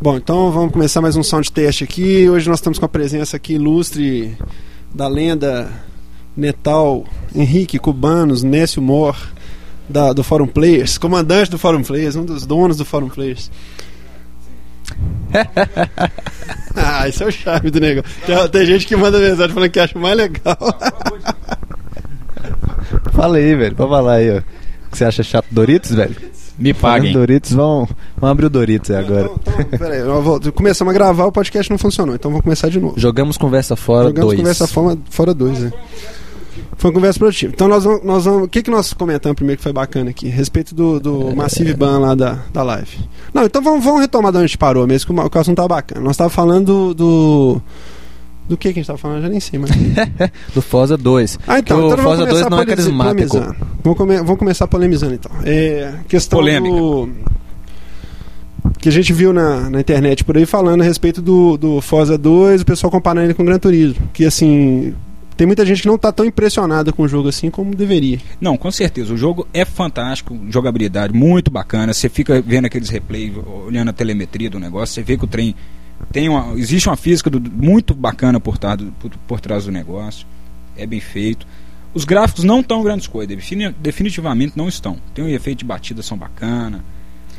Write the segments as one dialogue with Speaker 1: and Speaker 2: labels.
Speaker 1: Bom, então vamos começar mais um sound teste aqui. Hoje nós estamos com a presença aqui ilustre da lenda Netal Henrique Cubanos, Nécio Mor, da, do Fórum Players, comandante do Fórum Players, um dos donos do Fórum Players. ah, isso é o charme do negócio. Tem, tem gente que manda mensagem falando que acha mais legal.
Speaker 2: Fala aí, velho. Pode falar aí, ó. O que você acha chato Doritos, velho?
Speaker 3: Me
Speaker 2: Falando
Speaker 3: paguem.
Speaker 2: Doritos, vão, vão abrir o Doritos aí agora.
Speaker 1: Então, então, peraí, eu vou- começamos a gravar, o podcast não funcionou, então vamos começar de novo.
Speaker 3: Jogamos conversa fora
Speaker 1: Jogamos
Speaker 3: dois.
Speaker 1: conversa fora, fora dois, né? Foi uma conversa produtiva. Então nós vamos. Nós vamos o que, que nós comentamos primeiro que foi bacana aqui? A respeito do,
Speaker 3: É,
Speaker 1: do Massive Ban lá da, da live. Não, então vamos, vamos retomar de onde a gente parou mesmo, que o, ma- que o assunto tá bacana. Nós tava falando do. Do que, que a gente tava falando? Eu já nem sei, mas.
Speaker 3: Do Forza 2.
Speaker 1: Ah, então,
Speaker 3: Que
Speaker 1: então
Speaker 3: o Forza
Speaker 1: vamos
Speaker 3: 2
Speaker 1: começar
Speaker 3: não é
Speaker 1: polemiz-
Speaker 3: carismático.
Speaker 1: polemizando. Vamos, come- vamos começar polemizando então. É, questão
Speaker 3: Polêmica.
Speaker 1: do- que a gente viu na, na internet por aí falando a respeito do, do Forza 2, o pessoal comparando ele com o Gran Turismo. Que assim, tem muita gente que não tá tão impressionada com o jogo assim como deveria.
Speaker 4: Não, com certeza. O jogo é fantástico, jogabilidade muito bacana. Você fica vendo aqueles replays, olhando a telemetria do negócio, você vê que o trem tem uma, existe uma física do- muito bacana por, trás do- por, por trás do negócio. É bem feito. Os gráficos não estão grandes coisas, defini- definitivamente não estão. Tem um efeito de batida são bacana.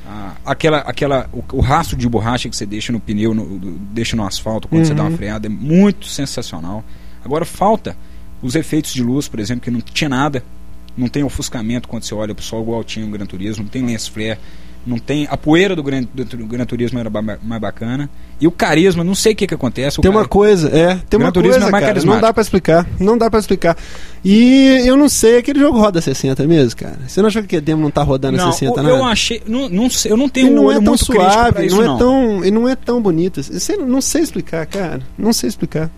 Speaker 4: Ah, aquela, aquela, o, o rastro de borracha que você deixa no pneu, no- do- deixa no asfalto quando você dá uma freada é muito sensacional. Agora falta os efeitos de luz, por exemplo, que não tinha nada. Não tem ofuscamento quando você olha pro sol igual tinha o Gran Turismo, não tem lens flare, não tem. A poeira do Gran, do, do Gran Turismo era ba- mais bacana. E o carisma, não sei o que, que acontece. o
Speaker 1: tem
Speaker 4: cara-
Speaker 1: uma coisa, é, tem
Speaker 4: Gran
Speaker 1: uma
Speaker 4: Turismo
Speaker 1: coisa,
Speaker 4: é mais
Speaker 1: cara, não
Speaker 4: carismático.
Speaker 1: dá pra explicar, não dá pra explicar. E eu não sei, aquele jogo roda 60 mesmo, cara? Você não achou que a demo não tá rodando a
Speaker 4: não,
Speaker 1: 60
Speaker 4: eu,
Speaker 1: nada?
Speaker 4: eu achei. Não, não sei, eu não tenho
Speaker 1: Ele
Speaker 4: um
Speaker 1: não
Speaker 4: olho
Speaker 1: é tão
Speaker 4: muito crítico pra
Speaker 1: suave,
Speaker 4: isso,
Speaker 1: não
Speaker 4: não.
Speaker 1: é tão, e não é tão bonito. assim. Sei- não sei explicar, cara. Não sei explicar.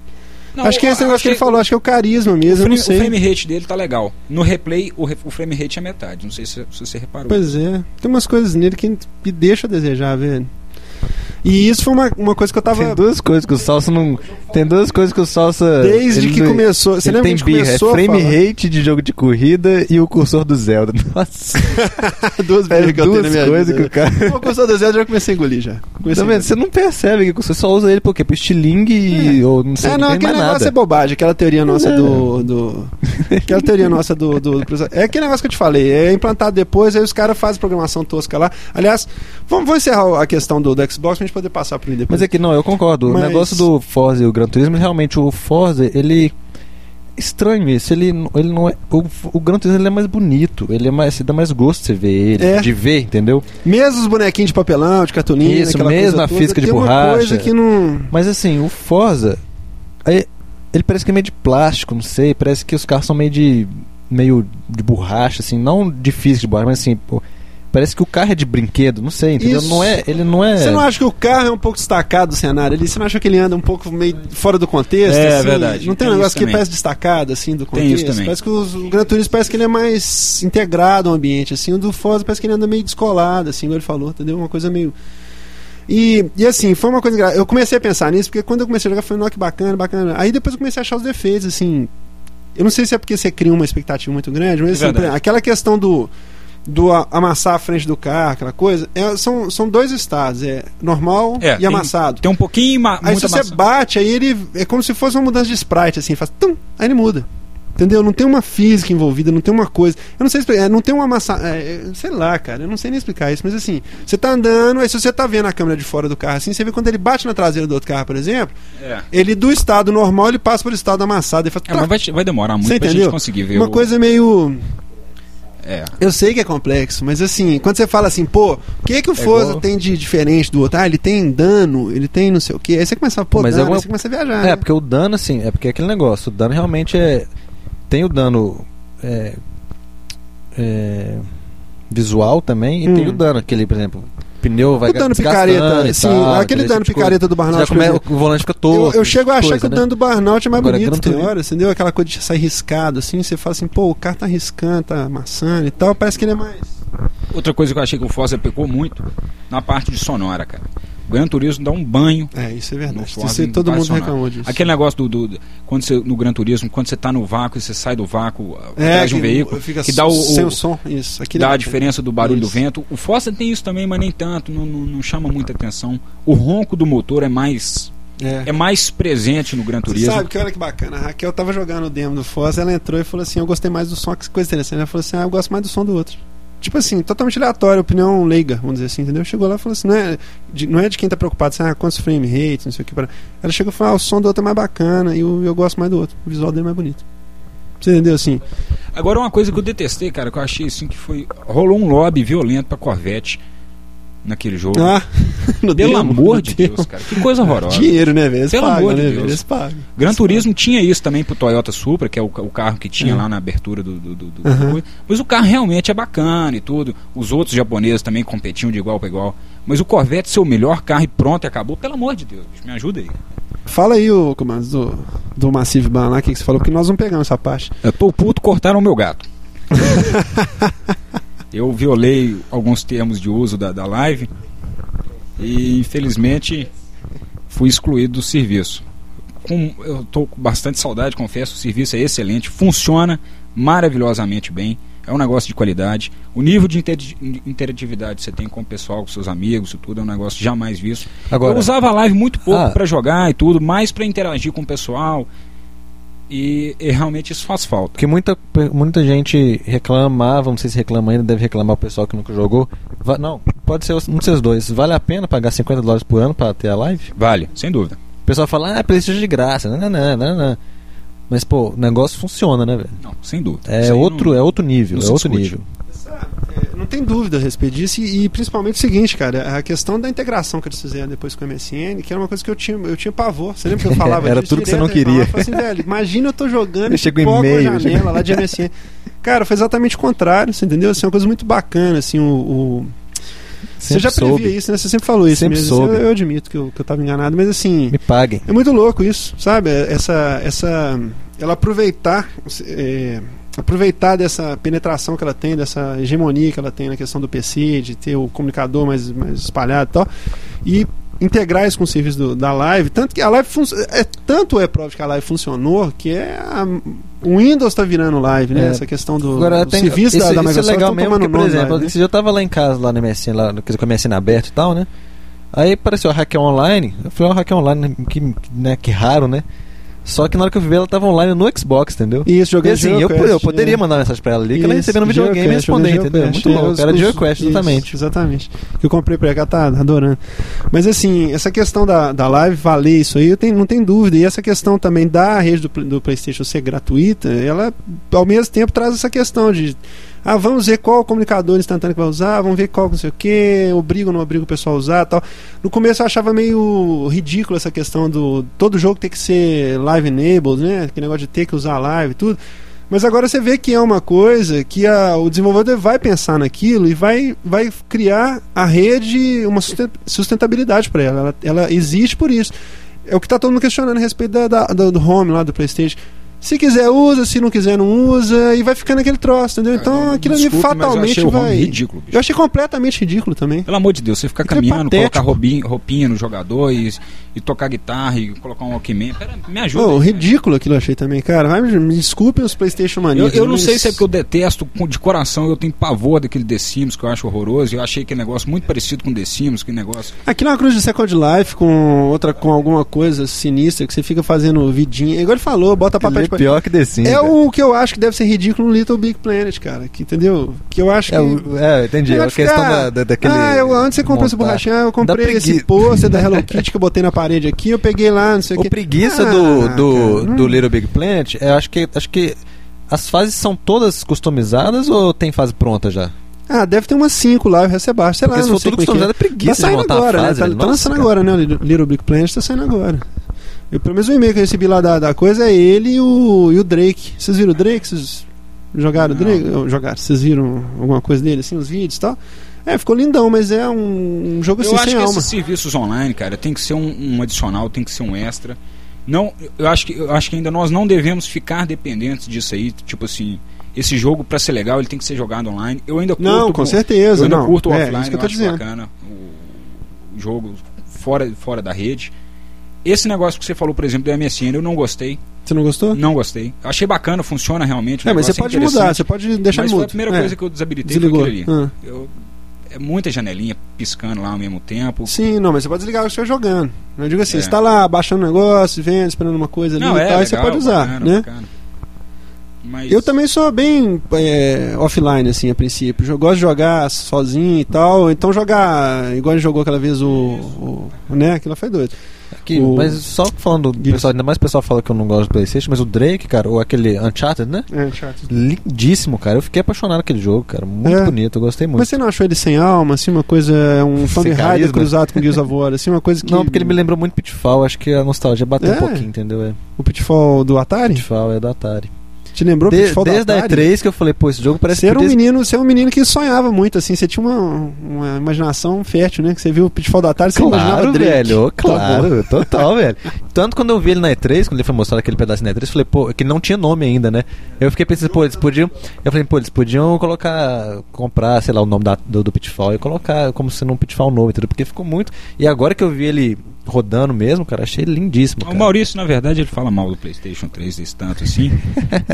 Speaker 4: Não,
Speaker 1: acho que é esse
Speaker 4: eu
Speaker 1: negócio que ele
Speaker 4: achei-
Speaker 1: falou, acho que é o carisma
Speaker 4: O
Speaker 1: mesmo, eu não
Speaker 4: frame,
Speaker 1: sei.
Speaker 4: o frame rate dele tá legal. No replay, o, re- o frame rate é metade. Não sei se, se você reparou.
Speaker 1: Pois é. Tem umas coisas nele que me deixa a desejar, velho. E isso foi uma, uma coisa que eu tava
Speaker 2: Tem duas coisas que o Salsa não. Tem duas coisas que o Salsa.
Speaker 1: desde
Speaker 2: ele
Speaker 1: que
Speaker 2: não- é-
Speaker 1: começou. Você
Speaker 2: Ele
Speaker 1: lembra que a
Speaker 2: tem
Speaker 1: gente
Speaker 2: birra, é
Speaker 1: começou a
Speaker 2: frame
Speaker 1: falar?
Speaker 2: rate de jogo de corrida e o cursor do Zelda. Nossa,
Speaker 1: duas birras
Speaker 2: velho,
Speaker 1: que eu tenho na
Speaker 2: duas
Speaker 1: minha
Speaker 2: coisas que
Speaker 1: vida. né?
Speaker 2: o cara.
Speaker 1: Pô, gostou do Zé, eu já comecei a engolir já. Comecei
Speaker 2: Tá
Speaker 1: a
Speaker 2: vendo? Você não percebe que o cursor só usa ele por quê? Pro estilingue e- ou não sei
Speaker 1: É,
Speaker 2: o que
Speaker 1: não,
Speaker 2: tem
Speaker 1: aquele
Speaker 2: mais
Speaker 1: negócio
Speaker 2: nada.
Speaker 1: é bobagem, aquela teoria nossa
Speaker 2: É.
Speaker 1: do. do aquela teoria nossa do, do, do processador. É aquele negócio que eu te falei, é implantado depois, aí os caras fazem programação tosca lá. Aliás, vamos, vamos encerrar a questão do, do Xbox pra gente poder passar pro depois.
Speaker 2: Mas é que não, eu concordo.
Speaker 1: Mas-
Speaker 2: O negócio do Forza e o Gran Turismo, realmente o Forza, ele estranho isso, ele, n- ele não é o, o Gran Turismo ele é mais bonito, ele é mais, você dá mais gosto de você ver ele,
Speaker 1: É.
Speaker 2: de ver, entendeu?
Speaker 1: Mesmo os bonequinhos de papelão, de cartolina,
Speaker 2: Isso,
Speaker 1: aquela
Speaker 2: mesmo
Speaker 1: coisa
Speaker 2: a
Speaker 1: toda,
Speaker 2: física de
Speaker 1: tem uma
Speaker 2: borracha.
Speaker 1: coisa que não.
Speaker 2: Mas assim, o Forza aí, ele parece que é meio de plástico, não sei, parece que os carros são meio de meio de borracha assim, não de física de borracha, mas assim, pô, parece que o carro é de brinquedo, não sei, entendeu?
Speaker 1: Isso.
Speaker 2: Não é, ele não é
Speaker 1: Você não acha que o carro é um pouco destacado do cenário ali? Você não acha que ele anda um pouco meio fora do contexto?
Speaker 4: É,
Speaker 1: assim?
Speaker 4: verdade.
Speaker 1: Não tem,
Speaker 4: Tem
Speaker 1: um
Speaker 4: isso
Speaker 1: negócio que
Speaker 4: também.
Speaker 1: parece destacado, assim, do contexto?
Speaker 4: Tem isso também.
Speaker 1: Parece que os- o Gran Turismo parece que ele é mais integrado ao ambiente, assim. O do Forza parece que ele anda meio descolado, assim, como ele falou, entendeu? Uma coisa meio... E, e assim, foi uma coisa engraçada. Eu comecei a pensar nisso, porque quando eu comecei a jogar, foi um que bacana, bacana. Aí depois eu comecei a achar os defeitos, assim... Eu não sei se é porque você cria uma expectativa muito grande, mas assim,
Speaker 4: É Verdade.
Speaker 1: por exemplo, aquela questão do do a- amassar a frente do carro, aquela coisa, é- são, são dois estados, é normal
Speaker 4: É,
Speaker 1: e
Speaker 4: tem-
Speaker 1: amassado.
Speaker 4: Tem um pouquinho ma
Speaker 1: aí
Speaker 4: muito
Speaker 1: se você
Speaker 4: amassado.
Speaker 1: bate, aí ele é como se fosse uma mudança de sprite, assim, faz tum, aí ele muda. Entendeu? Não tem uma física envolvida, não tem uma coisa. Eu não sei explicar, não tem uma massa. é, é, sei lá, cara, eu não sei nem explicar isso, mas assim, você tá andando, aí se você tá vendo a câmera de fora do carro assim, você vê quando ele bate na traseira do outro carro, por exemplo,
Speaker 4: É.
Speaker 1: ele do estado normal, ele passa pro estado amassado, ele faz.
Speaker 4: É, mas vai, te- vai demorar muito
Speaker 1: você
Speaker 4: pra
Speaker 1: entendeu?
Speaker 4: gente conseguir ver
Speaker 1: uma
Speaker 4: o-
Speaker 1: coisa meio.
Speaker 4: É.
Speaker 1: Eu sei que é complexo, mas assim, quando você fala assim, pô, o que que
Speaker 4: É
Speaker 1: o Forza
Speaker 2: igual-
Speaker 1: tem de diferente do outro? Ah, ele tem dano, ele tem não sei o quê. Aí você começa a pô,
Speaker 2: Mas
Speaker 1: dano,
Speaker 2: alguma-
Speaker 1: aí você começa a viajar.
Speaker 2: É,
Speaker 1: né?
Speaker 2: porque o dano, assim, é porque é aquele negócio, o dano realmente é. Tem o dano é, é, visual também, e
Speaker 1: Hum.
Speaker 2: tem o dano, aquele, por exemplo, pneu vai
Speaker 1: O dano
Speaker 2: desgastando
Speaker 1: picareta,
Speaker 2: e
Speaker 1: sim,
Speaker 2: tal,
Speaker 1: aquele dano
Speaker 2: tipo de
Speaker 1: picareta
Speaker 2: coisa.
Speaker 1: do Barnard,
Speaker 2: Já come-
Speaker 1: por
Speaker 2: o volante fica tipo todo.
Speaker 1: Eu, eu chego a achar
Speaker 2: né?
Speaker 4: né?
Speaker 1: que o dano do Burnout é mais
Speaker 2: Agora,
Speaker 1: bonito,
Speaker 2: Gran
Speaker 1: tem
Speaker 2: Turismo.
Speaker 1: horas, entendeu? Aquela coisa de sair riscado, assim, você fala assim, pô, o cara tá riscando, tá amassando e tal, parece que ele é mais.
Speaker 4: é Outra coisa que eu achei que o Forza pecou muito na parte de sonora, cara. Gran Turismo dá um banho.
Speaker 1: É, isso é
Speaker 4: no
Speaker 1: verdade.
Speaker 4: Ford,
Speaker 1: Isso aí todo mundo
Speaker 4: impressionante.
Speaker 1: reclamou disso.
Speaker 4: Aquele negócio do, do- do- quando você, no Gran Turismo, quando você tá no vácuo e você sai do vácuo ah, atrás de um
Speaker 1: que
Speaker 4: veículo,
Speaker 1: É, fica
Speaker 4: que dá o-
Speaker 1: sem
Speaker 4: o-
Speaker 1: o som, isso.
Speaker 4: que
Speaker 1: Aquele é-
Speaker 4: dá a diferença do barulho
Speaker 1: Isso.
Speaker 4: do vento. O Foster tem isso também, mas nem tanto, não, não- não chama muita atenção. O ronco do motor é mais
Speaker 1: É.
Speaker 4: é mais presente no Gran
Speaker 1: Você
Speaker 4: Turismo.
Speaker 1: sabe que olha que bacana, a Raquel tava jogando o demo do Foz, ela entrou e falou assim: Eu gostei mais do som, que coisa interessante. Ela falou assim: Ah, eu gosto mais do som do outro. Tipo assim, totalmente aleatório, opinião leiga, vamos dizer assim, entendeu? Chegou lá e falou assim: não é de, não é de quem tá preocupado, assim, ah, quantos frame rate, não sei o que. Para... Ela chegou e falou: Ah, o som do outro é mais bacana e o- eu gosto mais do outro, o visual dele é mais bonito. Você entendeu assim?
Speaker 4: Agora uma coisa que eu detestei, cara, que eu achei assim que foi rolou um lobby violento pra Corvette naquele jogo.
Speaker 1: Ah, no
Speaker 4: Pelo
Speaker 1: demo,
Speaker 4: amor
Speaker 1: no
Speaker 4: de
Speaker 1: demo.
Speaker 4: Deus, cara. Que coisa horrorosa.
Speaker 1: Dinheiro, né, velho? Eles
Speaker 4: Pelo
Speaker 1: pagam,
Speaker 4: amor de
Speaker 1: né, velho?
Speaker 4: Deus.
Speaker 1: Eles pagam.
Speaker 4: Gran Turismo tinha isso também pro Toyota Supra, que é o, ca- o carro que tinha
Speaker 1: Uhum.
Speaker 4: lá na abertura do, do, do- do-
Speaker 1: Uhum.
Speaker 4: Mas o carro realmente é bacana e tudo. Os outros japoneses também competiam de igual para igual. Mas o Corvette ser o melhor carro e pronto e acabou. Pelo amor de Deus, bicho, me ajuda aí.
Speaker 1: Fala aí, ô, comandos do, do Massive Ban lá, o que, que você falou? Porque nós não pegamos essa parte.
Speaker 4: Eu tô puto, cortaram o meu gato. Eu violei alguns termos de uso da, da live e infelizmente fui excluído do serviço. Com- eu tô com bastante saudade, confesso, o serviço é excelente, funciona maravilhosamente bem, é um negócio de qualidade. O nível de interi- interatividade que você tem com o pessoal, com seus amigos e tudo, é um negócio jamais visto.
Speaker 2: Agora,
Speaker 4: Eu usava a live muito pouco
Speaker 2: Ah.
Speaker 4: pra jogar e tudo, mais pra interagir com o pessoal. E, e realmente isso faz falta.
Speaker 2: que muita, pe- muita gente reclamava, não sei se reclama ainda, deve reclamar o pessoal que nunca jogou. Va- não, pode ser os- um desses dois. Vale a pena pagar 50 dólares por ano pra ter a live?
Speaker 4: Vale, sem dúvida.
Speaker 2: O pessoal fala, ah, PlayStation de graça, não, não, não, não, não. Mas, pô, o negócio funciona, né, velho?
Speaker 4: Não, sem dúvida. Isso
Speaker 2: É
Speaker 4: aí
Speaker 2: outro,
Speaker 4: não-
Speaker 2: é outro nível,
Speaker 4: não
Speaker 2: é
Speaker 4: se
Speaker 2: outro
Speaker 4: discute.
Speaker 2: nível.
Speaker 1: É, Não tem dúvida a respeito disso, e, e principalmente o seguinte, cara, a questão da integração que eles fizeram depois com o MSN, que era uma coisa que eu tinha, eu tinha pavor. Você lembra que eu falava
Speaker 2: Era
Speaker 1: disso
Speaker 2: tudo que você
Speaker 1: direto?
Speaker 2: não
Speaker 1: Eu falava,
Speaker 2: queria.
Speaker 1: eu falava assim, velho, imagina eu tô jogando
Speaker 2: Eu
Speaker 1: e
Speaker 2: chego
Speaker 1: pipoca uma
Speaker 2: e-mail, eu
Speaker 1: janela
Speaker 2: chego-
Speaker 1: lá de MSN. Cara, foi exatamente o contrário, você entendeu? Assim, uma coisa muito bacana, assim, o. o- Você
Speaker 2: Sempre
Speaker 1: já previa
Speaker 2: soube.
Speaker 1: isso, né? Você sempre falou isso
Speaker 2: Sempre
Speaker 1: mesmo. assim,
Speaker 2: soube.
Speaker 1: Eu, eu admito que eu, que eu tava enganado, mas assim.
Speaker 2: Me paguem.
Speaker 1: É muito louco isso, sabe? É, Essa, essa, ela aproveitar, é, aproveitar dessa penetração que ela tem, dessa hegemonia que ela tem na questão do PC, de ter o comunicador mais, mais espalhado e tal, e integrar isso com o serviço do- da live, tanto que a live fun- é tanto é prova de que a live funcionou que é a- o Windows está virando live, né?
Speaker 2: É.
Speaker 1: Essa questão do,
Speaker 2: Agora,
Speaker 1: do
Speaker 2: tem,
Speaker 1: serviço da, da
Speaker 2: isso- isso
Speaker 1: Microsoft
Speaker 2: é legal
Speaker 1: tão
Speaker 2: mesmo,
Speaker 1: tomando
Speaker 2: porque, por
Speaker 1: nome
Speaker 2: exemplo,
Speaker 1: live, né?
Speaker 2: esse dia eu tava lá em casa, lá no MSN, lá, no- quer dizer, com o MSN aberto e tal, né? Aí apareceu a Hacker Online, eu falei, ó, Hacker Online, né, que, né, que raro, né? Só que na hora que eu vi ela tava online no Xbox, entendeu?
Speaker 1: E isso
Speaker 2: E
Speaker 1: jogando
Speaker 2: assim, eu,
Speaker 1: GeoQuest,
Speaker 2: eu poderia
Speaker 1: né?
Speaker 2: mandar mensagem pra ela ali, que ela
Speaker 1: Isso,
Speaker 2: recebeu no videogame e
Speaker 1: GeoQuest,
Speaker 2: responder,
Speaker 1: jogando
Speaker 2: entendeu?
Speaker 1: GeoQuest,
Speaker 2: Muito louco,
Speaker 1: é,
Speaker 2: era
Speaker 1: os-
Speaker 2: GeoQuest,
Speaker 1: isso,
Speaker 2: exatamente.
Speaker 1: Exatamente. Que eu comprei pra cá, tá adorando. Mas assim, essa questão da, da live valer isso aí, eu tenho, não tem dúvida. E essa questão também da rede do, Play- do Playstation ser gratuita, ela ao mesmo tempo traz essa questão de ah, vamos ver qual comunicador instantâneo que vai usar, vamos ver qual não sei o que, obriga ou não obriga o pessoal a usar tal. No começo eu achava meio ridículo essa questão do todo jogo ter que ser live enabled, né? Que negócio de ter que usar live e tudo. Mas agora você vê que é uma coisa que a- o desenvolvedor vai pensar naquilo e vai, vai criar a rede uma susten- sustentabilidade para ela. ela. Ela existe por isso. É o que está todo mundo questionando a respeito da, da- do, do home lá do PlayStation. Se quiser, usa, se não quiser, não usa, e vai ficando aquele troço, entendeu?
Speaker 4: Cara,
Speaker 1: Então
Speaker 4: É, não-
Speaker 1: aquilo ali
Speaker 4: desculpe, mas eu
Speaker 1: fatalmente
Speaker 4: achei o Rony
Speaker 1: vai.
Speaker 4: ridículo, bicho.
Speaker 1: Eu achei completamente ridículo também.
Speaker 4: Pelo amor de Deus, você ficar
Speaker 1: Aquilo é
Speaker 4: caminhando,
Speaker 1: patético.
Speaker 4: colocar roupinha, roupinha no jogador e, e tocar guitarra e colocar um Walkman. Pera, me ajuda.
Speaker 1: Ô,
Speaker 4: aí, cara.
Speaker 1: ridículo aquilo eu achei também, cara. Vai, me me desculpem os PlayStation
Speaker 4: Eu,
Speaker 1: maníacos.
Speaker 4: eu não
Speaker 1: mas-
Speaker 4: sei se é porque eu detesto com- de coração, eu tenho pavor daquele The Sims que eu acho horroroso. e Eu achei que negócio muito parecido com The Sims, que negócio.
Speaker 1: Aquilo é uma cruz de Second Life com outra com alguma coisa sinistra que você fica fazendo vidinha. Igual ele falou, bota papel
Speaker 2: Ele
Speaker 1: de
Speaker 2: é
Speaker 1: parede.
Speaker 2: pior que The Sims,
Speaker 1: É
Speaker 2: velho.
Speaker 1: o que eu acho que deve ser ridículo no Little Big Planet, cara. Que, entendeu? Que eu acho
Speaker 2: É,
Speaker 1: que.
Speaker 2: o, é, entendi. É
Speaker 1: Vai
Speaker 2: a questão
Speaker 1: ficar,
Speaker 2: da, da, daquele.
Speaker 1: Ah, eu, antes você comprou essa
Speaker 2: montar-
Speaker 1: borrachinha, ah, eu comprei
Speaker 2: Dá
Speaker 1: esse
Speaker 2: preguiça.
Speaker 1: pôster da Hello Kitty que eu botei na parede aqui, eu peguei lá, não sei o
Speaker 2: O
Speaker 1: que.
Speaker 2: preguiça
Speaker 1: Ah,
Speaker 2: do, do,
Speaker 1: cara, não-
Speaker 2: do Little Big Planet, eu acho que, acho que as fases são todas customizadas ou tem fase pronta já?
Speaker 1: Ah, deve ter umas 5 lá, o resto é baixo. Sei lá,
Speaker 2: Porque se
Speaker 1: não
Speaker 2: for
Speaker 1: sei
Speaker 2: tudo
Speaker 1: como é que é.
Speaker 2: customizado, é
Speaker 1: Tá
Speaker 2: preguiça de
Speaker 1: saindo
Speaker 2: montar
Speaker 1: agora,
Speaker 2: a fase.
Speaker 1: né? Tá,
Speaker 2: velho.
Speaker 1: tá
Speaker 2: Nossa,
Speaker 1: lançando
Speaker 2: cara.
Speaker 1: agora, né? O Little- Little Big Planet tá saindo agora. Eu, pelo menos o e-mail que eu recebi lá da, da coisa é ele e o, e o Drake. Vocês viram o Drake? Vocês jogaram o
Speaker 4: Não.
Speaker 1: Drake? Ou Jogaram. Vocês viram alguma coisa dele, assim, os vídeos e tal? É, ficou lindão, mas é um, um jogo assim,
Speaker 4: Eu acho
Speaker 1: sem
Speaker 4: que
Speaker 1: alma.
Speaker 4: esses serviços online, cara, tem que ser um, um adicional, tem que ser um extra. Não, eu acho que eu acho que ainda nós não devemos ficar dependentes disso aí, tipo assim, esse jogo pra ser legal, ele tem que ser jogado online. Eu ainda curto
Speaker 1: Não, com certeza.
Speaker 4: Eu ainda
Speaker 1: não.
Speaker 4: curto o
Speaker 1: é,
Speaker 4: offline,
Speaker 1: isso que eu
Speaker 4: eu
Speaker 1: tô
Speaker 4: acho
Speaker 1: dizendo.
Speaker 4: bacana o, o jogo fora, fora da rede. Esse negócio que você falou, por exemplo, do MSN, eu não gostei.
Speaker 1: Você não gostou?
Speaker 4: Não gostei. Achei bacana, funciona realmente. o
Speaker 1: É, mas você
Speaker 4: Hum, negócio
Speaker 1: pode
Speaker 4: interessante,
Speaker 1: mudar, você pode deixar
Speaker 4: Mas
Speaker 1: mudo.
Speaker 4: foi a primeira
Speaker 1: É,
Speaker 4: coisa que eu desabilitei
Speaker 1: desligou.
Speaker 4: foi aquilo ali.
Speaker 1: Ah.
Speaker 4: Eu- é muita janelinha piscando lá ao mesmo tempo.
Speaker 1: Ah, Sim, não, mas você pode desligar o que você está jogando. Eu digo assim,
Speaker 4: É.
Speaker 1: você está lá baixando um negócio, vendo, esperando uma coisa ali
Speaker 4: não,
Speaker 1: e
Speaker 4: é,
Speaker 2: tá,
Speaker 1: tal,
Speaker 4: legal,
Speaker 1: e você pode usar,
Speaker 4: bacana,
Speaker 1: né?
Speaker 4: bacana. Mas
Speaker 1: Eu também sou bem é, offline, assim, a princípio. Eu gosto de jogar sozinho e tal. Então jogar, igual a gente jogou aquela vez o. o- né? Aquilo lá foi doido.
Speaker 2: Aqui,
Speaker 1: O-
Speaker 2: Mas só falando do
Speaker 1: Diz.
Speaker 2: pessoal, ainda mais o pessoal fala que eu não gosto do Playstation, mas o Drake, cara, ou aquele Uncharted, né?
Speaker 1: É, chato.
Speaker 2: Lindíssimo, cara. Eu fiquei apaixonado naquele jogo, cara. Muito
Speaker 1: É.
Speaker 2: bonito, eu gostei muito.
Speaker 1: Mas você não achou ele sem alma, assim, uma coisa. Um
Speaker 2: Sem
Speaker 1: Tomb Raider
Speaker 2: carisma?
Speaker 1: cruzado com Gears of War, assim, uma coisa que.
Speaker 2: Não, porque ele me lembrou muito Pitfall, acho que a nostalgia bateu
Speaker 1: É.
Speaker 2: um pouquinho, entendeu? É,
Speaker 1: O Pitfall do Atari?
Speaker 2: Pitfall é da Atari.
Speaker 1: Te lembrou o
Speaker 2: De-
Speaker 1: Pitfall
Speaker 2: desde
Speaker 1: do
Speaker 2: a
Speaker 1: Atari?
Speaker 2: E3 que eu falei, pô, esse jogo parece
Speaker 1: Você
Speaker 2: que
Speaker 1: era um
Speaker 2: podia-
Speaker 1: menino, você é um menino que sonhava muito, assim, você tinha uma, uma imaginação fértil, né? Que você viu o Pitfall do Atari, você imaginava
Speaker 2: Claro,
Speaker 1: Drake.
Speaker 2: velho,
Speaker 1: Tá bom.
Speaker 2: claro, total, velho. Tanto quando eu vi ele na E3, quando ele foi mostrar aquele pedaço na E3, eu falei, pô, é que não tinha nome ainda, né? Eu fiquei pensando, pô, eles podiam. Eu falei, pô, eles podiam colocar, comprar, sei lá, o nome da- do, do Pitfall e colocar como sendo um Pitfall novo, entendeu? Porque ficou muito. E agora que eu vi ele rodando mesmo, cara, achei lindíssimo.
Speaker 4: O
Speaker 2: Cara.
Speaker 4: Maurício, na verdade, ele fala mal do PlayStation 3 desse tanto assim.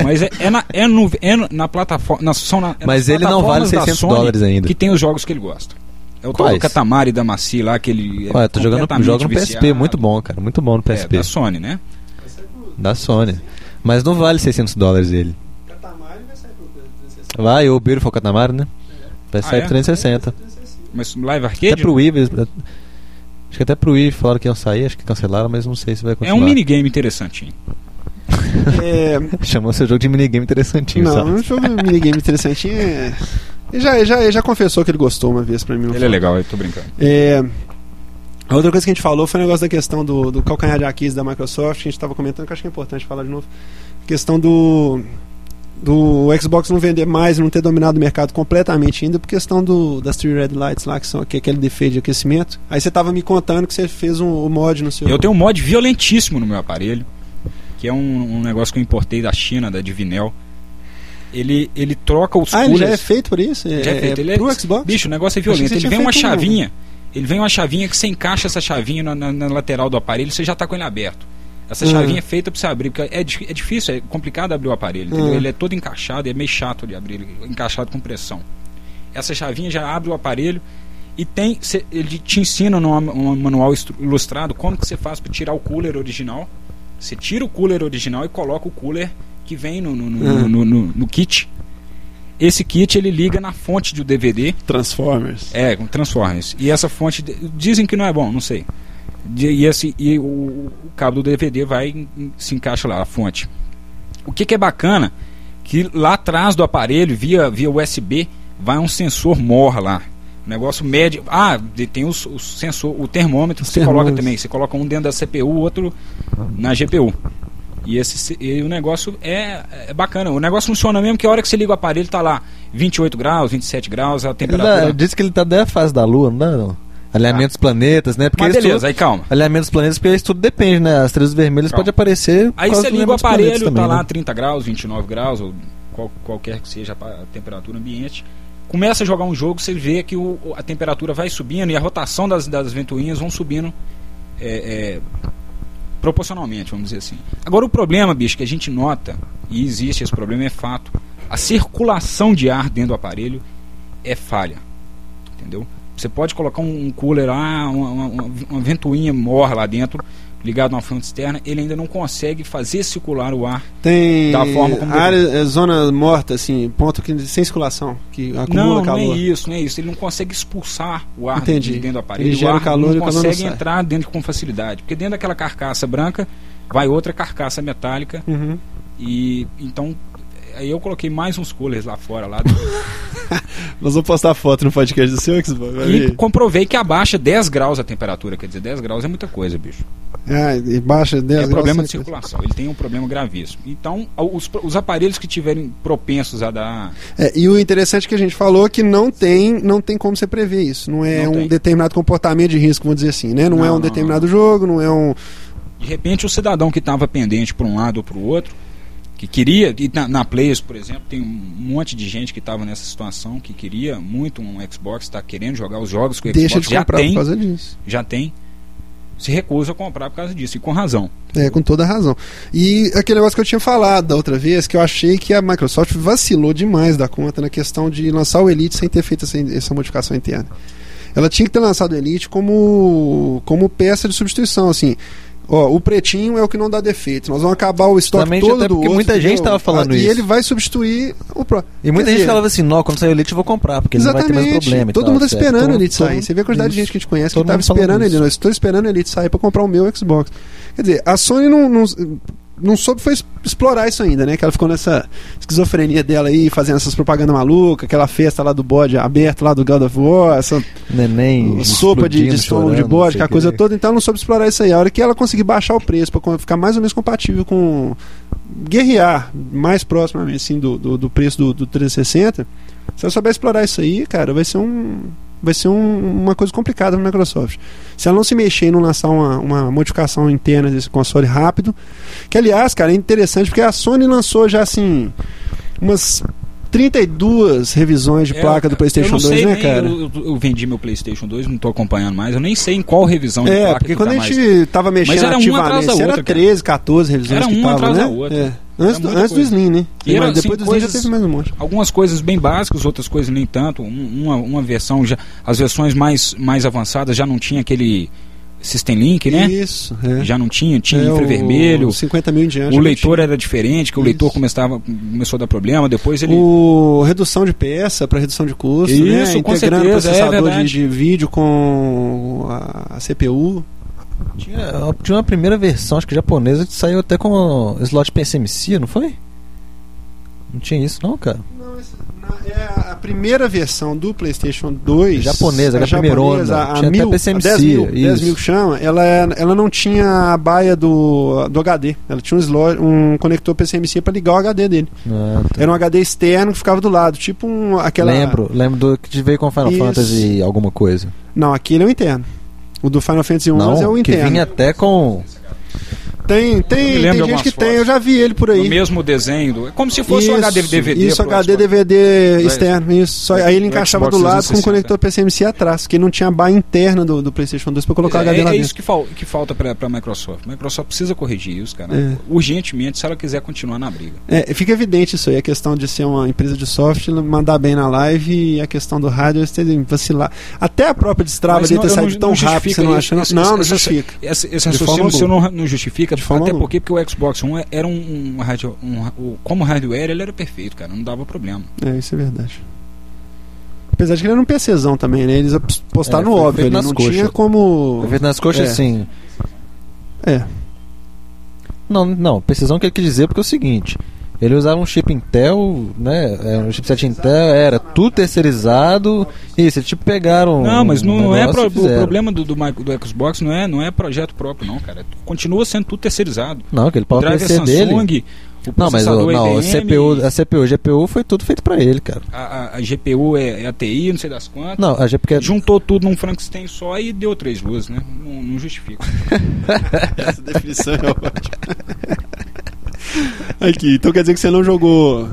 Speaker 4: mas é, é na, é no- é no- na plataforma. na- são na- é
Speaker 2: Mas
Speaker 4: nas
Speaker 2: ele não vale
Speaker 4: plataformas da
Speaker 2: 600
Speaker 4: Sony
Speaker 2: dólares ainda.
Speaker 4: Que tem os jogos que ele gosta. É o tal
Speaker 2: Quais?
Speaker 4: do Catamari da Maci lá, que ele. é
Speaker 2: Olha, tô jogando
Speaker 4: completamente
Speaker 2: joga no PSP,
Speaker 4: viciado.
Speaker 2: muito bom, cara, muito bom no
Speaker 4: É,
Speaker 2: PSP,
Speaker 4: da Sony, né?
Speaker 2: da Sony. Mas não vale 600 dólares ele. Vai, o Beautiful Catamari, né? Vai sair
Speaker 4: Ah, é?
Speaker 2: pro 360.
Speaker 4: Mas Live
Speaker 2: Até
Speaker 4: Arcade. é
Speaker 2: pro Wii, eles- acho que até pro Wii falaram que iam sair, acho que cancelaram, mas não sei se vai
Speaker 4: É
Speaker 2: continuar.
Speaker 4: um minigame interessantinho.
Speaker 1: É,
Speaker 2: Chamou seu jogo de minigame interessantinho,
Speaker 1: não,
Speaker 2: sabe?
Speaker 1: um jogo um minigame interessantinho é... Ele já, ele já, ele já confessou que ele gostou uma vez pra mim. não
Speaker 4: Ele é
Speaker 1: foi?
Speaker 4: legal, eu tô brincando.
Speaker 1: É, a outra coisa que a gente falou foi o negócio da questão do, do calcanhar de Aquiles da Microsoft, que a gente estava comentando, que eu acho que é importante falar de novo. A questão do do Xbox não vender mais, não ter dominado o mercado completamente ainda, por questão do, das Three Red Lights lá, que são que é aquele defeito de aquecimento. Aí você tava me contando que você fez um, o mod no seu...
Speaker 4: Eu tenho um mod violentíssimo no meu aparelho, que é um, um negócio que eu importei da China, da Divinel. Ele, ele troca os
Speaker 1: ah, ele já é
Speaker 4: coolers.
Speaker 1: feito por isso? É,
Speaker 4: um Já é feito. Ele é-
Speaker 1: pro Xbox?
Speaker 4: Bicho, o negócio é
Speaker 1: que
Speaker 4: violento.
Speaker 1: você
Speaker 4: Ele
Speaker 1: tinha
Speaker 4: vem uma
Speaker 1: feito um-
Speaker 4: chavinha. Ele vem uma chavinha que você encaixa essa chavinha na, na- na lateral do aparelho você já tá com ele aberto. Essa
Speaker 1: Hum.
Speaker 4: chavinha é feita pra você abrir, porque é, di- é difícil, é complicado abrir o aparelho, entendeu?
Speaker 1: Hum.
Speaker 4: Ele é todo encaixado, e é meio chato de abrir, ele é encaixado com pressão. Essa chavinha já abre o aparelho e tem. cê- ele te ensina num am- um manual instru- ilustrado como que você faz pra tirar o cooler original. Você tira o cooler original e coloca o cooler que vem no, no- no-
Speaker 1: Hum.
Speaker 4: no- no- no kit. Esse kit ele liga na fonte do DVD
Speaker 1: Transformers.
Speaker 4: é, com Transformers. E essa fonte. de- Dizem que não é bom, não sei. De- e esse, e o, o cabo do DVD vai em- em- se encaixa lá, a fonte. O que, que é bacana? Que lá atrás do aparelho, via, via USB, vai um sensor MOR lá. O negócio mede. Ah, de- tem os, os sensor, o termômetro que
Speaker 1: Os
Speaker 4: você coloca
Speaker 1: termômetros.
Speaker 4: também. Você coloca um dentro da CPU, o outro na GPU. E, esse, se- e o negócio é, é bacana. O negócio funciona mesmo que a hora que você liga o aparelho tá lá 28 graus, 27 graus, a
Speaker 2: Ele
Speaker 4: temperatura.
Speaker 2: dá, diz que ele tá até a fase da Lua, não dá, não? Alinhamento dos planetas, né? Porque
Speaker 4: Ah. Mas
Speaker 2: isso
Speaker 4: beleza,
Speaker 2: tudo-
Speaker 4: aí calma.
Speaker 2: Alinhamento dos planetas, porque isso tudo depende, né? As estrelas vermelhas
Speaker 4: Calma.
Speaker 2: podem aparecer. por
Speaker 4: Aí
Speaker 2: causa
Speaker 4: você
Speaker 2: do
Speaker 4: liga
Speaker 2: alinhamento
Speaker 4: o
Speaker 2: dos planetas
Speaker 4: aparelho, tá
Speaker 2: também,
Speaker 4: lá
Speaker 2: né?
Speaker 4: 30 graus, 29 graus, ou qual- qualquer que seja a pa- a temperatura ambiente. Começa a jogar um jogo, você vê que o- o- a temperatura vai subindo e a rotação das, das ventoinhas vão subindo é, é, proporcionalmente, vamos dizer assim. Agora o problema, bicho, que a gente nota, e existe esse problema, é fato. A circulação de ar dentro do aparelho é falha. Entendeu? Você pode colocar um, um cooler lá, uma, uma, uma ventoinha morra lá dentro, ligado numa fonte externa, ele ainda não consegue fazer circular o ar.
Speaker 1: Tem
Speaker 4: Da forma como-
Speaker 1: área, é, zona morta, assim, ponto que, sem circulação, que acumula
Speaker 4: Não, não
Speaker 1: calor.
Speaker 4: é isso, não é isso. Ele não consegue expulsar o ar
Speaker 1: Entendi.
Speaker 4: de dentro do aparelho.
Speaker 1: Ele gera
Speaker 4: o ar
Speaker 1: calor e o
Speaker 4: não
Speaker 1: calor
Speaker 4: consegue
Speaker 1: não sai.
Speaker 4: entrar dentro com facilidade. Porque dentro daquela carcaça branca vai outra carcaça metálica
Speaker 1: Uhum.
Speaker 4: e então aí eu coloquei mais uns coolers lá fora lá
Speaker 1: Nós vamos postar foto no podcast do seu Xbox. vai
Speaker 4: e
Speaker 1: ver.
Speaker 4: comprovei que abaixa 10 graus a temperatura, quer dizer, 10 graus é muita coisa, bicho.
Speaker 1: Ah, e baixa 10
Speaker 4: É
Speaker 1: graus,
Speaker 4: problema de
Speaker 1: cem graus.
Speaker 4: circulação, ele tem um problema gravíssimo. Então, a- os, pro- os aparelhos que tiverem propensos a dar
Speaker 1: É, e o interessante que a gente falou é que não tem, não tem como você prever isso. Não é
Speaker 4: Não
Speaker 1: um
Speaker 4: tem.
Speaker 1: determinado comportamento de risco, vamos dizer assim, né? Não,
Speaker 4: Não,
Speaker 1: é um
Speaker 4: não,
Speaker 1: determinado jogo, não é um.
Speaker 4: De repente, o cidadão que estava pendente para um lado ou para o outro, que queria, e na, na Players, por exemplo, tem um monte de gente que estava nessa situação, que queria muito um Xbox, está tá querendo jogar os jogos que o
Speaker 1: Deixa
Speaker 4: Xbox
Speaker 1: de
Speaker 4: já
Speaker 1: comprar por
Speaker 4: tem,
Speaker 1: causa disso.
Speaker 4: já tem. se recusa a comprar por causa disso, e com razão.
Speaker 1: É, com toda a razão. E aquele negócio que eu tinha falado da outra vez, que eu achei que a Microsoft vacilou demais da conta na questão de lançar o Elite sem ter feito essa, essa modificação interna. Ela tinha que ter lançado o Elite como, como peça de substituição, assim. Ó, o pretinho é o que não dá defeito. Nós vamos acabar o estoque
Speaker 2: Exatamente,
Speaker 1: todo
Speaker 2: até
Speaker 1: do
Speaker 2: porque
Speaker 1: outro,
Speaker 2: muita gente
Speaker 1: entendeu?
Speaker 2: tava falando
Speaker 1: Ah, E
Speaker 2: isso.
Speaker 1: ele vai substituir o pro.
Speaker 2: E muita
Speaker 1: Quer
Speaker 2: gente
Speaker 1: dizer,
Speaker 2: falava assim, não, quando sair o Elite eu vou comprar, porque ele não vai ter mais problema.
Speaker 1: Todo
Speaker 2: e tal, Então,
Speaker 1: mundo tá
Speaker 2: etc.
Speaker 1: esperando
Speaker 2: Todo-
Speaker 1: o Elite
Speaker 2: todo
Speaker 1: sair.
Speaker 2: mundo-
Speaker 1: Você vê a quantidade de gente que a gente conhece
Speaker 2: Todo
Speaker 1: que tava
Speaker 2: mundo falando
Speaker 1: esperando ele.
Speaker 2: isso.
Speaker 1: Não, estou esperando o Elite sair para comprar o meu Xbox. Quer dizer, a Sony não, não, não soube foi es- explorar isso ainda, né? Que ela ficou nessa esquizofrenia dela aí, fazendo essas propagandas malucas, aquela festa lá do bode aberto lá do God of War, essa
Speaker 2: Neném.
Speaker 1: sopa de, de
Speaker 2: explodindo,
Speaker 1: estômago de
Speaker 2: chorando, não
Speaker 1: bode,
Speaker 2: sei
Speaker 1: que a
Speaker 2: o
Speaker 1: coisa
Speaker 2: quê.
Speaker 1: toda, então ela não soube explorar isso aí. A hora que ela conseguir baixar o preço para ficar mais ou menos compatível com. guerrear mais próximo assim, do, do, do preço do, do 360, se ela souber explorar isso aí, cara, vai ser um. Vai ser um- uma coisa complicada para Microsoft. Se ela não se mexer e não lançar uma, uma modificação interna desse console rápido. Que, aliás, cara, é interessante porque a Sony lançou já assim. umas 32 revisões de
Speaker 4: É,
Speaker 1: placa do PlayStation
Speaker 4: eu não
Speaker 1: 2,
Speaker 4: sei
Speaker 1: né,
Speaker 4: nem,
Speaker 1: cara?
Speaker 4: Eu, eu- eu vendi meu PlayStation 2, não tô acompanhando mais, eu nem sei em qual revisão de
Speaker 1: É,
Speaker 4: placa
Speaker 1: porque
Speaker 4: que
Speaker 1: quando
Speaker 4: tá
Speaker 1: a
Speaker 4: mais.
Speaker 1: gente tava mexendo
Speaker 4: era uma atrás
Speaker 1: ativamente,
Speaker 4: da
Speaker 1: era
Speaker 4: outra, cara.
Speaker 1: 13, 14 revisões
Speaker 4: Era
Speaker 1: que
Speaker 4: uma
Speaker 1: tava,
Speaker 4: atrás
Speaker 1: né?
Speaker 4: da outra.
Speaker 1: É.
Speaker 4: Era
Speaker 1: Antes, do,
Speaker 4: muita
Speaker 1: antes do
Speaker 4: coisa.
Speaker 1: Slim, né?
Speaker 4: E era,
Speaker 1: Mas depois do
Speaker 4: assim,
Speaker 1: Slim já
Speaker 4: coisas-
Speaker 1: teve mais um monte.
Speaker 4: Algumas coisas bem básicas, outras coisas nem tanto. Um- Uma, uma versão já. As versões mais, mais avançadas já não tinha aquele System Link, né?
Speaker 1: Isso, é.
Speaker 4: Já não tinha, tinha
Speaker 1: É,
Speaker 4: infravermelho.
Speaker 1: o 50 mil em diante.
Speaker 4: O
Speaker 1: eu
Speaker 4: leitor era diferente, que o
Speaker 1: Isso.
Speaker 4: leitor começava, começou a dar problema, depois
Speaker 1: tinha.
Speaker 4: ele.
Speaker 1: O redução de peça para redução de custo, né?
Speaker 4: Isso, com
Speaker 1: Integrando o
Speaker 4: certeza, é
Speaker 1: processador de,
Speaker 4: verdade.
Speaker 1: de vídeo com a, a CPU.
Speaker 2: Tinha, tinha uma primeira versão, acho que japonesa, que saiu até com slot PSMC, não foi? Não tinha isso não, cara.
Speaker 1: Não, esse- na- é a- a primeira versão do PlayStation 2.
Speaker 2: É
Speaker 1: a
Speaker 2: Japonesa, era a primeirona.
Speaker 1: japonesa, a,
Speaker 2: Tinha até
Speaker 1: mil, a
Speaker 2: PCMC,
Speaker 1: 10 mil, 10
Speaker 2: isso.
Speaker 1: mil que chama, ela, é- ela não tinha a baia do, do HD. Ela tinha um, slot, um conector PCMC para ligar o HD dele.
Speaker 2: Ah, tá.
Speaker 1: Era um HD externo que ficava do lado, tipo um, aquela.
Speaker 2: Lembro, lembro do que veio com Final
Speaker 1: Isso.
Speaker 2: Fantasy alguma coisa.
Speaker 1: Não, aquele é o interno. O do Final Fantasy 11 é o
Speaker 2: Não, que
Speaker 1: interno.
Speaker 2: vinha até com...
Speaker 1: Tem,
Speaker 4: Eu me
Speaker 1: tem, tem
Speaker 4: lembro de
Speaker 1: gente que
Speaker 4: algumas
Speaker 1: tem,
Speaker 4: fotos.
Speaker 1: eu já vi ele por
Speaker 4: No
Speaker 1: aí.
Speaker 4: mesmo desenho. do- é como se fosse um
Speaker 1: Isso,
Speaker 4: HD DVD.
Speaker 1: Isso,
Speaker 4: pro
Speaker 1: HD
Speaker 4: Xbox.
Speaker 1: DVD
Speaker 4: Pro
Speaker 1: externo, isso. Só,
Speaker 4: Pro
Speaker 1: aí ele
Speaker 4: Xbox
Speaker 1: encaixava do lado com o
Speaker 4: 360.
Speaker 1: conector PCMC atrás, porque não tinha a barra interna do, do PlayStation 2 pra colocar o
Speaker 4: é,
Speaker 1: HD lá
Speaker 4: é
Speaker 1: dentro.
Speaker 4: isso que, fal- que falta para a Microsoft. A Microsoft precisa corrigir isso, cara.
Speaker 1: É.
Speaker 4: Urgentemente, se ela quiser continuar na briga.
Speaker 1: É, fica evidente isso aí, a questão de ser uma empresa de software, mandar bem na live e a questão do rádio eles terem vacilar. Até a própria destrava
Speaker 4: Mas
Speaker 1: de
Speaker 4: não-
Speaker 1: ter
Speaker 4: eu
Speaker 1: saído
Speaker 4: não-
Speaker 1: tão
Speaker 4: não
Speaker 1: rápido,
Speaker 4: justifica
Speaker 1: você não
Speaker 4: isso,
Speaker 1: acha? Não,
Speaker 4: isso-
Speaker 1: não, não
Speaker 4: isso-
Speaker 1: justifica.
Speaker 4: Esse, esse
Speaker 1: De forma
Speaker 4: raciocínio seu
Speaker 1: alguma.
Speaker 4: não, não justifica,
Speaker 1: De forma
Speaker 4: até
Speaker 1: alguma.
Speaker 4: porque, porque o Xbox One era um, um, radio- um ra- o- como hardware, ele era perfeito, cara. Não dava problema.
Speaker 1: É, isso é verdade. Apesar de que ele era um PCzão também, né? Eles apostaram
Speaker 2: É,
Speaker 1: no
Speaker 2: foi
Speaker 1: óbvio,
Speaker 2: feito
Speaker 1: ele
Speaker 2: nas
Speaker 1: não
Speaker 2: coxas.
Speaker 1: tinha como.
Speaker 2: Foi feito nas coxas
Speaker 1: É.
Speaker 2: assim.
Speaker 1: É.
Speaker 2: Não, não, precisão que ele quis dizer porque é o seguinte. Ele usava um chip Intel, né? é, Um chipset Intel, era tudo terceirizado. Isso, eles tipo pegaram.
Speaker 4: não, mas
Speaker 2: um
Speaker 4: não é
Speaker 2: negócio
Speaker 4: pro-
Speaker 2: e
Speaker 4: o
Speaker 2: fizeram.
Speaker 4: problema do, do, micro- do Xbox não é, não é projeto próprio, não, cara. Continua sendo tudo terceirizado.
Speaker 2: Não, aquele
Speaker 4: O
Speaker 2: pau
Speaker 4: drive é
Speaker 2: PC
Speaker 4: Samsung,
Speaker 2: dele.
Speaker 4: o
Speaker 2: Não, mas
Speaker 4: processador
Speaker 2: o-
Speaker 4: é
Speaker 2: não, a
Speaker 4: IBM,
Speaker 2: CPU, a CPU, GPU foi tudo feito pra ele, cara.
Speaker 4: a, a- a GPU é, é ATI, não sei das quantas.
Speaker 2: Não, é- a GPU
Speaker 4: Juntou tudo num Frankenstein só e deu três luzes, né? Não, não justifica.
Speaker 1: Essa definição é ótima. Aqui, então quer dizer que você não jogou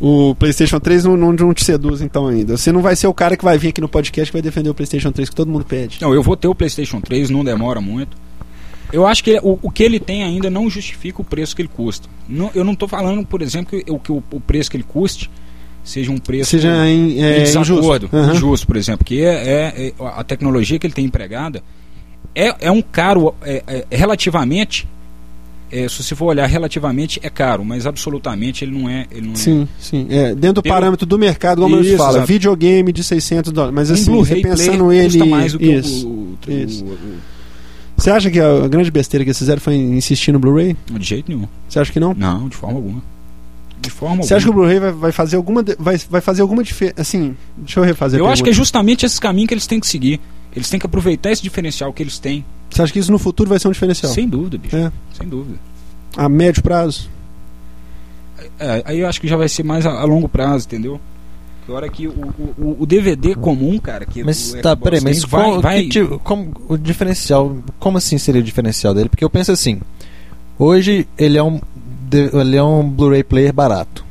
Speaker 1: o PlayStation 3 não, não, não te seduz então ainda. Você não vai ser o cara que vai vir aqui no podcast que vai defender o PlayStation 3 que todo mundo pede.
Speaker 4: Não, eu vou ter o PlayStation 3, não demora muito. Eu acho que o, o que ele tem ainda não justifica o preço que ele custa. Não- eu não estou falando, por exemplo, que, o, que o, o preço que ele custe seja um preço
Speaker 1: Seja em,
Speaker 4: em
Speaker 1: é,
Speaker 4: desacordo,
Speaker 1: injusto. Aham.
Speaker 4: injusto, por exemplo, que é, é- é- a tecnologia que ele tem empregada é, é um caro é- é relativamente. é, se você for olhar relativamente é caro, mas absolutamente ele não é. Ele não é-
Speaker 1: Sim, sim. É, dentro do
Speaker 4: Pelo-
Speaker 1: parâmetro do mercado, como eu
Speaker 4: Isso,
Speaker 1: te falo,
Speaker 4: exato.
Speaker 1: videogame de 600 dólares. Mas
Speaker 4: um
Speaker 1: assim, você
Speaker 4: Blu-ray
Speaker 1: pensando
Speaker 4: player
Speaker 1: ele.
Speaker 4: custa mais do que o-
Speaker 1: isso.
Speaker 4: o, o-
Speaker 1: isso.
Speaker 4: o-
Speaker 1: Você acha que a grande besteira que eles fizeram foi insistir no Blu-ray?
Speaker 4: o- de jeito nenhum.
Speaker 1: Você acha que não?
Speaker 4: Não, de forma alguma. De forma
Speaker 1: Você
Speaker 4: alguma.
Speaker 1: acha que o Blu-ray vai, vai fazer alguma. de- Vai, vai fazer alguma diferença. Assim, deixa eu refazer a
Speaker 4: Eu acho que
Speaker 1: pergunta.
Speaker 4: é justamente esse caminho que eles têm que seguir. Eles têm que aproveitar esse diferencial que eles têm.
Speaker 1: Você acha que isso no futuro vai ser um diferencial?
Speaker 4: Sem dúvida, bicho.
Speaker 1: É.
Speaker 4: Sem dúvida.
Speaker 1: A médio prazo?
Speaker 4: É, aí eu acho que já vai ser mais a, a longo prazo, entendeu? Que hora que o, o- o- o DVD comum, cara, que
Speaker 2: Mas
Speaker 4: o
Speaker 2: tá,
Speaker 4: Xbox
Speaker 2: peraí, mas
Speaker 4: tem, vai,
Speaker 2: qual-
Speaker 4: um assim, vai-
Speaker 2: que tipo- como, o diferencial, como assim seria o diferencial dele? Porque eu penso assim, hoje ele é um, de- ele é um Blu-ray player barato.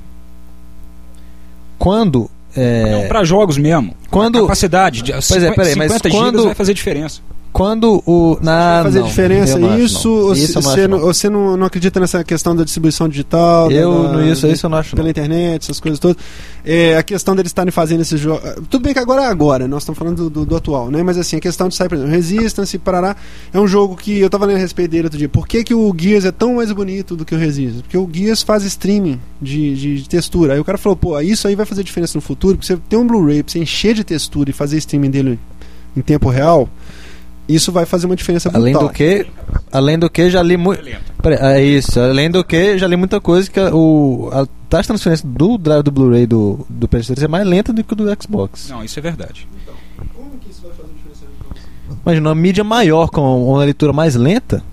Speaker 2: Quando é,
Speaker 4: Não, pra jogos mesmo.
Speaker 2: quando
Speaker 4: Capacidade de
Speaker 2: é, peraí, mas
Speaker 4: 50 gigas
Speaker 2: quando-
Speaker 4: vai fazer diferença.
Speaker 2: quando o. Na,
Speaker 1: Vai fazer
Speaker 2: Ah, não,
Speaker 1: diferença
Speaker 2: eu não acho,
Speaker 1: isso?
Speaker 2: não.
Speaker 1: Ou
Speaker 2: Isso eu não
Speaker 1: você
Speaker 2: acho,
Speaker 1: não,
Speaker 2: não.
Speaker 1: ou cê não, não acredita nessa questão da distribuição digital? da-
Speaker 2: Eu
Speaker 1: da-
Speaker 2: não isso, isso eu não acho.
Speaker 1: pela
Speaker 2: Não.
Speaker 1: internet, essas coisas todas. É, a questão deles estarem fazendo esses jogos. Tudo bem que agora é agora, nós estamos falando do, do- do atual, né? Mas assim, a questão de sair, por exemplo, Resistance, Parará, é um jogo que eu tava lendo a respeito dele outro dia. Por que, que o Gears é tão mais bonito do que o Resistance? Porque o Gears faz streaming de, de- de textura. Aí o cara falou, pô, isso aí vai fazer diferença no futuro, porque você ter um Blu-ray pra você encher de textura e fazer streaming dele em tempo real. Isso vai fazer uma diferença
Speaker 2: Além
Speaker 1: brutal.
Speaker 2: do que, além do que já li muito. É isso. Além do que já li muita coisa que a- o a taxa de transferência do drive do Blu-ray do do PS3 é mais lenta do que o do Xbox.
Speaker 4: Não, isso é verdade.
Speaker 1: Como que isso vai fazer diferença
Speaker 2: Imagina uma mídia maior com uma leitura mais lenta.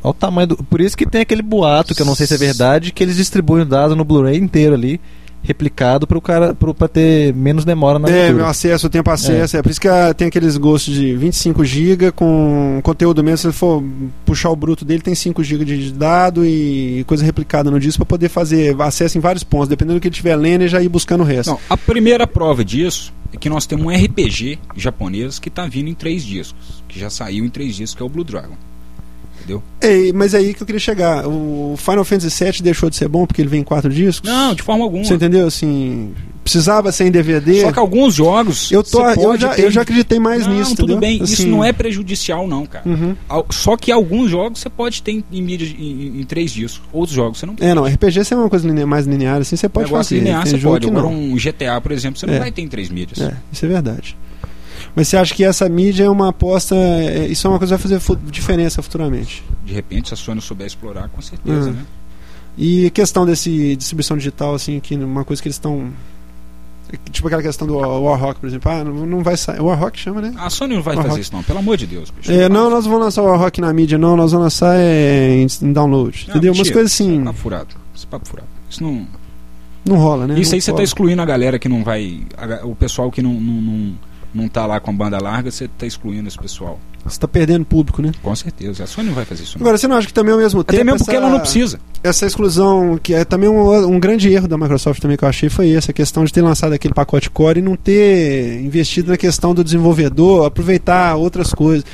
Speaker 2: Olha o tamanho do. Por isso que tem aquele boato, que eu não sei se é verdade, que eles distribuem o dado no Blu-ray inteiro ali, replicado pro cara pro, pra ter menos demora na
Speaker 1: É, meu
Speaker 2: leitura.
Speaker 1: acesso, eu tenho acesso. É. por isso que ah, tem aqueles gostos de 25 GB com conteúdo mesmo. Se ele for puxar o bruto dele, tem 5 GB de dado e coisa replicada no disco para poder fazer acesso em vários pontos, dependendo do que ele estiver lendo e já ir buscando o resto.
Speaker 4: Não, a primeira prova disso é que nós temos um RPG japonês que tá vindo em três discos, que já saiu em três discos, que é o Blue Dragon.
Speaker 1: É, mas é aí que eu queria chegar. O Final Fantasy VII deixou de ser bom porque ele vem em 4 discos?
Speaker 4: Não, tipo, de forma alguma.
Speaker 1: Você entendeu? Assim, precisava ser em DVD.
Speaker 4: Só que alguns jogos.
Speaker 1: eu, tô,
Speaker 4: você
Speaker 1: eu,
Speaker 4: pode
Speaker 1: já,
Speaker 4: ter-
Speaker 1: eu já acreditei mais
Speaker 4: não,
Speaker 1: nisso.
Speaker 4: tudo
Speaker 1: entendeu?
Speaker 4: bem. Isso
Speaker 1: Assim,
Speaker 4: não é prejudicial, não, cara.
Speaker 1: Uhum.
Speaker 4: Al- Só que alguns jogos você pode ter em, em mídia em, em três discos, outros jogos você não
Speaker 1: É, não, RPG você é uma coisa line- mais linear, assim, você pode
Speaker 4: negócio
Speaker 1: fazer.
Speaker 4: linear
Speaker 1: tem
Speaker 4: você
Speaker 1: jogo
Speaker 4: pode.
Speaker 1: que
Speaker 4: Agora
Speaker 1: não.
Speaker 4: um GTA, por exemplo, você não
Speaker 1: É.
Speaker 4: vai ter em três mídias.
Speaker 1: É, isso é verdade. Mas você acha que essa mídia é uma aposta. é, Isso é uma coisa que vai fazer fu- diferença futuramente.
Speaker 4: De repente, se a Sony souber explorar, com certeza,
Speaker 1: Uhum.
Speaker 4: né?
Speaker 1: E questão desse distribuição digital, assim, que uma coisa que eles estão. Tipo aquela questão do Warhawk, por exemplo. Ah, não, não vai sair. Warhawk chama, né?
Speaker 4: A Sony não vai
Speaker 1: Uhum.
Speaker 4: fazer isso, não, pelo amor de Deus, bicho.
Speaker 1: É, não, nós não vamos lançar o Warhawk na mídia, não. Nós vamos lançar é, em, em download.
Speaker 4: Não,
Speaker 1: entendeu? Umas
Speaker 4: Ah, mentira.
Speaker 1: coisas assim.
Speaker 4: Papo furado. Isso é papo furado. Isso não.
Speaker 1: Não rola, né?
Speaker 4: Isso
Speaker 1: Não
Speaker 4: aí você tá
Speaker 1: rola.
Speaker 4: excluindo a galera que não vai. a ga- o pessoal que não, não, não, não tá lá com a banda larga, você tá excluindo esse pessoal.
Speaker 1: Você tá perdendo público, né?
Speaker 4: Com certeza. A Sony não vai fazer isso, não.
Speaker 1: Agora, você não acha que também ao mesmo tempo.
Speaker 4: Até mesmo É, porque
Speaker 1: essa-
Speaker 4: ela não precisa.
Speaker 1: essa exclusão, que é também um, um grande erro da Microsoft também que eu achei, foi essa questão de ter lançado aquele pacote core e não ter investido na questão do desenvolvedor, aproveitar outras coisas.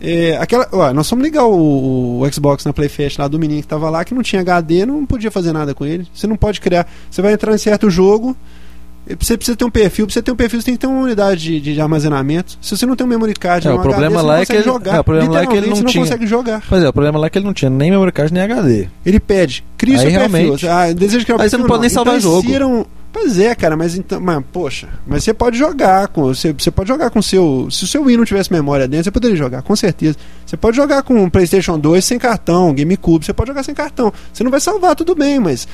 Speaker 1: É, aquela, ó, nós fomos ligar o, o Xbox na Playfest lá do menino que tava lá, que não tinha HD, não podia fazer nada com ele. Você não pode criar. Você vai entrar em certo jogo, e você precisa ter um perfil, pra você ter um perfil, você tem que ter uma unidade de, de armazenamento. Se você não tem um memory card,
Speaker 2: É,
Speaker 1: nem
Speaker 2: o
Speaker 1: um HD,
Speaker 2: problema
Speaker 1: você
Speaker 2: lá
Speaker 1: não
Speaker 2: é que
Speaker 1: consegue
Speaker 2: ele-
Speaker 1: jogar.
Speaker 2: é, o problema lá é que ele
Speaker 1: Literalmente,
Speaker 2: não
Speaker 1: você
Speaker 2: tinha.
Speaker 1: consegue jogar.
Speaker 2: Pois é, o problema lá é que ele não tinha nem memory card nem HD.
Speaker 1: Ele pede, cria
Speaker 2: Aí
Speaker 1: seu perfil.
Speaker 2: realmente.
Speaker 1: Ah, desejo criar o
Speaker 2: Aí você não
Speaker 1: perfil,
Speaker 2: pode nem salvar
Speaker 1: então,
Speaker 2: jogo.
Speaker 1: insiram- Pois é, cara, mas então. Mas, poxa, mas você pode jogar com. Você, você pode jogar com o seu. Se o seu Wii não tivesse memória dentro, você poderia jogar, com certeza. Você pode jogar com o Playstation 2 sem cartão, um GameCube, você pode jogar sem cartão. Você não vai salvar, tudo bem, mas.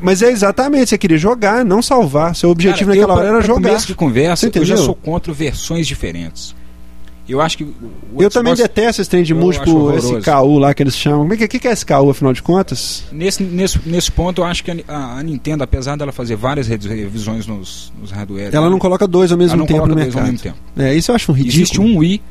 Speaker 1: Mas é exatamente, você queria jogar, não salvar. Seu objetivo
Speaker 4: Cara, eu,
Speaker 1: naquela hora
Speaker 4: pra-
Speaker 1: era
Speaker 4: pra
Speaker 1: jogar.
Speaker 4: começo de conversa,
Speaker 1: Você
Speaker 4: eu já
Speaker 1: entendeu?
Speaker 4: sou contra versões diferentes. Eu acho que. o- o
Speaker 1: Eu também
Speaker 4: Xbox-
Speaker 1: detesto esse trem de
Speaker 4: Eu acho
Speaker 1: múltiplo,
Speaker 4: horroroso.
Speaker 1: esse KU lá que eles chamam. Como é que, que que é esse KU, afinal de contas?
Speaker 4: Nesse, nesse, nesse ponto, eu acho que a, a- a Nintendo, apesar dela fazer várias re- revisões nos, nos hardware,
Speaker 1: Ela não coloca dois ao
Speaker 4: ela
Speaker 1: mesmo
Speaker 4: não
Speaker 1: tempo
Speaker 4: coloca
Speaker 1: no
Speaker 4: dois ao
Speaker 1: mercado.
Speaker 4: mesmo tempo.
Speaker 1: É, isso eu acho um ridículo.
Speaker 4: Existe um Wii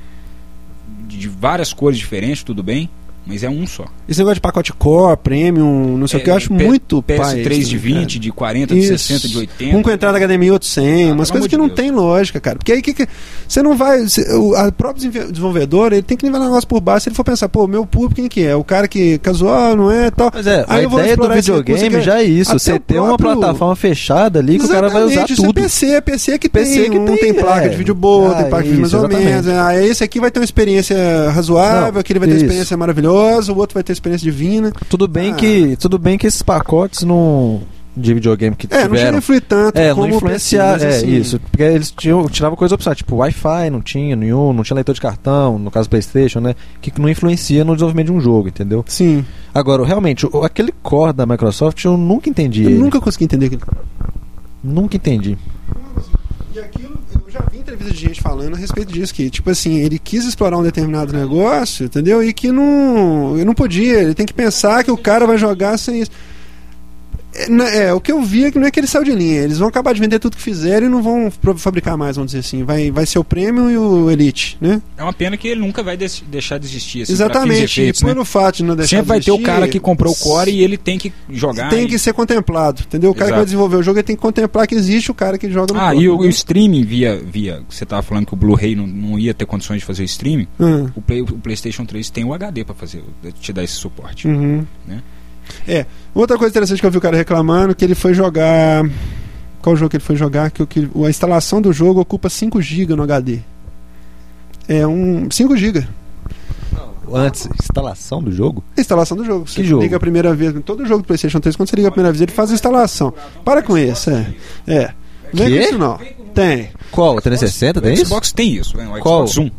Speaker 4: de várias cores diferentes, tudo bem, mas é um só.
Speaker 1: Esse negócio de pacote core, premium, não sei o
Speaker 4: É,
Speaker 1: que, eu acho
Speaker 4: P-
Speaker 1: muito pai,
Speaker 4: PS3
Speaker 1: isso,
Speaker 4: de
Speaker 1: né,
Speaker 4: 20, de 40, de
Speaker 1: Isso.
Speaker 4: 60, de
Speaker 1: cara?
Speaker 4: 80.
Speaker 1: Um com entrada HDMI, outro sem,
Speaker 4: Ah,
Speaker 1: umas coisas
Speaker 4: pelo
Speaker 1: que
Speaker 4: amor de
Speaker 1: não
Speaker 4: Deus.
Speaker 1: tem lógica, cara. Porque aí que, que você não vai. Você, o a próprio desenve- desenvolvedor, ele tem que nivelar o negócio por baixo. Se ele for pensar, pô, meu público, quem que é? O cara que é casual, não é? Tal.
Speaker 2: Pois é,
Speaker 1: Aí
Speaker 2: a
Speaker 1: eu vou
Speaker 2: ideia do
Speaker 1: explorar esse recurso
Speaker 2: videogame
Speaker 1: que-
Speaker 2: já é isso.
Speaker 1: até o
Speaker 2: Você ter uma
Speaker 1: próprio-
Speaker 2: plataforma fechada ali que o cara vai usar
Speaker 1: Exatamente, isso
Speaker 2: tudo.
Speaker 1: É PC, PC é que
Speaker 2: PC
Speaker 1: tem,
Speaker 2: que
Speaker 1: um
Speaker 2: tem,
Speaker 1: tem placa
Speaker 2: é.
Speaker 1: de vídeo boa,
Speaker 2: Ah,
Speaker 1: tem placa de vídeo mais
Speaker 2: isso,
Speaker 1: ou menos. Ah, esse aqui vai ter uma experiência razoável,
Speaker 2: Não,
Speaker 1: aquele vai ter
Speaker 2: isso.
Speaker 1: experiência maravilhosa, o outro vai ter experiência divina.
Speaker 2: Tudo bem
Speaker 1: Ah.
Speaker 2: que tudo bem que esses pacotes não de videogame que
Speaker 1: É, não chega a
Speaker 2: tiveram
Speaker 1: influir tanto
Speaker 2: é,
Speaker 1: como
Speaker 2: não
Speaker 1: o PC,
Speaker 2: influenciar,
Speaker 1: mas,
Speaker 2: é
Speaker 1: assim,
Speaker 2: isso, porque eles tinham, tiravam coisa opcional, tipo Wi-Fi não tinha nenhum, não tinha leitor de cartão, no caso PlayStation, né, que não influencia no desenvolvimento de um jogo, entendeu?
Speaker 1: Sim.
Speaker 2: Agora, realmente, o- aquele core da Microsoft eu nunca entendi.
Speaker 1: Eu
Speaker 2: ele.
Speaker 1: nunca consegui entender aquilo.
Speaker 2: nunca entendi.
Speaker 1: E aquilo, eu já vi entrevista de gente falando a respeito disso, que, tipo assim, ele quis explorar um determinado negócio, entendeu? E que não. Ele não podia, ele tem que pensar que o cara vai jogar sem isso. É, na- é, o que eu vi é que não é que ele saiu de linha. Eles vão acabar de vender tudo que fizeram e não vão pro- fabricar mais, vamos dizer assim. Vai, vai ser o Premium e o Elite, né?
Speaker 4: É uma pena que ele nunca vai des- deixar de existir. Assim, pra fins e
Speaker 1: Exatamente.
Speaker 4: efeitos,
Speaker 1: e
Speaker 4: né?
Speaker 1: pelo fato de não deixar
Speaker 4: Sempre vai ter o
Speaker 1: existir,
Speaker 4: cara que comprou o core e ele tem que jogar.
Speaker 1: Tem
Speaker 4: e-
Speaker 1: que ser contemplado, entendeu? O cara que
Speaker 4: Exato.
Speaker 1: vai desenvolver o jogo ele tem que contemplar que existe o cara que joga no
Speaker 4: Ah,
Speaker 1: core,
Speaker 4: e o, e o
Speaker 1: entendeu?
Speaker 4: streaming via, via. Você tava falando que o Blu-ray não, não ia ter condições de fazer streaming.
Speaker 1: Ah,
Speaker 4: O, Play- o PlayStation 3 tem o HD para fazer, te dar esse suporte.
Speaker 1: uhum.
Speaker 4: Né?
Speaker 1: É. Outra coisa interessante que eu vi o cara reclamando que ele foi jogar. Qual jogo que ele foi jogar? Que, o que a instalação do jogo ocupa 5 GB no HD. É um. 5 GB.
Speaker 2: Antes, instalação do jogo?
Speaker 1: A instalação do jogo. Você
Speaker 2: Que jogo?
Speaker 1: liga a primeira vez. Todo jogo do PlayStation 3, quando você liga a primeira vez, ele faz a instalação. Para com isso, é. É. Vem
Speaker 2: Quê?
Speaker 1: com isso, não. Tem.
Speaker 2: Qual? 360 tem
Speaker 4: o
Speaker 2: isso?
Speaker 4: Xbox tem isso. né? O
Speaker 2: é Qual?
Speaker 4: Xbox One.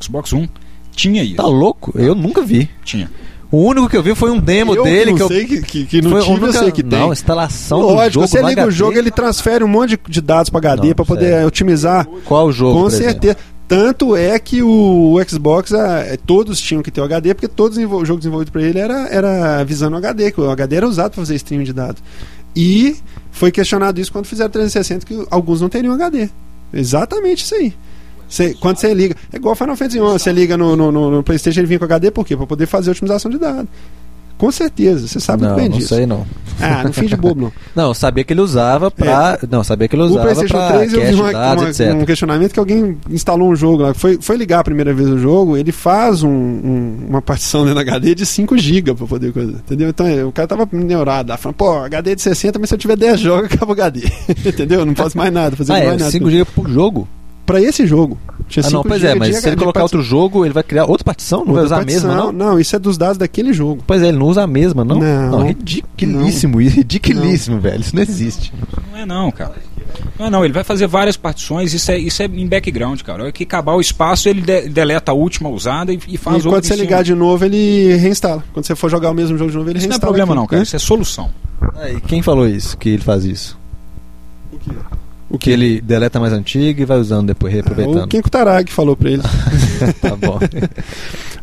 Speaker 4: Xbox One tinha isso.
Speaker 2: Tá louco? Eu nunca vi.
Speaker 4: Tinha.
Speaker 2: O único que eu vi foi um demo dele
Speaker 1: não
Speaker 2: que eu.
Speaker 1: sei que, que, que não
Speaker 2: foi o
Speaker 1: tive, eu
Speaker 2: único-
Speaker 1: sei que tem.
Speaker 2: Não, instalação do
Speaker 1: Lógico,
Speaker 2: jogo.
Speaker 1: você
Speaker 2: no
Speaker 1: liga o
Speaker 2: HD.
Speaker 1: jogo, ele transfere um monte de- de dados para HD
Speaker 2: Não,
Speaker 1: para poder
Speaker 2: sério.
Speaker 1: otimizar.
Speaker 2: Qual o jogo?
Speaker 1: Com
Speaker 2: por exemplo?
Speaker 1: certeza. Tanto é que o Xbox, ah, eh, todos tinham que ter o HD, porque todo desenvol- o jogo desenvolvido para ele era, era visando o HD, que o HD era usado para fazer streaming de dados. E foi questionado isso quando fizeram 360, que alguns não teriam HD. Exatamente isso aí. Você- quando você liga. É igual Final Fantasy 11, você liga no, no, no- no PlayStation, ele vinha com HD, por quê? Para poder fazer a otimização de dados. Com certeza, você sabe
Speaker 2: Não,
Speaker 1: muito bem
Speaker 2: não
Speaker 1: disso.
Speaker 2: sei não.
Speaker 1: Ah, não fim de bobo, não.
Speaker 2: Não, eu sabia que ele usava pra. Não, eu sabia que ele
Speaker 1: O
Speaker 2: usava
Speaker 1: É. PlayStation
Speaker 2: pra
Speaker 1: 3 eu vi
Speaker 2: cache,
Speaker 1: uma-
Speaker 2: dados,
Speaker 1: uma-
Speaker 2: etc.
Speaker 1: um questionamento que alguém instalou um jogo lá. Foi, foi ligar a primeira vez o jogo, ele faz um- um- uma partição dentro da HD de 5 GB pra poder coisa. Entendeu? Então é, o cara tava neurado lá, falando, pô, HD de 60, mas se eu tiver 10 jogos, acaba o HD. entendeu? Não faço mais nada, fazer
Speaker 2: Ah,
Speaker 1: mais
Speaker 2: é,
Speaker 1: nada.
Speaker 2: 5 GB por jogo?
Speaker 1: Pra esse jogo. Tinha
Speaker 2: Ah, não,
Speaker 1: 5
Speaker 2: pois é,
Speaker 1: GB de
Speaker 2: mas se ele
Speaker 1: HD
Speaker 2: colocar outro jogo, ele vai criar outra partição? Não vai usar a mesma,
Speaker 1: partição.
Speaker 2: não?
Speaker 1: Não, isso é dos dados daquele jogo.
Speaker 2: Pois é, ele não usa a mesma, não?
Speaker 1: Não.
Speaker 2: ridiquilíssimo isso, ridiquilíssimo, velho. Isso não existe.
Speaker 4: Não é não, cara. Não é não, ele vai fazer várias partições, isso é, isso é em background, cara. A hora que acabar o espaço, ele de- deleta a última usada e, e
Speaker 2: um
Speaker 4: faz
Speaker 1: e
Speaker 4: outra.
Speaker 1: quando você ligar de novo, ele reinstala. Quando você for jogar o mesmo jogo de novo, ele
Speaker 4: Isso não é
Speaker 1: reinstala.
Speaker 4: problema
Speaker 1: aquilo,
Speaker 4: não, cara.
Speaker 1: né?
Speaker 4: Isso é solução.
Speaker 2: Ah, e quem falou isso, que ele faz isso?
Speaker 1: O quê?
Speaker 2: O que ele deleta mais antigo e vai usando depois,
Speaker 1: É, O
Speaker 2: reaproveitando.
Speaker 1: Kenko Tarag falou pra ele.
Speaker 2: Tá bom.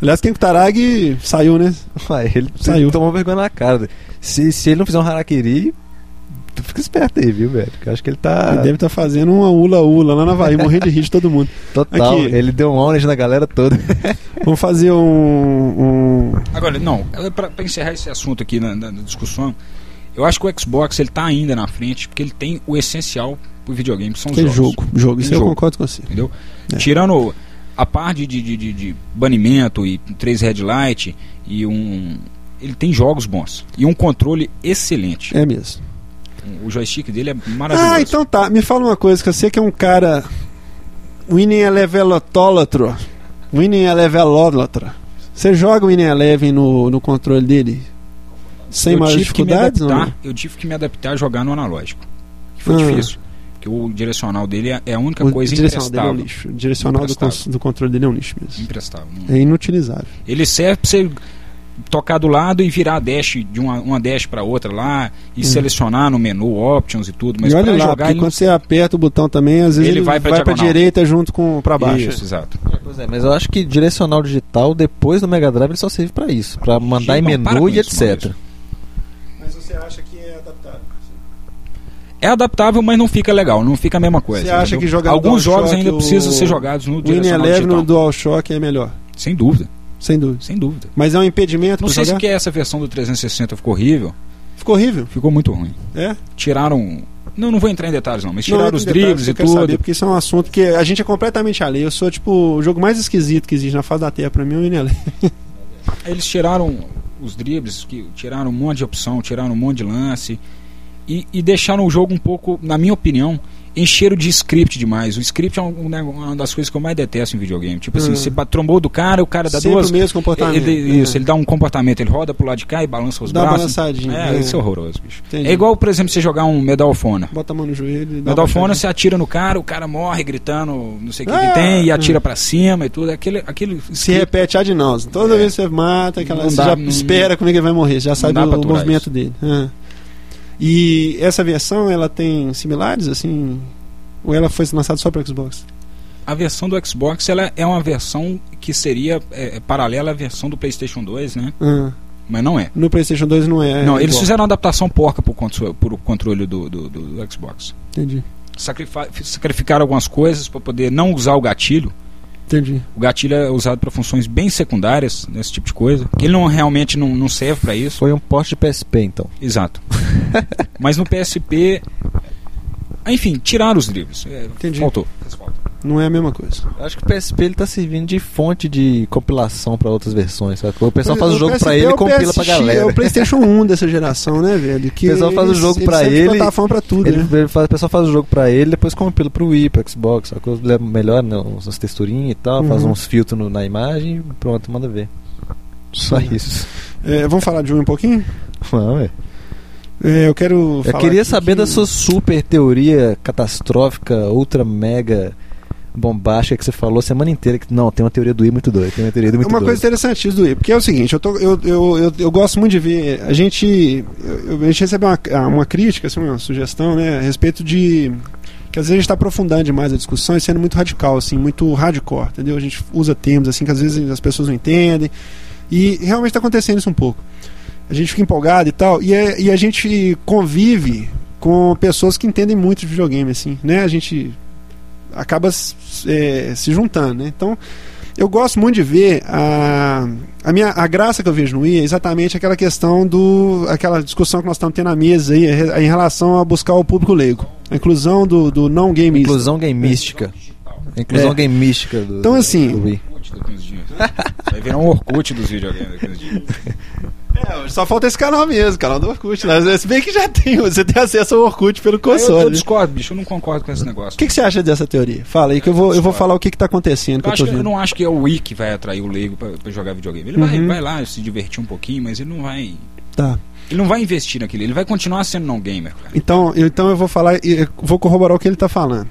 Speaker 1: Aliás, Kenko Tarag saiu, né?
Speaker 2: Ué, ele
Speaker 1: Saiu.
Speaker 2: tomou vergonha na cara. Se, se ele não fizer um harakiri, tu fica esperto aí, viu, velho? Porque eu acho que ele
Speaker 4: É.
Speaker 2: tá
Speaker 1: Ele deve estar fazendo uma ula-ula lá na Havaí, morrendo de rir de todo mundo.
Speaker 2: total.
Speaker 1: Aqui.
Speaker 2: Ele deu um orange na galera toda.
Speaker 1: Vamos fazer um. um-
Speaker 4: Agora, não, para encerrar esse assunto aqui na, na- na discussão, eu acho que o Xbox ele tá ainda na frente, porque ele tem o essencial pro videogame, que são os
Speaker 1: Que é
Speaker 4: jogos.
Speaker 1: jogo? Jogo, isso
Speaker 4: Tem
Speaker 1: eu
Speaker 4: jogo.
Speaker 1: concordo com você.
Speaker 4: entendeu?
Speaker 1: É.
Speaker 4: Tirando a parte de, de, de- de banimento e três red light e um. Ele tem jogos bons e um controle excelente.
Speaker 1: É mesmo.
Speaker 4: O joystick dele é maravilhoso.
Speaker 1: Ah, então tá. Me fala uma coisa, que eu sei que é um cara. Winning Elevenotólatra. Winning Elevenotólatra. Você joga o Winning Eleven no, no controle dele? Sem
Speaker 4: eu
Speaker 1: maiores
Speaker 4: tive que me
Speaker 1: dificuldades? não? né?
Speaker 4: adaptar, eu tive que me adaptar a jogar no analógico. Que foi
Speaker 1: Ah.
Speaker 4: difícil. Porque o direcional dele é- é a única
Speaker 1: O
Speaker 4: coisa
Speaker 1: direcional dele é
Speaker 4: imprestável.
Speaker 1: um lixo. O direcional do,
Speaker 4: Imprestável. Uhum.
Speaker 1: cons- do controle dele é um lixo mesmo.
Speaker 4: Imprestável. não-
Speaker 1: É inutilizável.
Speaker 4: Ele serve pra você tocar do lado e virar a dash de uma, uma dash para outra lá e selecionar no menu options e tudo, mas
Speaker 1: Uhum. e olha
Speaker 4: para
Speaker 1: lá,
Speaker 4: jogar
Speaker 1: porque
Speaker 4: ele não-
Speaker 1: quando você aperta o botão também, às vezes ele,
Speaker 4: Ele
Speaker 1: vai,
Speaker 4: vai pra
Speaker 1: pra para
Speaker 4: diagonal.
Speaker 1: direita junto com para baixo.
Speaker 4: Isso, exato.
Speaker 2: Pois é, mas eu acho que direcional digital, depois do Mega Drive, ele só serve pra isso. Pra mandar em
Speaker 4: Não, para com
Speaker 2: menu e
Speaker 4: isso,
Speaker 2: etc.
Speaker 1: Mas você acha que é adaptável?
Speaker 4: É adaptável, mas não fica legal, não fica a mesma coisa.
Speaker 1: Você acha
Speaker 4: entendeu?
Speaker 1: que jogar no
Speaker 4: Alguns jogos
Speaker 1: DualShock
Speaker 4: ainda
Speaker 1: o-
Speaker 4: precisam ser jogados no
Speaker 1: O Win
Speaker 4: direcional
Speaker 1: Eleven
Speaker 4: digital.
Speaker 1: no DualShock é melhor,
Speaker 4: Sem dúvida,
Speaker 1: sem dúvida.
Speaker 4: sem dúvida.
Speaker 1: Mas é um impedimento
Speaker 4: Não
Speaker 1: pra
Speaker 4: sei se
Speaker 1: jogar?
Speaker 4: que é. essa versão do 360 ficou horrível,
Speaker 1: Ficou horrível,
Speaker 4: ficou muito ruim.
Speaker 1: é?
Speaker 4: Tiraram, não, não vou entrar em detalhes não, mas
Speaker 1: Não
Speaker 4: tiraram
Speaker 1: entra em
Speaker 4: os
Speaker 1: detalhes,
Speaker 4: dribles
Speaker 1: eu
Speaker 4: e
Speaker 1: quero
Speaker 4: tudo.
Speaker 1: Saber, porque isso é um assunto que a gente é completamente alheio. Eu sou, tipo, o jogo mais esquisito que existe na face da Terra pra mim é o Win Eleven.
Speaker 4: Eles tiraram os dribles, que tiraram um monte de opção, tiraram um monte de lance e, e deixaram o jogo um pouco, na minha opinião, encheram de script demais. O script é um- um nego- uma das coisas que eu mais detesto em videogame. Tipo assim,
Speaker 1: Hum.
Speaker 4: você bat- trombou do cara, o cara dá
Speaker 1: Sempre
Speaker 4: duas.
Speaker 1: o mesmo comportamento.
Speaker 4: Ele, Isso,
Speaker 1: É.
Speaker 4: ele dá um comportamento, ele roda pro lado de cá e balança os
Speaker 1: Dá uma
Speaker 4: braços.
Speaker 1: balançadinha,
Speaker 4: É,
Speaker 1: é.
Speaker 4: isso é horroroso, bicho.
Speaker 1: Entendi.
Speaker 4: É igual, por exemplo, você jogar um Medal of Honor.
Speaker 1: Bota a mão no joelho e dá
Speaker 4: Medal of
Speaker 1: uma
Speaker 4: Honor,
Speaker 1: baixadinha.
Speaker 4: você atira no cara, o cara morre gritando, não sei o que
Speaker 1: Ah!
Speaker 4: ele tem, e atira pra cima e tudo. Aquele, aquele
Speaker 1: se é repete ad nauseam.
Speaker 2: É.
Speaker 1: Toda vez que você mata, aquela,
Speaker 4: Não
Speaker 1: você
Speaker 4: dá-
Speaker 1: já
Speaker 4: não-
Speaker 1: espera como é que ele vai morrer, você já sabe
Speaker 4: dá
Speaker 1: o,
Speaker 4: pra
Speaker 1: o
Speaker 4: aturar
Speaker 1: movimento
Speaker 4: isso.
Speaker 1: dele. Ah. E essa versão, ela tem similares, assim? Ou ela foi lançada só para Xbox?
Speaker 4: A versão do é, Xbox ela é uma versão que seria é, paralela à versão do PlayStation 2, né?
Speaker 1: Ah.
Speaker 4: mas não é.
Speaker 1: No PlayStation 2 não é.
Speaker 4: não, eles
Speaker 1: igual.
Speaker 4: fizeram uma adaptação porca pro, conso- pro controle do, do, do- do Xbox.
Speaker 1: Entendi,
Speaker 4: Sacrifa- sacrificaram algumas coisas para poder não usar o gatilho.
Speaker 1: entendi.
Speaker 4: O gatilho é usado para funções bem secundárias, nesse tipo de coisa. Que ele não realmente não, não serve para isso.
Speaker 2: Foi um poste de PSP, então.
Speaker 4: Exato. Mas no PSP. ah, Enfim, tiraram os dribles. É,
Speaker 1: Entendi.
Speaker 4: Faltou.
Speaker 1: Não é a mesma coisa.
Speaker 2: Acho que o PSP ele tá servindo de fonte de compilação pra outras versões. sacou? O pessoal
Speaker 1: Mas
Speaker 2: faz o jogo
Speaker 1: PSP
Speaker 2: pra ele
Speaker 1: é
Speaker 2: e
Speaker 1: o
Speaker 2: compila pra
Speaker 1: PSX, É
Speaker 2: galera.
Speaker 1: o PlayStation 1 dessa geração, né, velho? Que
Speaker 2: O pessoal faz o
Speaker 1: eles-
Speaker 2: jogo
Speaker 1: eles
Speaker 2: pra
Speaker 1: servem de
Speaker 2: ele,
Speaker 1: plataforma pra tudo,
Speaker 2: Ele,
Speaker 1: né?
Speaker 2: ele faz, o pessoal faz o jogo pra ele, depois compila pro Wii, pro Xbox, sacou? Leva- Melhora né, uns- umas texturinhas e tal, faz
Speaker 1: Uhum.
Speaker 2: uns filtros no- na imagem e pronto, manda ver. Só
Speaker 1: Sim.
Speaker 2: isso.
Speaker 1: É, vamos falar de um um pouquinho?
Speaker 2: Não, é.
Speaker 1: É, eu quero
Speaker 2: Eu
Speaker 1: falar
Speaker 2: queria
Speaker 1: aqui
Speaker 2: saber
Speaker 1: que-
Speaker 2: da sua super teoria catastrófica, ultra mega bombástica que você falou a semana inteira. Que, não, tem uma teoria do I muito doida, tem uma teoria do I muito
Speaker 1: uma
Speaker 2: doida.
Speaker 1: coisa interessante isso do Wii, porque é o seguinte, eu, tô- eu, eu, eu, eu gosto muito de ver. A gente. eu- eu- a gente recebeu uma, ah, uma crítica, assim, uma sugestão, né? A respeito de. Que às vezes a gente está aprofundando demais a discussão e sendo muito radical, assim, muito hardcore, entendeu? A gente usa termos assim que às vezes as pessoas não entendem. E realmente está acontecendo isso um pouco. A gente fica empolgado e tal, e, é- e a gente convive com pessoas que entendem muito de videogame, assim, né? A gente acaba s- é, se juntando, né? Então, eu gosto muito de ver a, a minha a graça que eu vejo no Wii é exatamente aquela questão do aquela discussão que nós estamos tendo na mesa aí é, em relação a buscar o público leigo, a inclusão do, do não game
Speaker 2: Inclusão gameística. Inclusão
Speaker 1: É.
Speaker 2: gameística do,
Speaker 1: Então, assim,
Speaker 2: do Wii.
Speaker 4: Vai virar um Orkut dos videogames daqueles dias.
Speaker 1: É, só falta esse canal mesmo, canal do Orkut, né? Se bem que já tem, você tem acesso ao Orkut pelo
Speaker 4: Ah, Eu, eu
Speaker 1: console.
Speaker 4: discordo, bicho, eu não concordo com esse negócio.
Speaker 1: O que, que você acha dessa teoria? Fala aí que eu vou, eu vou falar o que, que tá acontecendo, que
Speaker 4: eu,
Speaker 1: eu tô
Speaker 4: acho que, eu
Speaker 1: vendo.
Speaker 4: não acho que é o Wii que vai atrair o leigo pra, pra jogar videogame. Ele vai,
Speaker 1: Uhum.
Speaker 4: vai lá se divertir um pouquinho, mas ele não vai.
Speaker 1: Tá.
Speaker 4: Ele não vai investir naquilo, ele vai continuar sendo não gamer,
Speaker 2: É
Speaker 4: cara.
Speaker 1: Então, eu- então eu vou falar e eu vou corroborar o que ele tá falando.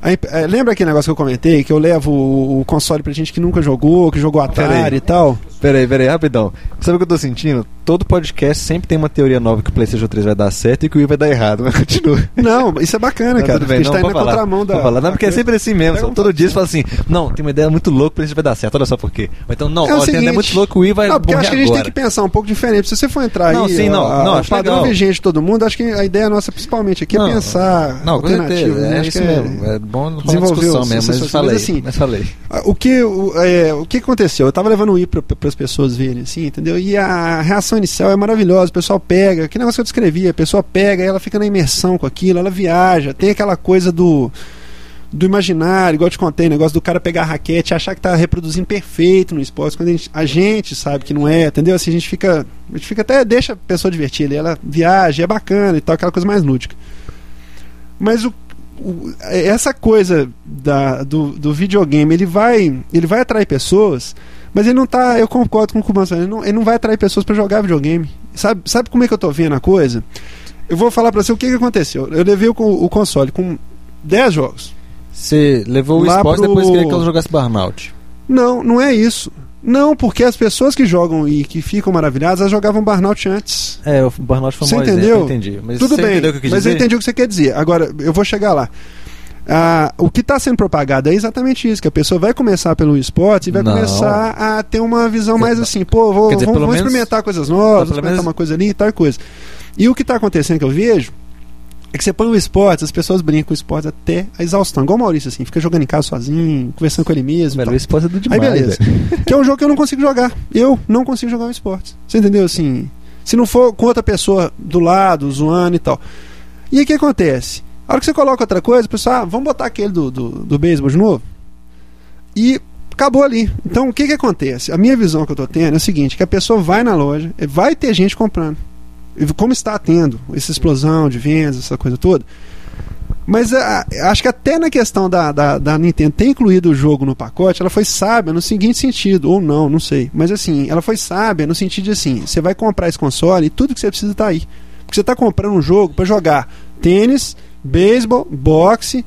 Speaker 1: A imp- eh, lembra aquele negócio que eu comentei, que eu levo o, o console pra gente que nunca jogou, que jogou Atari
Speaker 2: Peraí.
Speaker 1: e tal?
Speaker 2: Peraí, peraí, rapidão. Sabe o que eu tô sentindo? Todo podcast sempre tem uma teoria nova que o PlayStation 3 vai dar certo e que o Wii vai dar errado, mas continua.
Speaker 1: Não, isso é bacana,
Speaker 2: Tá,
Speaker 1: cara.
Speaker 2: tudo
Speaker 1: a
Speaker 2: bem,
Speaker 1: gente
Speaker 2: não,
Speaker 1: tá indo
Speaker 2: pode
Speaker 1: na
Speaker 2: falar.
Speaker 1: contramão da.
Speaker 2: Vou falar, não,
Speaker 1: da
Speaker 2: porque é
Speaker 1: coisa.
Speaker 2: sempre assim mesmo.
Speaker 1: Pega
Speaker 2: só
Speaker 1: um
Speaker 2: todo dia você fala assim: não, tem uma ideia muito louca, o PlayStation vai dar certo, olha só por quê. Ou então, não,
Speaker 1: É o
Speaker 2: ó, tem uma
Speaker 1: seguinte,
Speaker 2: ideia muito louca, o Wii vai
Speaker 1: Não, porque eu
Speaker 2: morrer
Speaker 1: acho que a gente
Speaker 2: agora.
Speaker 1: tem que pensar um pouco diferente. Se você for entrar
Speaker 2: Não,
Speaker 1: aí,
Speaker 2: sim, não,
Speaker 1: a-
Speaker 2: não,
Speaker 1: a- o
Speaker 2: acho
Speaker 1: padrão
Speaker 2: legal.
Speaker 1: vigente de todo mundo, acho que a ideia nossa, principalmente aqui,
Speaker 2: Não,
Speaker 1: é pensar
Speaker 2: Não, com
Speaker 1: alternativa.
Speaker 2: certeza,
Speaker 1: né?
Speaker 2: é
Speaker 1: Acho
Speaker 2: isso
Speaker 1: que é-
Speaker 2: mesmo. É bom rolar
Speaker 1: desenvolver
Speaker 2: discussão
Speaker 1: os-
Speaker 2: mesmo,
Speaker 1: os-
Speaker 2: mas
Speaker 1: os-
Speaker 2: falei,
Speaker 1: mas assim,
Speaker 2: mas falei.
Speaker 1: Ah, O que, o, é, o que aconteceu? Eu tava levando o i para as pessoas verem, assim, entendeu? E a reação inicial é maravilhosa. O pessoal pega, que negócio que eu descrevi, a pessoa pega, ela fica na imersão com aquilo, ela viaja, tem aquela coisa do do imaginário, igual eu te contei, o negócio do cara pegar a raquete, e achar que tá reproduzindo perfeito no esporte, quando a gente, a gente sabe que não é, entendeu? Assim, a gente fica, a gente fica até deixa a pessoa divertida, e ela viaja, e é bacana e tal, aquela coisa mais lúdica. Mas o o- essa coisa da- do, do videogame, ele vai, ele vai atrair pessoas, mas ele não tá, eu concordo com o Kuban, ele não, ele não vai atrair pessoas para jogar videogame. Sabe, sabe como é que eu tô vendo a coisa? Eu vou falar para você o que, que aconteceu. Eu levei o, co- o console com 10 jogos.
Speaker 2: Você levou o
Speaker 1: Lá
Speaker 2: esporte
Speaker 1: pro-
Speaker 2: depois queria que ela jogasse Burnout.
Speaker 1: Não, não é isso. Não, porque as pessoas que jogam e que ficam maravilhadas, elas jogavam Burnout antes.
Speaker 2: É, o Burnout foi um
Speaker 1: Você
Speaker 2: bom exemplo,
Speaker 1: entendeu?
Speaker 2: eu entendi. Mas
Speaker 1: Tudo
Speaker 2: você
Speaker 1: bem,
Speaker 2: entendeu o que eu quis
Speaker 1: mas
Speaker 2: dizer?
Speaker 1: eu entendi o que você quer dizer. Agora, eu vou chegar lá. Ah, o que está sendo propagado é exatamente isso, que a pessoa vai começar pelo esporte e vai
Speaker 2: Não.
Speaker 1: começar a ter uma visão mais assim, pô, vou,
Speaker 2: Quer dizer,
Speaker 1: vamos,
Speaker 2: pelo
Speaker 1: vamos
Speaker 2: menos-
Speaker 1: experimentar coisas novas,
Speaker 2: pelo
Speaker 1: experimentar
Speaker 2: menos-
Speaker 1: uma coisa ali e tal coisa. E o que está acontecendo que eu vejo é que você põe o esporte, as pessoas brincam com o esporte até a exaustão, igual o Maurício, assim, fica jogando em casa sozinho, conversando com ele mesmo. e
Speaker 2: Velho,
Speaker 1: tal.
Speaker 2: o esporte é do
Speaker 1: Aí
Speaker 2: demais,
Speaker 1: beleza.
Speaker 2: velho.
Speaker 1: que é um jogo que eu não consigo jogar. Eu não consigo jogar o esportes. Você entendeu? Assim, se não for com outra pessoa do lado, zoando e tal. E aí o que acontece? A hora que você coloca outra coisa, o pessoal, ah, vamos botar aquele do, do, do beisebol de novo. E acabou ali. Então o que, que acontece? A minha visão que eu tô tendo é o seguinte: que a pessoa vai na loja, eh, vai ter gente comprando. E Como está tendo essa explosão de vendas, essa coisa toda. Mas a- acho que até na questão da, da, da Nintendo ter incluído o jogo no pacote, ela foi sábia no seguinte sentido, ou não, não sei. Mas assim, ela foi sábia no sentido de assim: você vai comprar esse console e tudo que você precisa tá aí. Porque você tá comprando um jogo para jogar tênis, beisebol, boxe,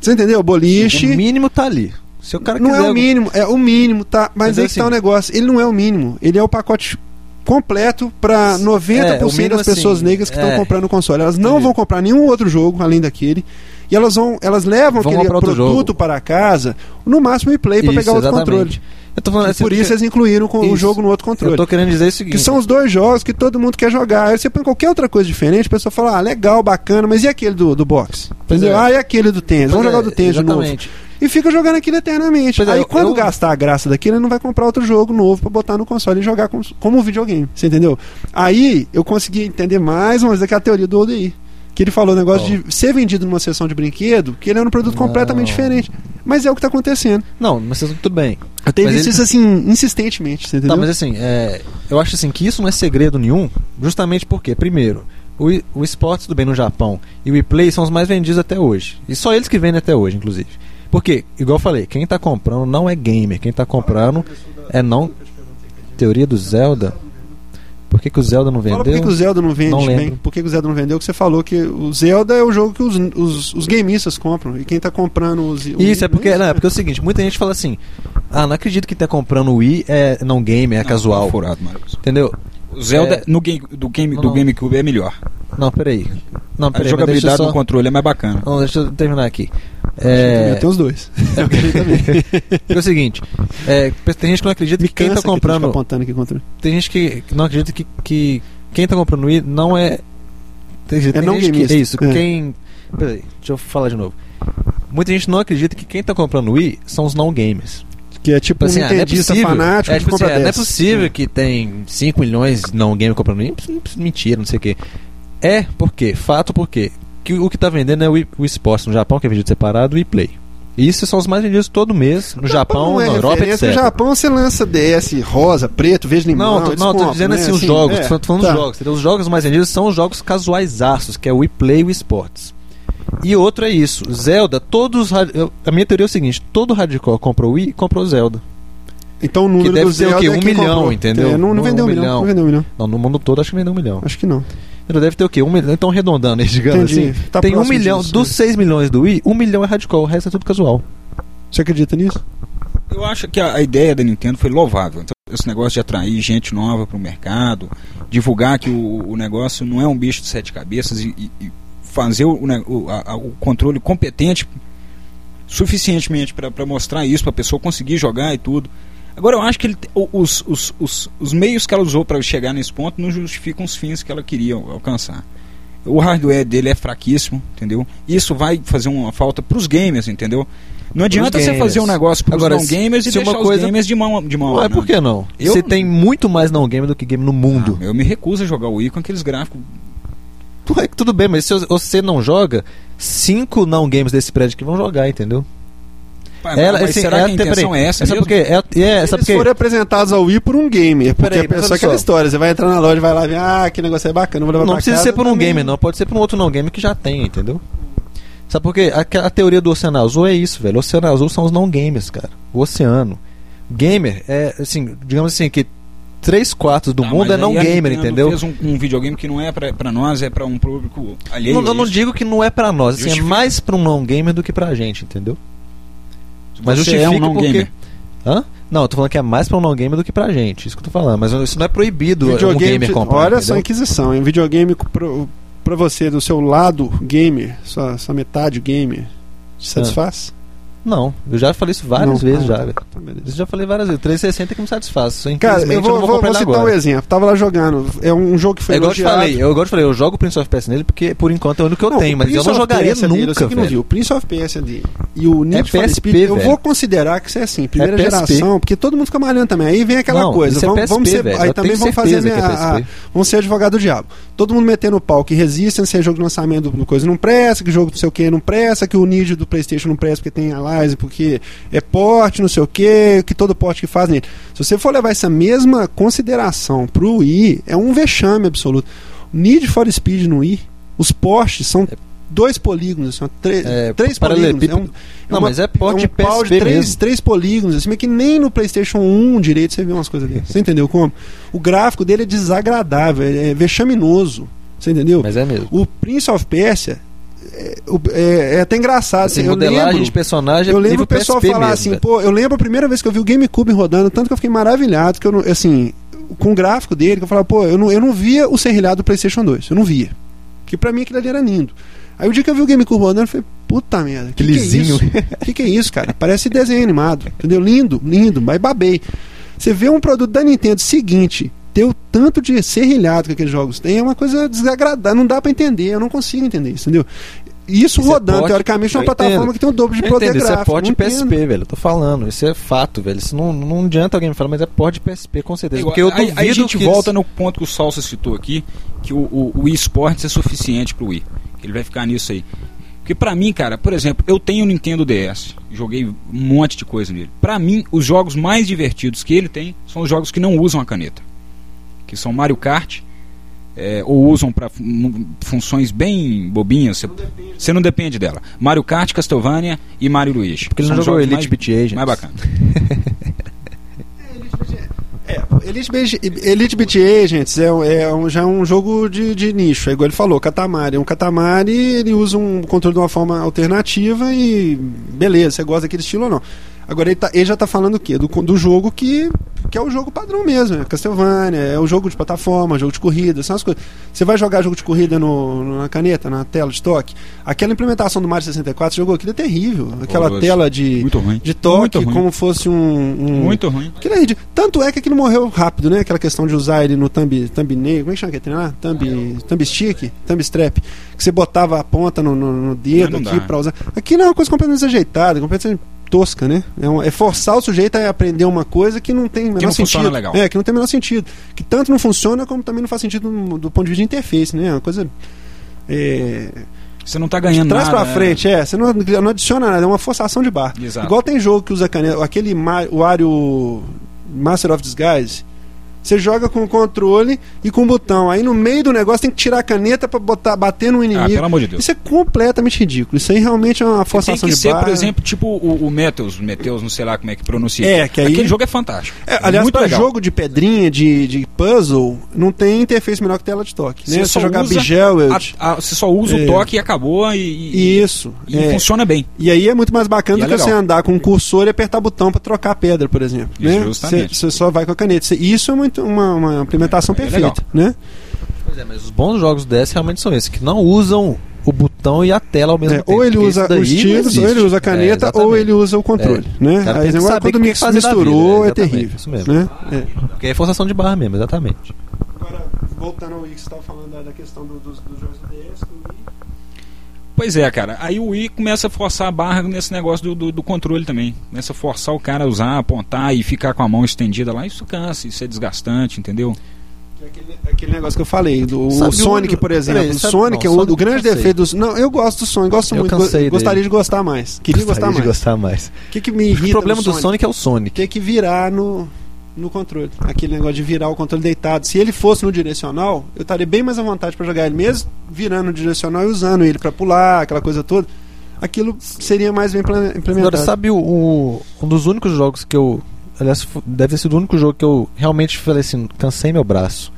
Speaker 1: você entendeu?
Speaker 2: O
Speaker 1: Boliche.
Speaker 2: mínimo tá ali. Se o cara
Speaker 1: Não
Speaker 2: quiser...
Speaker 1: é o mínimo, é o mínimo, tá? Mas
Speaker 2: Mas
Speaker 1: aí
Speaker 2: é
Speaker 1: que tá o
Speaker 2: assim.
Speaker 1: negócio. Ele não é o mínimo, ele é o pacote completo para 90%
Speaker 2: É, o mínimo,
Speaker 1: das pessoas
Speaker 2: assim,
Speaker 1: negras que estão
Speaker 2: é.
Speaker 1: comprando o console. Elas não
Speaker 2: Entendi.
Speaker 1: vão comprar nenhum outro jogo além daquele. E elas vão, elas levam
Speaker 2: Vão
Speaker 1: aquele
Speaker 2: comprar outro
Speaker 1: produto
Speaker 2: jogo.
Speaker 1: para casa, no máximo e play para
Speaker 2: Isso,
Speaker 1: pegar outro
Speaker 2: exatamente.
Speaker 1: controle.
Speaker 2: Eu tô falando assim,
Speaker 1: Por isso eles incluíram com- o
Speaker 2: Isso.
Speaker 1: jogo no outro controle.
Speaker 2: eu tô querendo dizer o
Speaker 1: Que
Speaker 2: seguinte.
Speaker 1: são os dois jogos que todo mundo quer jogar. Aí você põe qualquer outra coisa diferente, a pessoa fala, ah, legal, bacana, mas e aquele do, do boxe?
Speaker 2: Pois
Speaker 1: Entendeu?
Speaker 2: é.
Speaker 1: Ah, e aquele do tênis? Vamos
Speaker 2: Pois é,
Speaker 1: jogar do tênis de novo.
Speaker 2: exatamente.
Speaker 1: E fica jogando aquilo eternamente.
Speaker 2: Pois é,
Speaker 1: Aí
Speaker 2: eu-
Speaker 1: quando
Speaker 2: eu-
Speaker 1: gastar a graça daquilo, ele não vai comprar outro jogo novo pra botar no console e jogar como, como um videogame. Você entendeu? Aí eu consegui entender mais uma vez aquela teoria do ODI. Que ele falou o negócio de ser vendido numa sessão de brinquedo, que ele é um produto
Speaker 2: Não.
Speaker 1: completamente diferente. Mas é o que tá acontecendo.
Speaker 2: Não, mas vocês- tudo bem.
Speaker 1: Eu tenho
Speaker 2: Mas
Speaker 1: visto
Speaker 2: ele-
Speaker 1: isso assim, insistentemente, você entendeu?
Speaker 2: Tá, mas assim, é, eu acho assim que isso não é segredo nenhum, justamente porque, primeiro, o, e- o esporte, tudo bem, no Japão e o ePlay são os mais vendidos até hoje. E só eles que vendem até hoje, inclusive. Porque, igual eu falei, quem tá comprando não é gamer, quem tá comprando é não. Teoria do Zelda? Por que, que o Zelda não
Speaker 1: Fala por que, que o
Speaker 2: vendeu?
Speaker 1: Zelda não vende
Speaker 2: Não
Speaker 1: bem.
Speaker 2: lembro.
Speaker 1: Por que, que o Zelda não vendeu? Que você falou que o Zelda é o jogo que os, os, os gameistas compram. E quem tá comprando os. os-
Speaker 2: Isso, é porque,
Speaker 1: isso,
Speaker 2: não, é
Speaker 1: né?
Speaker 2: porque é o seguinte, muita gente fala assim, ah, não acredito que tá comprando o Wii é não gamer, é
Speaker 4: Não,
Speaker 2: casual.
Speaker 4: furado, Marcos.
Speaker 2: Entendeu?
Speaker 4: O Zelda
Speaker 2: É.
Speaker 4: no game, do, game,
Speaker 2: Não,
Speaker 4: do
Speaker 2: não.
Speaker 4: GameCube é melhor.
Speaker 2: Não, peraí. Não,
Speaker 4: A
Speaker 2: peraí, mas deixa eu
Speaker 4: jogabilidade
Speaker 2: só...
Speaker 4: do controle é mais bacana.
Speaker 2: Não, deixa eu terminar aqui.
Speaker 1: Também
Speaker 2: É,
Speaker 1: Tem os dois.
Speaker 2: é o seguinte, é, tem gente que não acredita
Speaker 1: Me
Speaker 2: que quem
Speaker 1: cansa
Speaker 2: tá
Speaker 1: que tem que ficar
Speaker 2: comprando.
Speaker 1: apontando aqui contra.
Speaker 2: Tem gente que que não acredita que, que quem tá comprando Wii não é. Tem, tem
Speaker 1: não
Speaker 2: gente que,
Speaker 1: gameista.
Speaker 2: é isso,
Speaker 1: É.
Speaker 2: quem. Peraí, deixa eu falar de novo. Muita gente não acredita que quem tá comprando Wii são os não gamers.
Speaker 1: Que é tipo
Speaker 2: Tipo assim,
Speaker 1: um
Speaker 2: ah, não é
Speaker 1: entendista
Speaker 2: possível.
Speaker 1: fanático
Speaker 2: é,
Speaker 1: que
Speaker 2: tipo assim,
Speaker 1: compra
Speaker 2: ah, não é
Speaker 1: 10.
Speaker 2: possível que tem 5 milhões de não gamer comprando Wii. Mentira, não sei o quê. É, por quê? Fato por quê? Que o que tá vendendo é o, Wii- o esporte no Japão, que é vendido separado, e Play. E isso são os mais vendidos todo mês, no Japão,
Speaker 1: não é
Speaker 2: na Europa,
Speaker 1: referência.
Speaker 2: etc.
Speaker 1: No Japão você lança DS, rosa, preto, verde, limão.
Speaker 2: Não, tô,
Speaker 1: eles
Speaker 2: não, tô
Speaker 1: compram,
Speaker 2: dizendo
Speaker 1: né?
Speaker 2: assim, os jogos,
Speaker 1: é,
Speaker 2: tô falando
Speaker 1: tá.
Speaker 2: dos jogos. entendeu? Os jogos mais vendidos são os jogos casuais aços, que é o Play e o Esportes. E outro é isso, Zelda, todos os radi- eu- A minha teoria é o seguinte, todo radical comprou o Wii, comprou o Zelda.
Speaker 1: Então o número
Speaker 2: deve
Speaker 1: do
Speaker 2: ser o
Speaker 1: Zelda
Speaker 2: quê?
Speaker 1: é
Speaker 2: Um
Speaker 1: quem
Speaker 2: milhão,
Speaker 1: comprou.
Speaker 2: entendeu?
Speaker 1: É, Não, não
Speaker 2: Um
Speaker 1: vendeu um milhão.
Speaker 2: milhão.
Speaker 1: Não vendeu um milhão.
Speaker 2: Não, no mundo todo acho que vendeu um milhão.
Speaker 1: Acho que não.
Speaker 2: Entendeu? Deve ter o quê? Um milhão, então arredondando, aí, digamos
Speaker 1: Entendi.
Speaker 2: assim.
Speaker 1: Tá
Speaker 2: tem um
Speaker 1: próximo
Speaker 2: milhão,
Speaker 1: disso,
Speaker 2: dos
Speaker 1: né?
Speaker 2: 6 milhões do Wii, um milhão é radical, o resto é tudo casual.
Speaker 1: Você acredita nisso?
Speaker 4: Eu acho que a, a ideia da Nintendo foi louvável. Então, Esse negócio de atrair gente nova para o mercado, divulgar que o, o negócio não é um bicho de sete cabeças e, e- e fazer o, ne- o- a- a- o controle competente suficientemente para mostrar isso, para a pessoa conseguir jogar e tudo. Agora, eu acho que ele te- o- os, os, os, os meios que ela usou para chegar nesse ponto não justificam os fins que ela queria al- alcançar. O hardware dele é fraquíssimo, entendeu? Isso vai fazer uma falta para os gamers, entendeu? Não adianta você
Speaker 2: gamers.
Speaker 4: fazer um negócio para os
Speaker 2: Agora,
Speaker 4: não
Speaker 2: se-
Speaker 4: gamers e
Speaker 2: se é uma
Speaker 4: deixar
Speaker 2: coisa- Ah, é
Speaker 4: os gamers de mão de mão.
Speaker 2: Ué,
Speaker 4: né?
Speaker 2: por que não?
Speaker 4: Eu-
Speaker 2: Você tem muito mais não game do que game no mundo.
Speaker 4: Ah, eu me recuso a jogar o Wii com aqueles gráficos.
Speaker 2: Ué, é tudo bem, mas se você não joga, cinco não games desse prédio que vão jogar, entendeu?
Speaker 4: Pá,
Speaker 2: Ela-
Speaker 4: Ah, mas
Speaker 2: assim, ela
Speaker 4: será que a
Speaker 2: tem-
Speaker 4: intenção
Speaker 2: peraí,
Speaker 4: é essa?
Speaker 2: Sabe
Speaker 4: mesmo?
Speaker 2: por quê? É, é, sabe por
Speaker 1: Eles
Speaker 2: quê?
Speaker 1: foram apresentados ao Wii por um gamer. Porque
Speaker 2: Peraí,
Speaker 1: a pessoa
Speaker 2: mas olha
Speaker 1: aquela
Speaker 2: só.
Speaker 1: história. Você vai entrar na loja e vai lá ver, ah, que negócio é bacana, vou levar
Speaker 2: Não
Speaker 1: pra
Speaker 2: precisa
Speaker 1: casa",
Speaker 2: ser por um
Speaker 1: também
Speaker 2: gamer, não. Pode ser por um outro não gamer que já tem, entendeu? Sabe por quê? A, a teoria do Oceano Azul é isso, velho. O Oceano Azul são os não gamers, cara. O oceano. Gamer é, assim, digamos assim, que 3 quartos do
Speaker 4: Ah,
Speaker 2: mundo
Speaker 4: mas
Speaker 2: é não
Speaker 4: aí a
Speaker 2: gamer,
Speaker 4: Nintendo
Speaker 2: entendeu?
Speaker 4: Fez um, um videogame que não é pra, pra nós, é pra um público alheio.
Speaker 2: Não, eu não
Speaker 4: Isso.
Speaker 2: digo que não é pra nós, assim, é
Speaker 4: Justifica.
Speaker 2: mais pra um não gamer do que pra gente, entendeu? Mas
Speaker 4: Você
Speaker 2: justifica
Speaker 4: é um não
Speaker 2: porque...
Speaker 4: gamer.
Speaker 2: Hã? Não, eu tô falando que é mais pra um não gamer do que pra gente, isso que eu tô falando. Mas isso não é proibido um gamer
Speaker 1: te-
Speaker 2: comprar.
Speaker 1: Olha
Speaker 2: entendeu?
Speaker 1: só a inquisição, hein? Um Videogame pro, pra você, do seu lado gamer, sua, sua metade gamer, te satisfaz?
Speaker 2: Não, eu já falei isso várias
Speaker 1: Não.
Speaker 2: vezes
Speaker 1: Ah,
Speaker 2: já,
Speaker 1: tá.
Speaker 2: velho.
Speaker 1: Tá, beleza.
Speaker 2: Isso eu já falei várias vezes. 360 que me satisfaz. Isso,
Speaker 1: Cara,
Speaker 2: infelizmente,
Speaker 1: eu vou,
Speaker 2: não
Speaker 1: vou-
Speaker 2: comprar
Speaker 1: vou
Speaker 2: ele
Speaker 1: citar um
Speaker 2: agora.
Speaker 1: exemplo. Tava lá jogando. É um jogo que foi
Speaker 2: É igual eu te
Speaker 1: elogiado.
Speaker 2: falei, eu, igual eu te falei, eu jogo Prince of Persia nele porque por enquanto é o único que eu
Speaker 1: Não,
Speaker 2: tenho,
Speaker 1: o
Speaker 2: mas eu
Speaker 1: Prince
Speaker 2: não
Speaker 1: of
Speaker 2: jogaria
Speaker 1: Persia dele, eu sei
Speaker 2: nunca,
Speaker 1: que não
Speaker 2: velho.
Speaker 1: viu. O Prince of Persia dele e o Need
Speaker 2: É
Speaker 1: for
Speaker 2: PSP,
Speaker 1: Speed, eu
Speaker 2: velho.
Speaker 1: vou considerar que isso é assim, primeira
Speaker 2: É PSP.
Speaker 1: geração, porque todo mundo fica malhando também. Aí vem aquela
Speaker 2: Não,
Speaker 1: coisa,
Speaker 2: isso é
Speaker 1: vamos,
Speaker 2: PSP,
Speaker 1: vamos ser,
Speaker 2: velho.
Speaker 1: aí
Speaker 2: Eu
Speaker 1: também
Speaker 2: tenho
Speaker 1: vamos fazer
Speaker 2: certeza que é
Speaker 1: minha- a-
Speaker 2: PSP.
Speaker 1: vamos ser advogado do diabo. Todo mundo metendo o pau que Resistance é jogo de lançamento do coisa não presta, que jogo não sei o que não presta, que o Need do PlayStation não presta porque tem a Live, porque é porte, não sei o que, que todo porte que faz nele. Se você for levar essa mesma consideração pro Wii, é um vexame absoluto. Need for Speed no Wii, os postes são dois polígonos, são tre-
Speaker 2: É,
Speaker 1: três polígonos.
Speaker 2: paralelepípedo.
Speaker 1: É um,
Speaker 2: Não,
Speaker 1: uma-
Speaker 2: mas é
Speaker 1: é
Speaker 2: porte
Speaker 1: um pau de
Speaker 2: PSP
Speaker 1: três,
Speaker 2: mesmo.
Speaker 1: três polígonos, assim, mas que nem no PlayStation 1 direito você vê umas coisas dessas. Você entendeu como? O gráfico dele é desagradável, é é vexaminoso. Você entendeu?
Speaker 2: Mas é mesmo.
Speaker 1: O Prince of Persia é, o- é- é até engraçado.
Speaker 2: Assim,
Speaker 1: assim, eu
Speaker 2: modelagem
Speaker 1: lembro,
Speaker 2: de personagem é
Speaker 1: eu lembro
Speaker 2: nível
Speaker 1: o pessoal
Speaker 2: PSP
Speaker 1: falar
Speaker 2: mesmo, né?
Speaker 1: assim,
Speaker 2: velho.
Speaker 1: pô, eu lembro a primeira vez que eu vi o GameCube rodando, tanto que eu fiquei maravilhado, que eu não, assim, com o gráfico dele, que eu falava, pô, eu não, eu não via o serrilhado do PlayStation 2, eu não via. Que pra mim aquilo ali era lindo. Aí o dia que eu vi o GameCube rodando, eu falei, puta merda.
Speaker 2: Que lisinho.
Speaker 1: Que é isso? que, que é isso, cara? Parece desenho animado, entendeu? Lindo, lindo, mas babei. Você vê um produto da Nintendo seguinte, ter o tanto de serrilhado que aqueles jogos têm, é uma coisa desagradável, não dá pra entender, eu não consigo entender isso, entendeu? Isso,
Speaker 2: Isso é
Speaker 1: rodando,
Speaker 2: porte-
Speaker 1: teoricamente, é uma
Speaker 2: eu
Speaker 1: plataforma
Speaker 2: entendo.
Speaker 1: que tem o dobro de
Speaker 2: Eu
Speaker 1: poder
Speaker 2: entendo, isso é
Speaker 1: gráfico.
Speaker 2: porte
Speaker 1: não entendo.
Speaker 2: PSP, velho. Eu tô falando, isso é fato, velho. Isso não, não adianta alguém me falar, mas é porte PSP, com certeza. Porque eu
Speaker 4: É aí,
Speaker 2: duvido
Speaker 4: aí a gente
Speaker 2: que
Speaker 4: volta
Speaker 2: eles-
Speaker 4: no ponto que o Salsa citou aqui, que o, o, o eSports é suficiente pro Wii. Ele vai ficar nisso aí. Porque pra mim, cara, por exemplo, eu tenho o Nintendo DS, joguei um monte de coisa nele. Pra mim, os jogos mais divertidos que ele tem são os jogos que não usam a caneta. Que são Mario Kart, é, ou usam para funções bem bobinhas. Você- Você não depende dela. Mario Kart, Castlevania e Mario Luigi.
Speaker 2: Porque ele
Speaker 4: São
Speaker 2: não
Speaker 4: os
Speaker 2: jogou
Speaker 4: jogos
Speaker 2: Elite Beat Agents.
Speaker 4: mais, mais bacana.
Speaker 1: É, Elite, Beat- Elite Beat Agents é, um- é um- já é um jogo de, de nicho, é igual ele falou, Katamari. Um Katamari, ele usa um controle de uma forma alternativa e beleza, você gosta daquele estilo ou não. Agora ele, tá- ele já tá falando o quê? Do, co- do jogo que, que é o jogo padrão mesmo, é Castlevania, é o jogo de plataforma, jogo de corrida, são as coisas. Você vai jogar jogo de corrida no, no- na caneta, na tela de toque? Aquela implementação do Mario 64, você jogou aquilo é terrível. Aquela
Speaker 4: Horroroso.
Speaker 1: tela de,
Speaker 4: Muito ruim.
Speaker 1: de toque
Speaker 4: Muito ruim.
Speaker 1: como fosse um- um,
Speaker 4: Muito ruim.
Speaker 1: Aquilo é ridículo. Tanto é que aquilo morreu rápido, né? Aquela questão de usar ele no thumb, thumbnail, como é que chama que é treinar? Thumb, thumb stick, thumb strap, que você botava a ponta no, no- no dedo
Speaker 4: Não, não
Speaker 1: aqui
Speaker 4: dá.
Speaker 1: pra usar. Aquilo é uma coisa completamente desajeitada, completamente tosca, né? É, um- é forçar o sujeito a aprender uma coisa que não tem o menor
Speaker 4: não
Speaker 1: sentido.
Speaker 4: funciona legal.
Speaker 1: É, que não tem o menor sentido. Que tanto não funciona como também não faz sentido do, do ponto de vista de interface, né? É uma coisa. É,
Speaker 4: Você não tá ganhando
Speaker 1: Traz
Speaker 4: nada.
Speaker 1: pra frente, é. Você não, não adiciona nada, é uma forçação de barra.
Speaker 4: Exato.
Speaker 1: Igual tem jogo que usa caneta, aquele Ma- o Wario Master of Disguise. Você joga com o controle e com o botão. Aí no meio do negócio tem que tirar a caneta pra botar, bater no
Speaker 4: Ah,
Speaker 1: inimigo.
Speaker 4: pelo amor de Deus.
Speaker 1: isso é completamente ridículo. Isso aí realmente é uma
Speaker 4: Tem
Speaker 1: forçação
Speaker 4: que
Speaker 1: de
Speaker 4: ser,
Speaker 1: barra.
Speaker 4: por exemplo, tipo o, o Meteus, Meteus, não sei lá como é que pronuncia.
Speaker 1: É, que aí-
Speaker 4: Aquele jogo é fantástico.
Speaker 1: É, aliás,
Speaker 4: muito
Speaker 1: para
Speaker 4: legal.
Speaker 1: jogo de pedrinha, de, de puzzle, não tem interface melhor que tela de toque. Né?
Speaker 4: Você
Speaker 1: Você
Speaker 4: só
Speaker 1: jogar
Speaker 4: usa
Speaker 1: Bejeweled.
Speaker 4: A- a- você só usa
Speaker 1: É.
Speaker 4: o toque e acabou e, e-
Speaker 1: Isso.
Speaker 4: e
Speaker 1: é.
Speaker 4: funciona bem.
Speaker 1: E aí é muito mais bacana
Speaker 4: E
Speaker 1: do
Speaker 4: é
Speaker 1: que
Speaker 4: legal.
Speaker 1: você andar com um cursor e apertar botão pra trocar a pedra, por exemplo.
Speaker 4: Isso,
Speaker 1: Né? Você,
Speaker 4: justamente.
Speaker 1: você só vai com a caneta. Você- Isso é muito uma, uma implementação
Speaker 4: É, é
Speaker 1: perfeita, né?
Speaker 2: Pois é, mas os bons jogos do DS realmente são esses, que não usam o botão e a tela ao mesmo
Speaker 1: É,
Speaker 2: tempo.
Speaker 1: ou ele
Speaker 2: porque
Speaker 1: usa
Speaker 2: isso daí
Speaker 1: os
Speaker 2: não
Speaker 1: tiros,
Speaker 2: existe.
Speaker 1: ou ele usa a caneta,
Speaker 2: É,
Speaker 1: ou
Speaker 2: exatamente.
Speaker 1: ele usa o controle, né?
Speaker 2: O cara
Speaker 1: Aí
Speaker 2: tem que
Speaker 1: agora
Speaker 2: saber
Speaker 1: quando
Speaker 2: o que
Speaker 1: mix-
Speaker 2: fazer da
Speaker 1: misturou
Speaker 2: vida,
Speaker 1: é
Speaker 2: exatamente,
Speaker 1: terrível,
Speaker 2: isso mesmo.
Speaker 1: né? É.
Speaker 2: Porque aí é forçação de barra mesmo, exatamente.
Speaker 1: Agora, voltando ao que você estava falando da, da questão do- dos, dos jogos do DS, do Wii,
Speaker 4: Pois é, cara. Aí o Wii começa a forçar a barra nesse negócio do, do, do controle também. Começa a forçar o cara a usar, apontar e ficar com a mão estendida lá. Isso cansa, isso é desgastante, entendeu?
Speaker 1: que é aquele, aquele negócio que eu falei, do o
Speaker 2: Sabe, o-
Speaker 1: Sonic, por
Speaker 2: peraí,
Speaker 1: exemplo. o
Speaker 2: sabe-
Speaker 1: Sonic
Speaker 2: não,
Speaker 1: é o,
Speaker 2: Sonic
Speaker 1: o grande
Speaker 2: eu cansei.
Speaker 1: defeito dos. Não, eu gosto do Sonic, gosto
Speaker 2: Eu
Speaker 1: muito. go-
Speaker 2: cansei dele.
Speaker 1: Gostaria de gostar mais. Queria
Speaker 2: Gostaria
Speaker 1: gostar
Speaker 2: de
Speaker 1: mais.
Speaker 2: gostar mais.
Speaker 1: O que, que me irrita
Speaker 2: O problema
Speaker 1: no
Speaker 2: do Sonic é o Sonic.
Speaker 1: ter que virar no, no controle. Aquele negócio de virar o controle deitado. Se ele fosse no direcional, eu estaria bem mais à vontade pra jogar ele mesmo, virando no direcional e usando ele pra pular, aquela coisa toda. Aquilo seria mais bem implemen- implementado.
Speaker 2: Agora, sabe o, o- um dos únicos jogos que eu. Aliás, fu- deve ter sido o único jogo que eu realmente falei assim, cansei meu braço.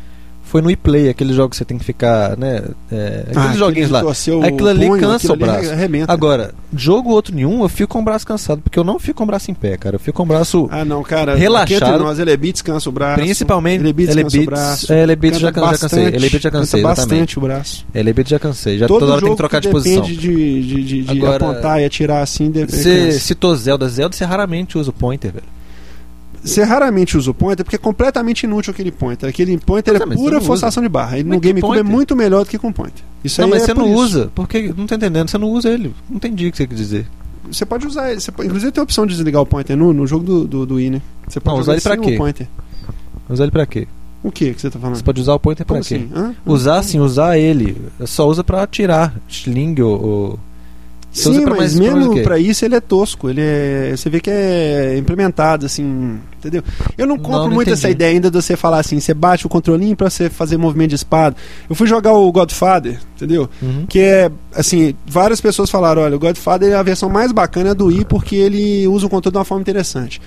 Speaker 2: Foi no ePlay, aquele jogo que você tem que ficar, né? É, aqueles
Speaker 1: Ah, aquele
Speaker 2: joguinhos
Speaker 1: de
Speaker 2: lá.
Speaker 1: torcer o
Speaker 2: aquilo ali
Speaker 1: punho,
Speaker 2: cansa
Speaker 1: aquilo
Speaker 2: o
Speaker 1: ali
Speaker 2: braço.
Speaker 1: arrebenta.
Speaker 2: Agora, jogo outro nenhum, eu fico com o braço cansado, porque eu não fico com o braço em pé, cara. Eu fico com o braço.
Speaker 1: Ah, não, cara.
Speaker 2: Relaxado.
Speaker 1: aqui Entre nós, Elebi descansa o braço.
Speaker 2: Principalmente
Speaker 1: Elebi descansa o braço.
Speaker 2: Elebits. É, Elebits já,
Speaker 1: Canta
Speaker 2: can- já cansei.
Speaker 1: bastante,
Speaker 2: Elebits já
Speaker 1: canta
Speaker 2: cansei, exatamente.
Speaker 1: bastante o braço.
Speaker 2: Elebits já cansei. Já toda hora tem que trocar de posição.
Speaker 1: depende de, de, de, de
Speaker 2: Agora,
Speaker 1: apontar e atirar assim... depende.
Speaker 2: Você citou Zelda. Zelda você raramente usa o pointer, velho.
Speaker 1: Você raramente usa o pointer porque é completamente inútil aquele pointer. Aquele pointer
Speaker 2: Pois é,
Speaker 1: é
Speaker 2: mas você
Speaker 1: pura
Speaker 2: não
Speaker 1: forçação de barra. Ele
Speaker 2: Mas
Speaker 1: no
Speaker 2: que
Speaker 1: GameCube é
Speaker 2: pointer?
Speaker 1: muito melhor do que com pointer. Isso
Speaker 2: não,
Speaker 1: aí
Speaker 2: mas
Speaker 1: é
Speaker 2: você
Speaker 1: por
Speaker 2: não
Speaker 1: isso.
Speaker 2: usa, porque não tá entendendo, você não usa ele. Não entendi o que você quer dizer.
Speaker 1: Você pode usar ele. Você pode- inclusive tem a opção de desligar o pointer no, no jogo do, do, do Wii, né? Você pode
Speaker 2: Não, usar ele pra
Speaker 1: sem
Speaker 2: quê?
Speaker 1: O, pointer.
Speaker 2: Usar ele pra quê?
Speaker 1: o que que você tá falando?
Speaker 2: Você pode usar o pointer pra
Speaker 1: Como
Speaker 2: quê?
Speaker 1: assim? Hã?
Speaker 2: Usar sim, usar ele. É Só usa pra atirar. Sling ou. ou- Você usa
Speaker 1: Sim,
Speaker 2: pra
Speaker 1: mas
Speaker 2: mais- pra mais o
Speaker 1: mesmo
Speaker 2: quê?
Speaker 1: pra isso ele é tosco. Ele é, você vê que é implementado, assim, entendeu? Eu não
Speaker 2: Não,
Speaker 1: compro
Speaker 2: não
Speaker 1: muito essa
Speaker 2: entendi.
Speaker 1: ideia ainda de você falar assim, você bate o controlinho pra você fazer movimento de espada. Eu fui jogar o Godfather, entendeu?
Speaker 2: Uhum.
Speaker 1: Que é, assim, várias pessoas falaram: olha, o Godfather é a versão mais bacana do Wii porque ele usa o controle de uma forma interessante.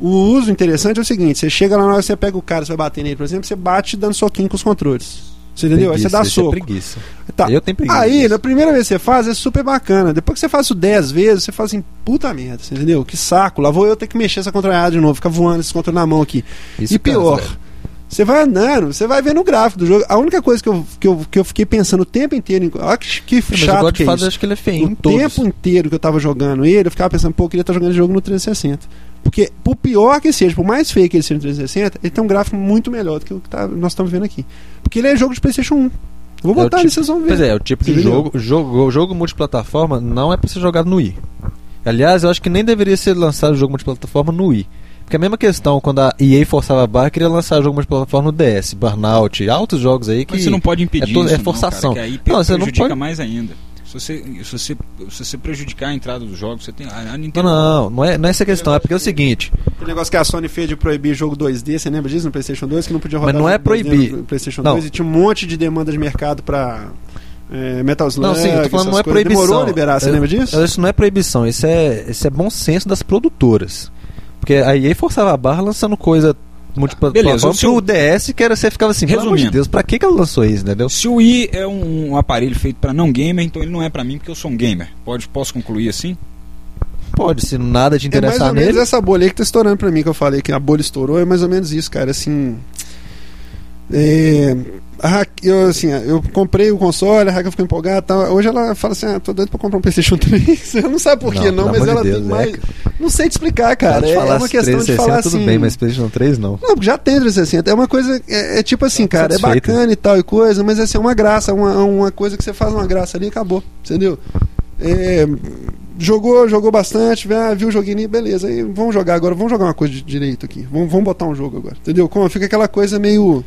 Speaker 1: O uso interessante é o seguinte: você chega lá na hora, você pega o cara, você vai bater nele, por exemplo, você bate dando soquinho com os controles. Você entendeu? Aí você dá
Speaker 2: Preguiça, isso é
Speaker 1: soco.
Speaker 2: preguiça.
Speaker 1: Tá.
Speaker 2: Eu tenho preguiça.
Speaker 1: Aí,
Speaker 2: disso.
Speaker 1: na primeira vez que você faz, é super bacana. Depois que você faz isso 10 vezes, você fala assim, puta merda, você entendeu? Que saco, lá vou eu ter que mexer essa controlhada de novo, ficar voando esse controle na mão aqui.
Speaker 2: Isso é
Speaker 1: e pior,
Speaker 2: cansa, velho.
Speaker 1: Você vai andando, você vai vendo o gráfico do jogo. A única coisa que eu, que eu, que eu fiquei pensando o tempo inteiro. em- Olha que, que
Speaker 2: Mas o
Speaker 1: chato
Speaker 2: God
Speaker 1: que é isso.
Speaker 2: acho que ele é feio.
Speaker 1: o tempo inteiro que eu tava jogando ele, eu ficava pensando, pô, eu queria estar jogando esse jogo no 360. Porque, por pior que seja, por mais feio que ele seja no 360, ele tem um gráfico muito melhor do que o que tá- nós estamos vendo aqui. Porque ele é jogo de PlayStation 1. Eu vou
Speaker 2: É o
Speaker 1: botar ali,
Speaker 2: tipo-
Speaker 1: vocês vão ver.
Speaker 2: Pois é, é o tipo de
Speaker 1: Você viu?
Speaker 2: jogo, jogo, jogo multiplataforma não é pra ser jogado no Wii. Aliás, eu acho que nem deveria ser lançado jogo multiplataforma no Wii. Porque a mesma questão, quando a EA forçava a barra, queria lançar jogo multiplataforma no DS, Burnout, altos jogos aí que...
Speaker 4: Mas você não pode impedir
Speaker 2: é to- é
Speaker 4: isso, não,
Speaker 2: forçação.
Speaker 4: cara, que aí
Speaker 2: Não, você não
Speaker 4: prejudica
Speaker 2: pode-
Speaker 4: mais ainda. Se você, se, você, se você prejudicar a entrada dos jogos, você tem. A, a
Speaker 2: Não,
Speaker 4: Nintendo
Speaker 2: não, não é, não é essa questão, é porque é o seguinte,
Speaker 1: Aquele um negócio que a Sony fez de proibir jogo 2D, você lembra disso no PlayStation 2? Que não podia
Speaker 2: Mas
Speaker 1: rodar
Speaker 2: não é
Speaker 1: jogo 2D no
Speaker 2: proibir.
Speaker 1: PlayStation
Speaker 2: Não.
Speaker 1: 2 e tinha um monte de demanda de mercado pra é, Metal Slug.
Speaker 2: Não, sim, eu tô falando
Speaker 1: essas
Speaker 2: não
Speaker 1: coisas.
Speaker 2: é proibição.
Speaker 1: Demorou a liberar, você
Speaker 2: Eu-
Speaker 1: lembra disso?
Speaker 2: isso não é proibição, isso é, isso é bom senso das produtoras. Porque a EA forçava a barra lançando coisa
Speaker 4: Beleza,
Speaker 2: multiplataforma
Speaker 4: o seu-
Speaker 2: pro DS, que era, você ficava assim, pelo amor de
Speaker 4: Resumindo.
Speaker 2: Deus, pra que que ela lançou isso, entendeu?
Speaker 4: Se o Wii é um, um aparelho feito pra não gamer, então ele não é pra mim porque eu sou um gamer. Pode, posso concluir assim?
Speaker 2: Pode, se nada te
Speaker 1: É mais
Speaker 2: interessar
Speaker 1: ou menos
Speaker 2: nele.
Speaker 1: essa bolha aí que tá estourando pra mim, que eu falei que a bolha estourou, é mais ou menos isso, cara. Assim. É, a Ra- eu, assim, eu comprei o console, a Raquel ficou empolgada e tal. Hoje ela fala assim: ah, tô doido pra comprar um PlayStation 3. Ela não sabe por
Speaker 2: Não,
Speaker 1: que não,
Speaker 2: pelo
Speaker 1: mas
Speaker 2: amor de
Speaker 1: ela
Speaker 2: Deus,
Speaker 1: tem
Speaker 2: é,
Speaker 1: mais.
Speaker 2: cara.
Speaker 1: Não sei te explicar, cara.
Speaker 2: Ela te
Speaker 1: É,
Speaker 2: falasse
Speaker 1: uma questão de
Speaker 2: 360,
Speaker 1: falar assim.
Speaker 2: tudo bem, mas PlayStation 3 não.
Speaker 1: Não, já tem 360. É uma coisa. É, é tipo assim,
Speaker 2: Tá
Speaker 1: cara,
Speaker 2: satisfeito.
Speaker 1: é bacana e tal e coisa, mas assim, é uma graça, uma, uma coisa que você faz uma graça ali e acabou. Entendeu? É, jogou, jogou bastante, vê, ah, viu o joguinho, ali, beleza. Aí vamos jogar agora, vamos jogar uma coisa de direito aqui. Vamos, vamos botar um jogo agora. Entendeu? Como fica aquela coisa meio.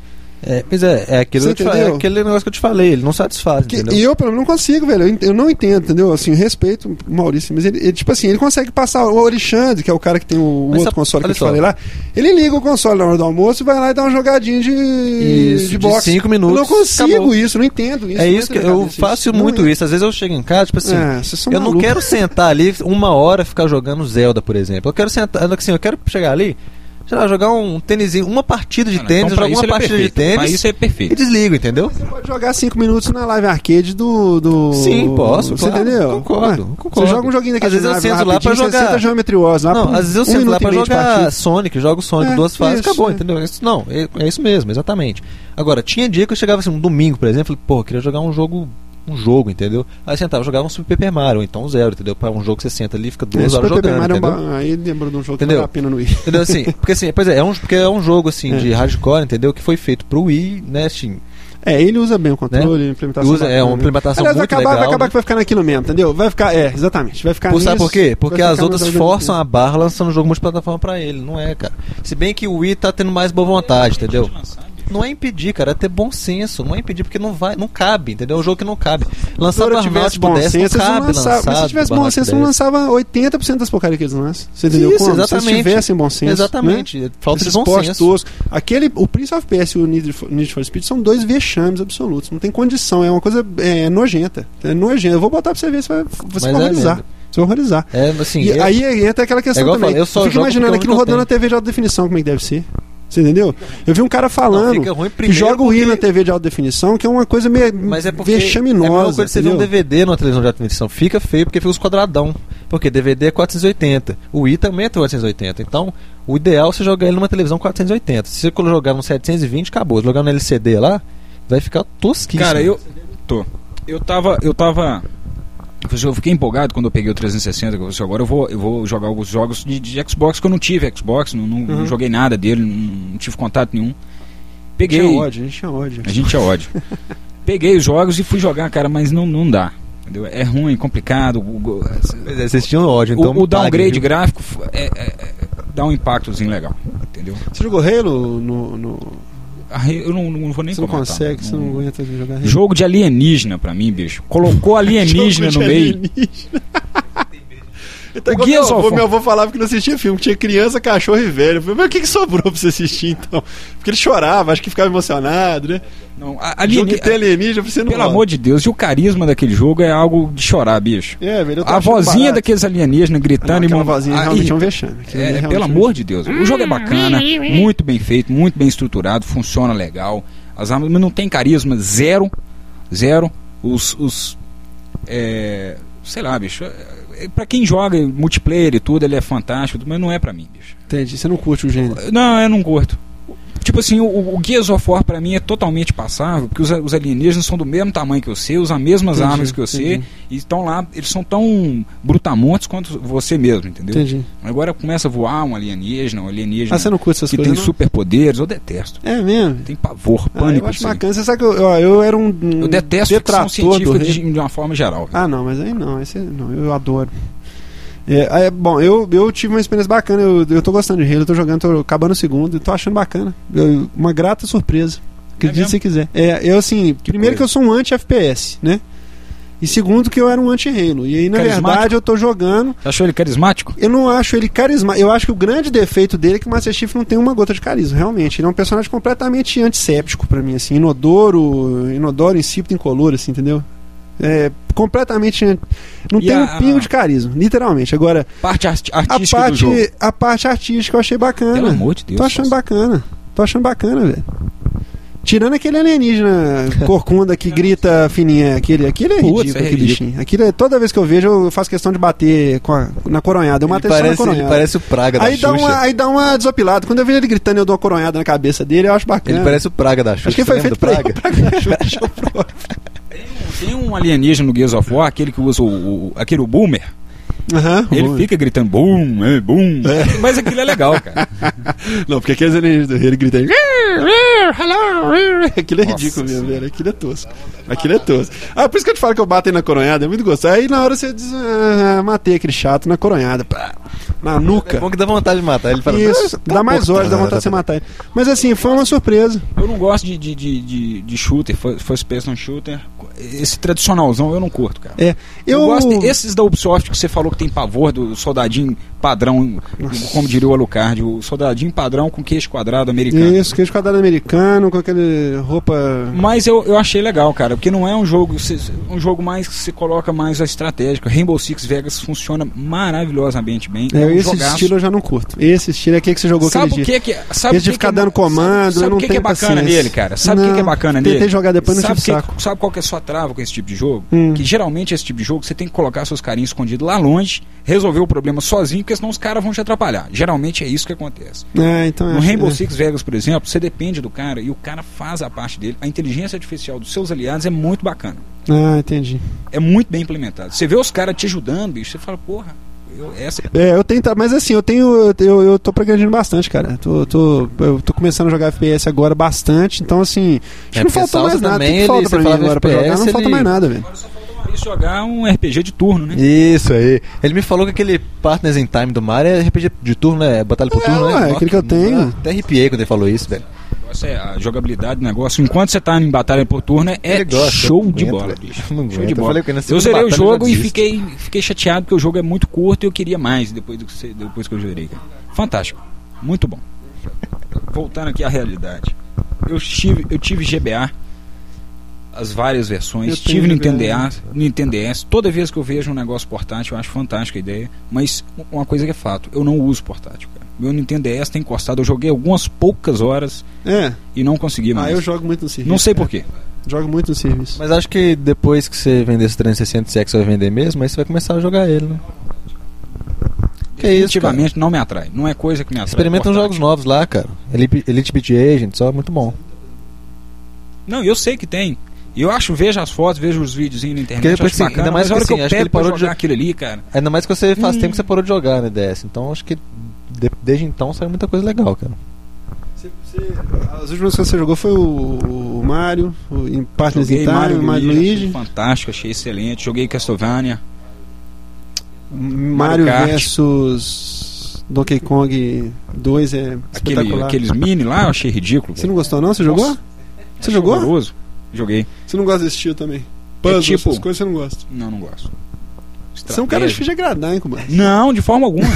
Speaker 2: É, pois é, é, aquilo
Speaker 1: Você
Speaker 2: que eu te falei, é
Speaker 1: entendeu?
Speaker 2: aquele negócio que eu te falei, ele não satisfaz,
Speaker 1: Que,
Speaker 2: entendeu?
Speaker 1: e eu, pelo menos, não consigo, velho. Eu, ent- eu não entendo, entendeu? Assim, eu respeito o Maurício, mas ele, ele, tipo assim, ele consegue passar. O Alexandre, que é o cara que tem o, o
Speaker 2: Mas
Speaker 1: outro
Speaker 2: sabe-
Speaker 1: console que
Speaker 2: olha
Speaker 1: eu te
Speaker 2: só.
Speaker 1: falei lá, ele liga o console na hora do almoço e vai lá e dá uma jogadinha de,
Speaker 2: Isso,
Speaker 1: de
Speaker 2: de
Speaker 1: boxe.
Speaker 2: cinco minutos,
Speaker 1: Eu não consigo
Speaker 2: acabou.
Speaker 1: isso, não entendo isso.
Speaker 2: é
Speaker 1: não
Speaker 2: isso
Speaker 1: entra
Speaker 2: que
Speaker 1: na
Speaker 2: eu
Speaker 1: cabeça
Speaker 2: faço
Speaker 1: Não
Speaker 2: muito
Speaker 1: entra.
Speaker 2: isso. Às vezes eu chego em casa, tipo assim,
Speaker 1: É, vocês são
Speaker 2: eu não
Speaker 1: malucos.
Speaker 2: quero sentar ali uma hora e ficar jogando Zelda, por exemplo. Eu quero sentar, assim, eu quero chegar ali, sei lá, jogar um tênisinho, uma partida de
Speaker 4: Ah, não,
Speaker 2: tênis,
Speaker 4: então pra
Speaker 2: eu jogo
Speaker 4: isso
Speaker 2: uma
Speaker 4: ele é
Speaker 2: partida de
Speaker 4: perfeito. Pra
Speaker 2: tênis
Speaker 4: isso é
Speaker 2: e
Speaker 4: perfeito.
Speaker 2: desligo, entendeu?
Speaker 1: Você pode jogar 5 minutos na live arcade do. do-
Speaker 2: Sim, posso,
Speaker 1: Você
Speaker 2: claro,
Speaker 1: entendeu?
Speaker 2: concordo,
Speaker 1: Ué,
Speaker 2: concordo.
Speaker 1: Você joga um joguinho daquele
Speaker 2: Às vezes eu
Speaker 1: na live
Speaker 2: sento lá pra
Speaker 1: rapidinho,
Speaker 2: jogar.
Speaker 1: Você senta Geometry Wars lá
Speaker 2: Não,
Speaker 1: pra-
Speaker 2: às vezes eu
Speaker 1: um
Speaker 2: sento
Speaker 1: minuto
Speaker 2: lá
Speaker 1: e
Speaker 2: pra
Speaker 1: meio de
Speaker 2: jogar
Speaker 1: partida.
Speaker 2: Sonic, jogo Sonic
Speaker 1: É,
Speaker 2: duas fases,
Speaker 1: isso,
Speaker 2: acabou,
Speaker 1: é.
Speaker 2: entendeu? Isso, não, é, é isso mesmo, exatamente. Agora, tinha dia que eu chegava assim, um domingo, por exemplo, falei, pô, eu queria jogar um jogo, um jogo, entendeu? Aí eu sentava, jogava um Super Paper Mario, ou então um zero, entendeu? Para um jogo que você senta ali, e fica duas
Speaker 1: É,
Speaker 2: horas
Speaker 1: Super Paper
Speaker 2: jogando,
Speaker 1: Mario é um
Speaker 2: entendeu?
Speaker 1: ba- Aí lembrou de um jogo
Speaker 2: Entendeu?
Speaker 1: que vale a pena no Wii.
Speaker 2: Entendeu assim? Porque assim, pois é, é um, porque é um jogo assim
Speaker 1: É.
Speaker 2: de hardcore, entendeu? Que foi feito pro Wii, né, assim,
Speaker 1: É, ele usa bem o controle, a implementação.
Speaker 2: Né? usa, é
Speaker 1: bacana,
Speaker 2: uma
Speaker 1: né?
Speaker 2: implementação
Speaker 1: Aliás, vai
Speaker 2: muito
Speaker 1: acabar, vai
Speaker 2: legal.
Speaker 1: acabar
Speaker 2: né?
Speaker 1: que vai ficar naquilo mesmo, entendeu? Vai ficar, é, exatamente. Vai ficar
Speaker 2: Por, sabe
Speaker 1: nisso,
Speaker 2: por quê? Porque
Speaker 1: vai
Speaker 2: as
Speaker 1: ficar
Speaker 2: outras
Speaker 1: mais ou menos
Speaker 2: forçam a barra lançando jogo multiplataforma pra ele, não é, cara. Se bem que o Wii tá tendo mais boa vontade, entendeu? Não é impedir, cara, é ter bom senso. Não é impedir porque não vai, não cabe, entendeu? É um jogo que não cabe.
Speaker 1: Se
Speaker 2: Lançar
Speaker 1: eu
Speaker 2: Burnout
Speaker 1: tivesse
Speaker 2: pro
Speaker 1: bom
Speaker 2: 10 não
Speaker 1: senso, eles não
Speaker 2: tipo cabe tipo,
Speaker 1: lançavam. Mas se
Speaker 2: lançado
Speaker 1: tivesse
Speaker 2: pro
Speaker 1: bom
Speaker 2: Burnout
Speaker 1: senso, não
Speaker 2: 10.
Speaker 1: lançava 80% das porcarias que eles lançam. Você entendeu
Speaker 2: Isso,
Speaker 1: como? Se
Speaker 2: exatamente.
Speaker 1: eles tivessem bom senso. né?
Speaker 2: Exatamente. Falta de
Speaker 1: Esses
Speaker 2: bom
Speaker 1: postos
Speaker 2: senso.
Speaker 1: toscos. Aquele, o Prince of Persia e o Need for, Need for Speed são dois vexames absolutos. Não tem condição. É uma coisa é, nojenta. É nojenta. Eu vou botar pra você ver, você vai, você
Speaker 2: Mas
Speaker 1: vai
Speaker 2: é
Speaker 1: horrorizar.
Speaker 2: mesmo.
Speaker 1: você vai horrorizar.
Speaker 2: É, assim,
Speaker 1: e
Speaker 2: eu-
Speaker 1: aí entra aquela questão
Speaker 2: É igual eu
Speaker 1: também.
Speaker 2: falei, eu só
Speaker 1: fico
Speaker 2: jogo porque
Speaker 1: imaginando
Speaker 2: é o
Speaker 1: aquilo
Speaker 2: único que eu
Speaker 1: rodando na TV de alta definição, como é que deve ser. Você entendeu? Eu vi um cara falando
Speaker 2: Não, fica ruim
Speaker 1: que
Speaker 2: primeiro
Speaker 1: joga o Wii
Speaker 2: porque-
Speaker 1: na TV de alta definição, que é uma coisa meio
Speaker 2: Mas é porque
Speaker 1: vexaminosa.
Speaker 2: é a mesma coisa que você vê um
Speaker 1: entendeu?
Speaker 2: DVD numa televisão de alta definição. Fica feio porque fica os quadradão. Porque DVD é 480. O Wii também é 480. Então, o ideal é você jogar ele numa televisão 480. Se você colo- jogar num 720, acabou. Se jogar no LCD lá, vai ficar tosquíssimo.
Speaker 4: Cara, eu tô. Eu tava, eu tava eu fiquei empolgado quando eu peguei o 360, que eu falei assim, agora eu vou, eu vou jogar alguns jogos de, de Xbox que eu não tive Xbox, não, não- não
Speaker 1: Uhum.
Speaker 4: joguei nada dele, não, não tive contato nenhum. Peguei,
Speaker 1: Tinha ódio, a gente tinha ódio.
Speaker 4: a gente é ódio. peguei os jogos e fui jogar, cara, mas não, não dá. Entendeu? É ruim, complicado. o go-
Speaker 2: Pois é, Vocês tinham ódio, então.
Speaker 4: o,
Speaker 2: pague,
Speaker 4: o downgrade
Speaker 2: viu?
Speaker 4: gráfico f- é- é- é- dá um impactozinho legal, entendeu?
Speaker 1: Você jogou Halo no. no-
Speaker 4: Ah, Eu não, não vou nem
Speaker 1: Você não
Speaker 4: comentar, né?
Speaker 1: consegue,
Speaker 2: né?
Speaker 1: você não aguenta jogar Halo.
Speaker 4: Jogo de alienígena pra mim, bicho. Colocou alienígena no
Speaker 1: Jogo de
Speaker 4: meio.
Speaker 1: alienígena. Então,
Speaker 4: O
Speaker 1: igual
Speaker 4: Gears
Speaker 1: meu,
Speaker 4: of
Speaker 1: avô,
Speaker 4: War.
Speaker 1: meu avô falava que não assistia filme, que tinha criança, cachorro e velho. Eu falei, mas o que, que sobrou pra você assistir então? Porque ele chorava, acho que ficava emocionado, né?
Speaker 4: Não, a-
Speaker 1: Jogo que
Speaker 4: alieni-
Speaker 1: tem alienígena, você não
Speaker 4: Pelo amor de Deus, e o carisma daquele jogo é algo de chorar, bicho.
Speaker 1: É, velho, eu tô
Speaker 4: A
Speaker 1: achando
Speaker 4: vozinha
Speaker 1: barato.
Speaker 4: daqueles alienígenas
Speaker 1: Não,
Speaker 4: gritando e
Speaker 1: aquela
Speaker 4: mon-
Speaker 1: vozinha
Speaker 4: Ah,
Speaker 1: realmente é um
Speaker 4: irrita.
Speaker 1: vexame. Aquilo ali
Speaker 4: É,
Speaker 1: realmente
Speaker 4: pelo
Speaker 1: um
Speaker 4: amor de Deus. O jogo é bacana, muito bem feito, muito bem estruturado, funciona legal. As armas mas não tem carisma, zero. Zero. Os. os é, sei lá, bicho. é, é, Pra quem joga multiplayer e tudo, ele é fantástico, mas não é pra mim, bicho.
Speaker 1: Entendi, você não curte o gênero.
Speaker 4: Não, eu não curto. Tipo assim, o, o Gears of War pra mim é totalmente passável, porque os, os alienígenas são do mesmo tamanho que você, usam as mesmas
Speaker 1: Entendi,
Speaker 4: armas que você,
Speaker 1: entendi.
Speaker 4: e estão lá, eles são tão brutamontes quanto você mesmo, entendeu?
Speaker 1: Entendi.
Speaker 4: Agora começa a voar um alienígena, um alienígena
Speaker 1: Ah, você não curte essas
Speaker 4: que tem
Speaker 1: coisas, não?
Speaker 4: superpoderes, eu detesto.
Speaker 1: É mesmo?
Speaker 4: Tem pavor,
Speaker 1: Ah,
Speaker 4: pânico.
Speaker 1: eu acho
Speaker 4: disso aí.
Speaker 1: bacana. Você sabe que eu, ó, eu era um, um
Speaker 4: eu detesto ficção científica de, de uma forma geral.
Speaker 1: Ah, não, mas aí não, aí você- não eu adoro. É, aí, bom, eu, eu tive uma experiência bacana, eu, eu tô gostando de Halo, eu tô jogando, tô acabando o segundo, e tô achando bacana. Eu- uma grata surpresa. Acredite
Speaker 4: mesmo?
Speaker 1: se quiser. É, eu assim, primeiro
Speaker 4: coisa.
Speaker 1: que eu sou um anti-FPS, né? E segundo que eu era um anti-Halo. E aí, na
Speaker 4: Carismático?
Speaker 1: verdade, eu tô jogando.
Speaker 4: Você Achou ele carismático?
Speaker 1: Eu não acho ele carismático. Eu acho que o grande defeito dele é que o Master Chief não tem uma gota de carisma, realmente. Ele é um personagem completamente antisséptico pra mim, assim. Inodoro, inodoro, insípido, incolor, assim, entendeu? É completamente. an- Não
Speaker 4: E
Speaker 1: tem
Speaker 4: a-
Speaker 1: um pingo de carisma, literalmente. Agora,
Speaker 4: Parte arti-
Speaker 1: a
Speaker 4: artística do jogo.
Speaker 1: parte, a parte artística eu achei
Speaker 4: Pelo
Speaker 1: bacana.
Speaker 4: amor de Deus.
Speaker 1: Tô achando
Speaker 4: Fausto.
Speaker 1: bacana. Tô achando bacana, velho. Tirando aquele alienígena corcunda que grita fininha, aquele, aquele é
Speaker 4: Putz,
Speaker 1: ridículo,
Speaker 4: é
Speaker 1: aquele
Speaker 4: ridículo.
Speaker 1: bichinho. Aquilo é- toda vez que eu vejo, eu faço questão de bater com a- na coronhada. Eu
Speaker 2: Ele
Speaker 1: matei só na
Speaker 2: parece, ele
Speaker 1: coronhada.
Speaker 2: parece o Praga da
Speaker 1: Aí
Speaker 2: Xuxa.
Speaker 1: dá, uma, aí dá uma desopilada. Quando eu vejo ele gritando, eu dou uma coronhada na cabeça dele, eu acho bacana.
Speaker 2: Ele parece o Praga da Xuxa.
Speaker 1: Acho que
Speaker 2: Você
Speaker 1: foi
Speaker 2: lembra
Speaker 1: feito
Speaker 2: do
Speaker 1: pra
Speaker 2: Praga.
Speaker 1: ele. pra Xuxa, o próprio.
Speaker 4: Tem um alienígena no Gears of War, aquele que usa o, o- aquele o boomer.
Speaker 1: Aham,
Speaker 4: ele
Speaker 1: boa.
Speaker 4: fica gritando boom, é, boom. Mas aquilo é legal, cara.
Speaker 1: Não, porque aqueles alienígenas do Rio, ele grita aí, "Rrr, rrr, hello, rrr". Aquilo é
Speaker 4: Nossa
Speaker 1: ridículo mesmo,
Speaker 4: senhora.
Speaker 1: velho. Aquilo é tosco. Aquilo é tosco. Ah, por isso que eu te falo que eu bato aí na coronhada, é muito gostoso. Aí na hora você diz, ah, matei aquele chato na coronhada, pá, na
Speaker 2: É
Speaker 1: nuca.
Speaker 2: bom que dá vontade de matar. Ele fala,
Speaker 1: Isso,
Speaker 2: "Ah,
Speaker 1: dá mais
Speaker 2: porra,
Speaker 1: horas, dá vontade de você matar ele. Mas assim, foi uma surpresa.
Speaker 4: Eu não gosto de, de, de, de, de shooter, fir- first person shooter. Esse tradicionalzão eu não curto, cara.
Speaker 1: É,
Speaker 4: Eu,
Speaker 1: eu,
Speaker 4: gosto de- esses da Ubisoft que você falou que tem pavor do soldadinho padrão, como diria o Alucard, o soldadinho padrão com queixo quadrado americano.
Speaker 1: Isso, queijo quadrado americano, com aquele roupa
Speaker 4: Mas eu, eu achei legal, cara, porque não é um jogo, cê- um jogo mais que você coloca mais a estratégica. Rainbow Six Vegas funciona maravilhosamente bem.
Speaker 1: É,
Speaker 4: um
Speaker 1: esse
Speaker 4: jogaço.
Speaker 1: estilo eu já não curto. Esse estilo é aquele que você jogou
Speaker 4: Sabe
Speaker 1: aquele
Speaker 4: o
Speaker 1: dia.
Speaker 4: que que sabe
Speaker 1: Esse de
Speaker 4: o que
Speaker 1: ficar
Speaker 4: que é-
Speaker 1: dando comando,
Speaker 4: sabe
Speaker 1: eu não
Speaker 4: o que, que é
Speaker 1: tenho
Speaker 4: bacana
Speaker 1: paciência.
Speaker 4: nele, cara? Sabe o que que é
Speaker 1: Não,
Speaker 4: bacana
Speaker 1: tentei
Speaker 4: nele?
Speaker 1: jogar depois, não
Speaker 4: sabe
Speaker 1: tive
Speaker 4: que-
Speaker 1: saco.
Speaker 4: Sabe qual que é a sua trava com esse tipo de jogo?
Speaker 1: Hum.
Speaker 4: Que geralmente esse tipo de jogo você tem que colocar seus carinhos escondidos lá longe, resolver o problema sozinho, porque senão os caras vão te atrapalhar. Geralmente é isso que acontece.
Speaker 1: É, então
Speaker 4: No
Speaker 1: acho-
Speaker 4: Rainbow
Speaker 1: é.
Speaker 4: Six Vegas, por exemplo, você depende do cara e o cara faz a parte dele. A inteligência artificial dos seus aliados é muito bacana.
Speaker 1: Ah, entendi.
Speaker 4: É muito bem implementado. Você vê os caras te ajudando, bicho, você fala, porra, eu- essa
Speaker 1: É, eu tento, mas assim, eu tenho. Eu, eu tô progredindo bastante, cara. Tô, tô, eu tô começando a jogar FPS agora bastante, então assim. Acho que
Speaker 3: É,
Speaker 1: não
Speaker 3: porque
Speaker 1: falta
Speaker 3: Salsa
Speaker 1: mais nada.
Speaker 3: também,
Speaker 1: o que falta
Speaker 3: ele- você
Speaker 1: pra mim
Speaker 3: falava
Speaker 1: agora pra jogar?
Speaker 3: FPS,
Speaker 1: Não falta
Speaker 3: ele-
Speaker 1: mais nada, velho.
Speaker 4: Agora só falta o Maurício jogar um RPG de turno, né?
Speaker 2: Isso aí. Ele me falou que aquele Partners in Time do Mario é RPG de turno, né? É Batalha por
Speaker 1: É,
Speaker 2: turno,
Speaker 1: ué,
Speaker 2: né?
Speaker 1: aquele que eu tenho.
Speaker 2: Ah, Até arrepiei quando ele falou isso, velho.
Speaker 4: Essa é a jogabilidade do negócio. Enquanto você tá em batalha por turno, é
Speaker 2: Ele gosta,
Speaker 4: show
Speaker 2: não
Speaker 4: de
Speaker 2: aguento,
Speaker 4: bola,
Speaker 2: velho.
Speaker 4: bicho.
Speaker 2: Não
Speaker 4: Show
Speaker 2: aguento,
Speaker 4: de
Speaker 2: eu
Speaker 4: bola.
Speaker 2: falei com ele, na
Speaker 4: eu
Speaker 2: segunda
Speaker 4: zerei o
Speaker 2: batalha, eu
Speaker 4: jogo
Speaker 2: já
Speaker 4: e
Speaker 2: desisto.
Speaker 4: fiquei, fiquei chateado porque o jogo é muito curto e eu queria mais depois, do que você- depois que eu zerei. cara. Fantástico. Muito bom. Voltando aqui à realidade. Eu tive, eu tive GBA, as várias versões,
Speaker 1: Eu tenho
Speaker 4: tive Nintendo
Speaker 1: GBA.
Speaker 4: DS, Nintendo DS. Toda vez que eu vejo um negócio portátil, eu acho fantástica a ideia. Mas uma coisa que é fato, eu não uso portátil, cara. Meu Nintendo DS tem encostado, eu joguei algumas poucas horas
Speaker 1: É.
Speaker 4: e não consegui mais.
Speaker 1: Ah, eu jogo né? muito no serviço.
Speaker 4: Não sei
Speaker 1: cara.
Speaker 4: porquê.
Speaker 1: Jogo muito no serviço.
Speaker 2: Mas acho que depois que você vender esse 360, se é que você vai vender mesmo, aí você vai começar a jogar ele, né? Que
Speaker 1: É
Speaker 2: isso, cara.
Speaker 4: Definitivamente não me atrai. Não é coisa que me atrai.
Speaker 2: Experimentam
Speaker 4: Portátil.
Speaker 2: jogos novos lá, cara. Elite, Elite Beat Agent, só muito bom.
Speaker 4: Não, eu sei que tem. Eu acho, vejo as fotos, vejo os vídeos na
Speaker 2: Porque
Speaker 4: internet,
Speaker 2: depois,
Speaker 4: acho
Speaker 2: assim,
Speaker 4: bacana,
Speaker 2: ainda mais
Speaker 4: mas a hora
Speaker 2: que,
Speaker 4: que eu
Speaker 2: assim, acho que
Speaker 4: pego
Speaker 2: ele
Speaker 4: pra
Speaker 2: parou
Speaker 4: jogar
Speaker 2: de-
Speaker 4: aquilo ali, cara...
Speaker 2: Ainda mais que você
Speaker 4: Hum.
Speaker 2: faz tempo que você parou de jogar, né, DS. Então acho que de- desde então saiu muita coisa legal, cara.
Speaker 1: Você- você- as últimas coisas que você jogou foi o, o Mario, o em Partners in
Speaker 4: Joguei
Speaker 1: Time,
Speaker 4: Mario
Speaker 1: o Mario
Speaker 4: Luigi, achei
Speaker 1: Luigi,
Speaker 4: fantástico, achei excelente. Joguei Castlevania.
Speaker 1: Mario,
Speaker 4: Kart.
Speaker 1: versus Donkey Kong 2 é
Speaker 4: Aquele,
Speaker 1: espetacular.
Speaker 4: aqueles mini lá, eu achei ridículo.
Speaker 1: Você não gostou não? Você jogou?
Speaker 4: Nossa.
Speaker 1: Você jogou?
Speaker 4: Horroroso. Joguei.
Speaker 1: Você não gosta desse estilo também?
Speaker 4: Puzzle, tipo- essas
Speaker 1: coisas você não gosta.
Speaker 4: Não, não gosto.
Speaker 1: Você é um cara difícil de agradar, hein, Cuba?
Speaker 4: Não, de forma alguma.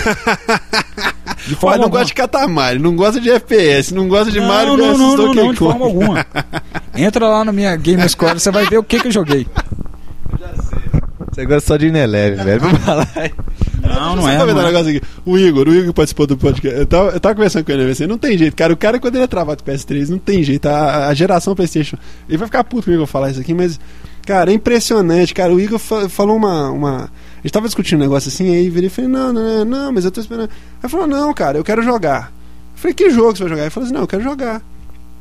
Speaker 4: De forma
Speaker 1: Olha, não
Speaker 4: alguma.
Speaker 1: gosta de Catamari, não gosta de FPS, não gosta de
Speaker 4: não,
Speaker 1: Mario
Speaker 4: não,
Speaker 1: versus
Speaker 4: não, não,
Speaker 1: Donkey
Speaker 4: não, de
Speaker 1: Kong.
Speaker 4: forma alguma. Entra lá na minha Game Score, você vai ver o que, que eu joguei.
Speaker 2: Você gosta só de Ineleve, velho. Vamos falar.
Speaker 4: Não, não
Speaker 1: Só
Speaker 4: é.
Speaker 1: pra
Speaker 2: tá
Speaker 1: comentar
Speaker 4: não é.
Speaker 1: um negócio aqui. O Igor, o Igor que participou do podcast. Eu tava, eu tava conversando com ele, né, assim, não tem jeito, cara. O cara, quando ele é travado com o PS3, não tem jeito. A, a geração PlayStation. Ele vai ficar puto comigo eu falar isso aqui, mas, cara, é impressionante, cara. O Igor fa- falou uma. uma... A gente tava discutindo um negócio assim, aí ele falou: não, não, não, não, mas eu tô esperando. Aí falou: não, cara, eu quero jogar. Eu falei: que jogo você vai jogar? Ele falou assim: não, eu quero jogar.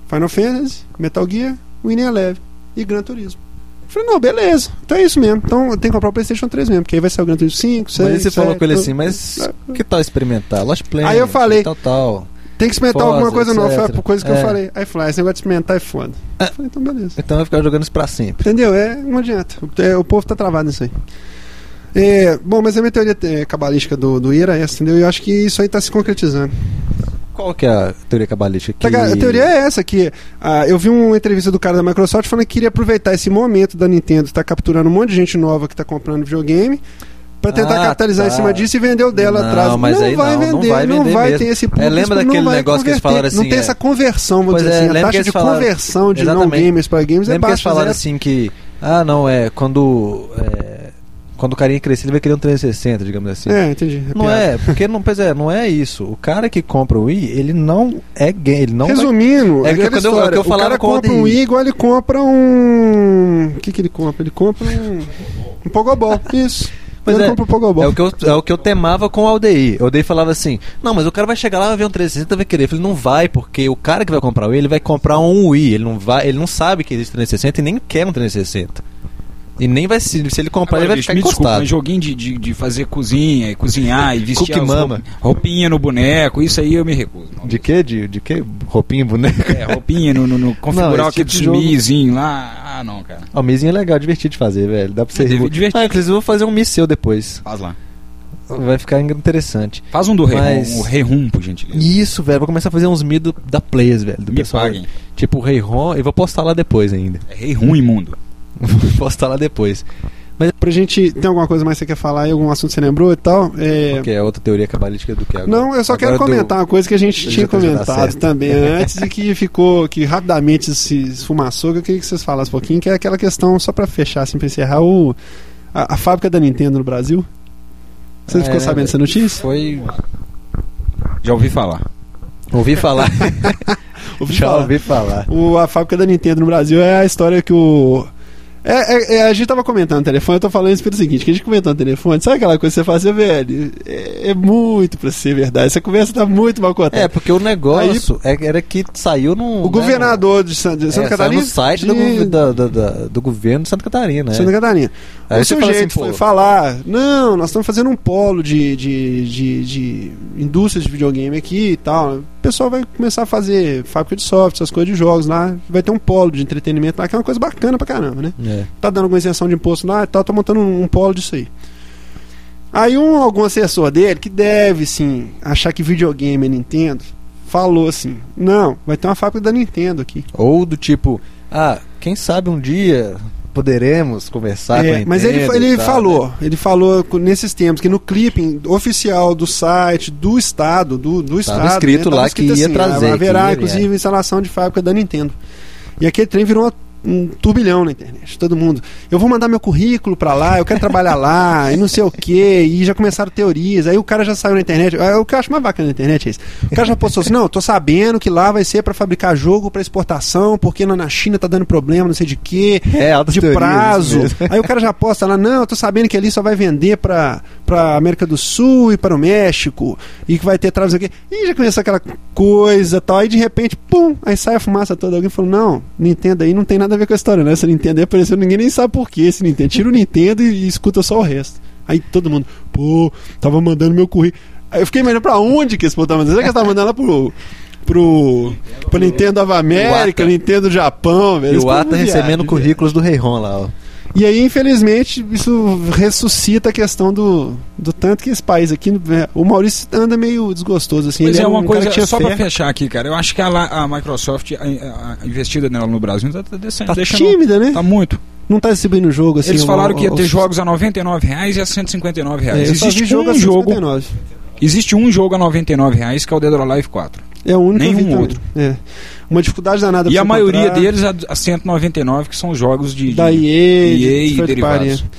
Speaker 1: Final Fantasy, Metal Gear, Winning Eleven e Gran Turismo. Eu falei, não, beleza. Então é isso mesmo. Então tem que comprar o PlayStation 3 mesmo, porque aí vai sair o Gran Turismo 5, 6,
Speaker 2: Mas aí você
Speaker 1: 7,
Speaker 2: falou com ele
Speaker 1: tudo. É,
Speaker 2: assim, mas que tal experimentar? Lost Planet,
Speaker 1: Aí eu falei-
Speaker 2: tal, tal.
Speaker 1: Tem que experimentar
Speaker 2: Forza,
Speaker 1: alguma coisa nova. Foi a
Speaker 2: etc.
Speaker 1: coisa que eu
Speaker 2: É.
Speaker 1: falei. Aí falou, ah, esse negócio de experimentar é foda. Eu falei, então beleza.
Speaker 2: Então vai ficar jogando isso pra sempre.
Speaker 1: Entendeu? É, não adianta. O- é, o povo tá travado nisso aí. É, bom, mas a minha teoria é, cabalística do, do Ira é essa, entendeu? E Eu acho que isso aí tá se concretizando.
Speaker 2: Qual que é a teoria cabalística? Que...
Speaker 1: Tá, cara, A teoria é essa, que ah, eu vi uma entrevista do cara da Microsoft falando que queria aproveitar esse momento da Nintendo, que tá capturando um monte de gente nova que tá comprando videogame, pra tentar
Speaker 2: Ah,
Speaker 1: capitalizar
Speaker 2: tá.
Speaker 1: em cima disso e vender o dela
Speaker 2: Não,
Speaker 1: atrás.
Speaker 2: mas aí não, não vai vender mesmo.
Speaker 1: ter esse
Speaker 2: É,
Speaker 1: público,
Speaker 2: lembra
Speaker 1: esse público
Speaker 2: daquele
Speaker 1: não vai
Speaker 2: negócio que
Speaker 1: converter,
Speaker 2: eles falaram
Speaker 1: Não
Speaker 2: assim,
Speaker 1: tem
Speaker 2: é.
Speaker 1: essa conversão, vou
Speaker 2: Pois
Speaker 1: dizer
Speaker 2: é,
Speaker 1: assim, a
Speaker 2: lembra que
Speaker 1: taxa
Speaker 2: eles
Speaker 1: de
Speaker 2: falaram-
Speaker 1: conversão de
Speaker 2: Exatamente.
Speaker 1: não-gamers pra games é
Speaker 2: Lembra que
Speaker 1: baixa,
Speaker 2: eles falaram
Speaker 1: zero.
Speaker 2: assim que. Ah, não, é. Quando. é, quando o carinha crescer, ele vai querer um 360, digamos assim.
Speaker 1: É, entendi.
Speaker 2: Não
Speaker 1: piada.
Speaker 2: é, porque não, pois é, não é isso. O cara que compra o Wii, ele não é gay, ele não vai-
Speaker 1: Resumindo,
Speaker 2: É
Speaker 1: é
Speaker 2: que
Speaker 1: aquela
Speaker 2: quando eu- é
Speaker 1: história.
Speaker 2: que eu
Speaker 1: o
Speaker 2: falava
Speaker 1: cara
Speaker 2: com o
Speaker 1: compra
Speaker 2: Aldeir.
Speaker 1: um Wii igual ele compra um. O que, que ele compra? Ele compra um. Um Pogobol. Isso.
Speaker 2: Pois
Speaker 1: ele
Speaker 2: é.
Speaker 1: compra um Pogobol.
Speaker 2: É o, que eu, é o que eu temava com o Aldeir. O Aldeir falava assim: Não, mas o cara vai chegar lá, vai ver um 360 vai querer. Eu falei: Não vai, porque o cara que vai comprar o Wii, ele vai comprar um Wii. Ele não, vai, ele não sabe que existe 360 e nem quer um 360. E nem vai se, se ele comprar,
Speaker 4: Agora,
Speaker 2: ele vai
Speaker 4: bicho,
Speaker 2: ficar
Speaker 4: me desculpa,
Speaker 2: encostado.
Speaker 4: mas joguinho de, de, de fazer cozinha e cozinhar e vestir as
Speaker 2: Cookmama.
Speaker 4: roup- roupinha no boneco, isso aí eu me recuso. não.
Speaker 2: de quê? De, de quê? Roupinha, boneca?
Speaker 4: É, roupinha no, no- no- configurar
Speaker 2: esse tipo
Speaker 4: aqueles
Speaker 2: de jogo-
Speaker 4: mizinho lá. Ah, não, cara.
Speaker 2: Ó, o mizinho é legal, divertido de fazer, velho. Dá pra você
Speaker 4: É,
Speaker 2: rir.
Speaker 4: divertido.
Speaker 2: Ah, inclusive eu vou fazer um mi seu depois.
Speaker 4: Faz lá.
Speaker 2: Vai ficar interessante.
Speaker 4: Faz um do rei
Speaker 2: Mas-
Speaker 4: rum, o rei rum, por gentileza.
Speaker 2: Isso, velho. Vou começar a fazer uns mi do- da Plays, velho. Do
Speaker 4: Me
Speaker 2: pessoal.
Speaker 4: paguem.
Speaker 2: Tipo o Rei Ron. E vou postar lá depois ainda.
Speaker 4: É rei rum imundo.
Speaker 2: vou postar lá depois.
Speaker 1: Pra gente. Tem alguma coisa mais que você quer falar aí? Algum assunto que você lembrou e tal? É,
Speaker 2: Que é outra teoria cabalística do que é agora.
Speaker 1: Não, eu só
Speaker 2: Agora
Speaker 1: quero
Speaker 2: do-
Speaker 1: comentar uma coisa que a gente
Speaker 2: Já
Speaker 1: tinha
Speaker 2: tá- já tá
Speaker 1: comentado
Speaker 2: certo.
Speaker 1: também antes e que ficou, que rapidamente se esfumaçou, que eu queria que vocês falassem um pouquinho, que é aquela questão, só pra fechar, assim, pra encerrar, o, a, a fábrica da Nintendo no Brasil. Você
Speaker 2: É,
Speaker 1: ficou
Speaker 2: né,
Speaker 1: sabendo dessa notícia?
Speaker 2: Foi.
Speaker 4: Já ouvi falar.
Speaker 2: Ouvi falar. Já
Speaker 1: falar.
Speaker 2: ouvi falar.
Speaker 1: O, a fábrica da Nintendo no Brasil é a história que o. É, é- é, a gente tava comentando no telefone, eu tô falando isso pelo seguinte, que a gente comentou no telefone, sabe aquela coisa que você faz, você, velho, é, é muito pra ser verdade, essa conversa tá muito mal contada.
Speaker 2: É, porque o negócio é- era que saiu num.
Speaker 1: o
Speaker 2: né,
Speaker 1: governador de, San, de
Speaker 2: num-
Speaker 1: Santa
Speaker 2: é, saiu
Speaker 1: Catarina...
Speaker 2: no site do,
Speaker 1: de-
Speaker 2: gov- da- da- da- do governo de Santa Catarina. né?
Speaker 1: Santa Catarina.
Speaker 2: Aí
Speaker 1: o
Speaker 2: você fala
Speaker 1: sujeito
Speaker 2: assim, pô-
Speaker 1: foi falar: não, nós estamos fazendo um polo de, de, de, de indústria de videogame aqui e tal. O pessoal vai começar a fazer fábrica de software, essas coisas de jogos lá. Vai ter um polo de entretenimento lá, que é uma coisa bacana pra caramba, né?
Speaker 2: É.
Speaker 1: Tá dando alguma isenção de imposto lá e tal, tá montando um, um polo disso aí. Aí um, algum assessor dele, que deve sim achar que videogame é Nintendo, falou assim: não, vai ter uma fábrica da Nintendo aqui.
Speaker 2: Ou do tipo, ah, quem sabe um dia poderemos conversar com a
Speaker 1: É, mas ele,
Speaker 2: Nintendo
Speaker 1: ele
Speaker 2: e tal, né?
Speaker 1: falou, ele falou co- nesses termos que no clipping oficial do site do estado, do, do estado, né,
Speaker 2: escrito lá que ia trazer, que
Speaker 1: assim, "Ah, haverá
Speaker 2: ia,
Speaker 1: inclusive instalação de fábrica da Nintendo. E aquele trem virou uma- um turbilhão na internet, todo mundo. Eu vou mandar meu currículo pra lá, eu quero trabalhar lá, e não sei o quê, e já começaram teorias. Aí o cara já saiu na internet. é, O que eu acho mais bacana na internet é isso. O cara já postou assim: não, eu tô sabendo que lá vai ser pra fabricar jogo pra exportação, porque na- na China tá dando problema, não sei de quê
Speaker 2: né? É, altas
Speaker 1: de
Speaker 2: teorias,
Speaker 1: prazo.
Speaker 2: isso mesmo.
Speaker 1: Aí o cara já posta lá, não, eu tô sabendo que ali só vai vender pra, pra América do Sul e para o México, e que vai ter travas aqui. E já começou aquela coisa e tal, aí de repente, pum, aí sai a fumaça toda. Alguém falou, não, Nintendo aí não tem nada a ver com a história, né? Essa Nintendo aí apareceu, ninguém nem sabe por que esse Nintendo. Tira o Nintendo e, e escuta só o resto. Aí todo mundo, pô, tava mandando meu currículo. Aí eu fiquei imaginando pra onde que esse povo tava mandando. Será que eles tava mandando lá pro... Pro, pro Nintendo of América,
Speaker 2: Iwata.
Speaker 1: Nintendo Japão, velho.
Speaker 2: E
Speaker 1: Esse
Speaker 2: o
Speaker 1: povo
Speaker 2: Ata
Speaker 1: viaja,
Speaker 2: recebendo
Speaker 1: viaja.
Speaker 2: currículos do Rei Ron lá, ó.
Speaker 1: E aí, infelizmente, isso ressuscita a questão do, do tanto que esse país aqui. é, O Maurício anda meio desgostoso, assim.
Speaker 4: Mas
Speaker 1: ele
Speaker 4: é
Speaker 1: era
Speaker 4: uma
Speaker 1: um cara
Speaker 4: coisa,
Speaker 1: que tinha
Speaker 4: só
Speaker 1: fé.
Speaker 4: pra fechar aqui, cara. Eu acho que a, la- a Microsoft, a, a- a investida nela no Brasil, tá, tá descendo.
Speaker 1: Tá
Speaker 4: deixando-
Speaker 1: tímida, né?
Speaker 4: Tá muito.
Speaker 1: Não tá distribuindo o jogo, assim.
Speaker 4: Eles
Speaker 1: o-
Speaker 4: falaram que ia
Speaker 1: o-
Speaker 4: ter
Speaker 1: os-
Speaker 4: jogos a R$ 99 reais e a R$ 159
Speaker 1: É, eu
Speaker 4: reais.
Speaker 1: só
Speaker 4: existe
Speaker 1: vi
Speaker 4: um
Speaker 1: jogo
Speaker 4: jogo,
Speaker 1: a 59.
Speaker 4: existe um jogo a R$ 99 reais que é o Dead or Alive 4.
Speaker 1: É o único que eu vi
Speaker 4: Nenhum
Speaker 1: também.
Speaker 4: outro.
Speaker 1: É. Uma dificuldade danada pra
Speaker 4: E a
Speaker 1: você
Speaker 4: maioria
Speaker 1: encontrar.
Speaker 4: deles é a, a 199 que são os jogos de, de
Speaker 1: da EA, de
Speaker 4: EA e
Speaker 1: third
Speaker 4: derivados.
Speaker 1: party.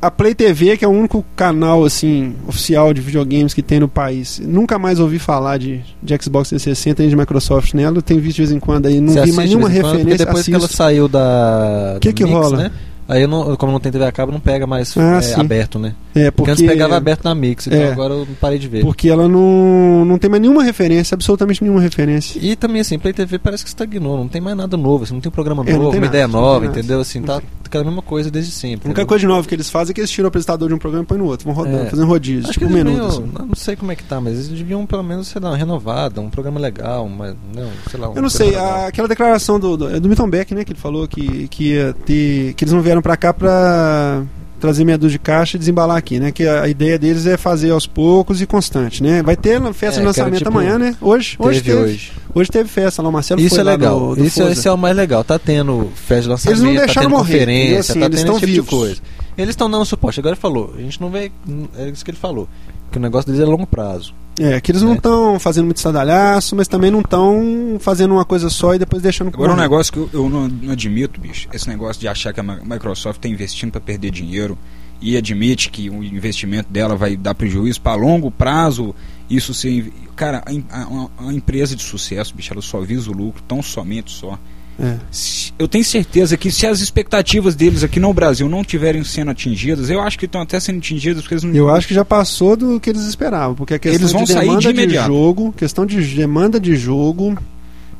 Speaker 1: A Play TV, que é o único canal assim oficial de videogames que tem no país, nunca mais ouvi falar de, de Xbox 360 nem de Microsoft nela. Eu tenho visto de vez em quando aí, não
Speaker 2: Você
Speaker 1: vi
Speaker 2: assiste
Speaker 1: mais nenhuma
Speaker 2: de vez em quando, porque
Speaker 1: referência. assim,
Speaker 2: Depois que ela
Speaker 1: assisto.
Speaker 2: saiu da.
Speaker 1: Que
Speaker 2: do
Speaker 1: que
Speaker 2: Mix,
Speaker 1: rola?
Speaker 2: né? Aí, eu não, como não tem TV a cabo, não pega mais
Speaker 1: Ah,
Speaker 2: é,
Speaker 1: sim.
Speaker 2: aberto, né?
Speaker 1: É,
Speaker 2: Porque
Speaker 1: porque,
Speaker 2: antes pegava aberto na Mix, então
Speaker 1: É.
Speaker 2: agora eu parei de ver.
Speaker 1: porque ela não, não tem mais nenhuma referência, absolutamente nenhuma referência.
Speaker 2: E também, assim, Play TV parece que estagnou, não tem mais nada novo, assim, não tem um programa
Speaker 1: É, não
Speaker 2: novo,
Speaker 1: tem
Speaker 2: uma
Speaker 1: nada,
Speaker 2: ideia
Speaker 1: não tem
Speaker 2: nova,
Speaker 1: nada.
Speaker 2: entendeu? Assim,
Speaker 1: Não
Speaker 2: tá aquela mesma coisa desde sempre.
Speaker 1: A única
Speaker 2: entendeu?
Speaker 1: coisa de novo que eles fazem é que eles tiram o apresentador de um programa e põe no outro, vão rodando,
Speaker 2: É.
Speaker 1: fazendo rodízio,
Speaker 2: Acho
Speaker 1: tipo
Speaker 2: que
Speaker 1: um
Speaker 2: eles
Speaker 1: menudo.
Speaker 2: meio-
Speaker 1: assim.
Speaker 2: não sei como é que tá, mas eles deviam pelo menos, sei lá, uma renovada, um programa legal, mas não, sei lá. um
Speaker 1: Eu não sei,
Speaker 2: programa legal.
Speaker 1: a- aquela declaração do, do, é do Milton Beck, né, que ele falou que, que ia ter, que eles não vieram pra cá pra trazer meia dúzia de caixa e desembalar aqui, né, que a, a ideia deles é fazer aos poucos e constante, né, vai ter la- festa
Speaker 2: É,
Speaker 1: de
Speaker 2: que era
Speaker 1: lançamento
Speaker 2: tipo-
Speaker 1: amanhã, né, hoje, hoje
Speaker 2: Teve
Speaker 1: teve, hoje.
Speaker 2: hoje.
Speaker 1: teve festa lá, o Marcelo
Speaker 2: Isso
Speaker 1: foi
Speaker 2: é
Speaker 1: lá
Speaker 2: legal.
Speaker 1: no- no
Speaker 2: isso é,
Speaker 1: Forza.
Speaker 2: esse é o mais legal. Tá tendo festa de lançamento,
Speaker 1: Eles não
Speaker 2: tá
Speaker 1: deixaram
Speaker 2: tendo
Speaker 1: morrer, entendeu?
Speaker 2: conferência,
Speaker 1: Assim,
Speaker 2: tá
Speaker 1: eles
Speaker 2: tendo
Speaker 1: estão
Speaker 2: esse tipo
Speaker 1: vivos.
Speaker 2: de coisa. Eles estão dando suporte. Agora ele falou, a gente não vê. É isso que ele falou. Que o negócio deles é longo prazo.
Speaker 1: É, que eles não
Speaker 2: né?
Speaker 1: estão fazendo muito estadalhaço, mas também não estão fazendo uma coisa só e depois deixando
Speaker 4: Agora, um
Speaker 1: correr.
Speaker 4: negócio que eu, eu não, não admito, bicho, esse negócio de achar que a Ma- Microsoft está investindo para perder dinheiro e admite que o investimento dela vai dar prejuízo para longo prazo, isso ser. inv- Cara, a, em- a- a- a empresa de sucesso, bicho, ela só visa o lucro, tão somente só.
Speaker 1: É.
Speaker 4: Se- Eu tenho certeza que se as expectativas deles aqui no Brasil não tiverem sendo atingidas, eu acho que estão até sendo atingidas porque eles não.
Speaker 1: Eu acho que já passou do que eles esperavam, porque a questão
Speaker 4: Eles vão
Speaker 1: de
Speaker 4: sair
Speaker 1: demanda
Speaker 4: de imediato.
Speaker 1: jogo, questão de demanda de jogo,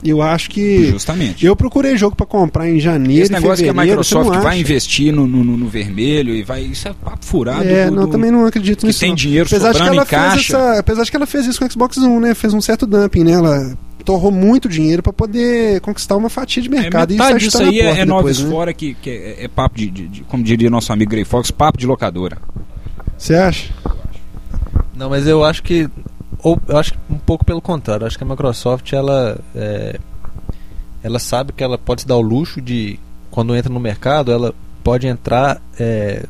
Speaker 1: eu acho que
Speaker 4: Justamente.
Speaker 1: eu procurei jogo pra comprar em janeiro,
Speaker 4: Esse negócio que a
Speaker 1: fevereiro, você
Speaker 4: Microsoft
Speaker 1: não
Speaker 4: vai
Speaker 1: acha.
Speaker 4: investir no, no- no- no vermelho e vai. Isso é papo furado.
Speaker 1: É,
Speaker 4: do-
Speaker 1: não,
Speaker 4: do-
Speaker 1: também não acredito
Speaker 4: que
Speaker 1: nisso.
Speaker 4: tem
Speaker 1: não.
Speaker 4: dinheiro
Speaker 1: apesar de que
Speaker 4: sobrando
Speaker 1: ela
Speaker 4: em caixa.
Speaker 1: Fez essa, apesar de que ela fez isso com o Xbox One, né? Fez um certo dumping, né? Ela torrou muito dinheiro pra poder conquistar uma fatia de mercado e
Speaker 4: É metade
Speaker 1: sair
Speaker 4: disso
Speaker 1: chutando
Speaker 4: aí
Speaker 1: a tá porta
Speaker 4: é, é
Speaker 1: depois,
Speaker 4: noves
Speaker 1: né?
Speaker 4: fora que, que é, é papo de, de- de- como diria nosso amigo Grey Fox, papo de locadora.
Speaker 1: Você acha?
Speaker 4: Então-
Speaker 2: Não, mas eu acho que. Ou, eu acho que um pouco pelo contrário. Eu acho que a Microsoft, ela. é, ela sabe que ela pode se dar o luxo de. Quando entra no mercado, ela pode entrar é,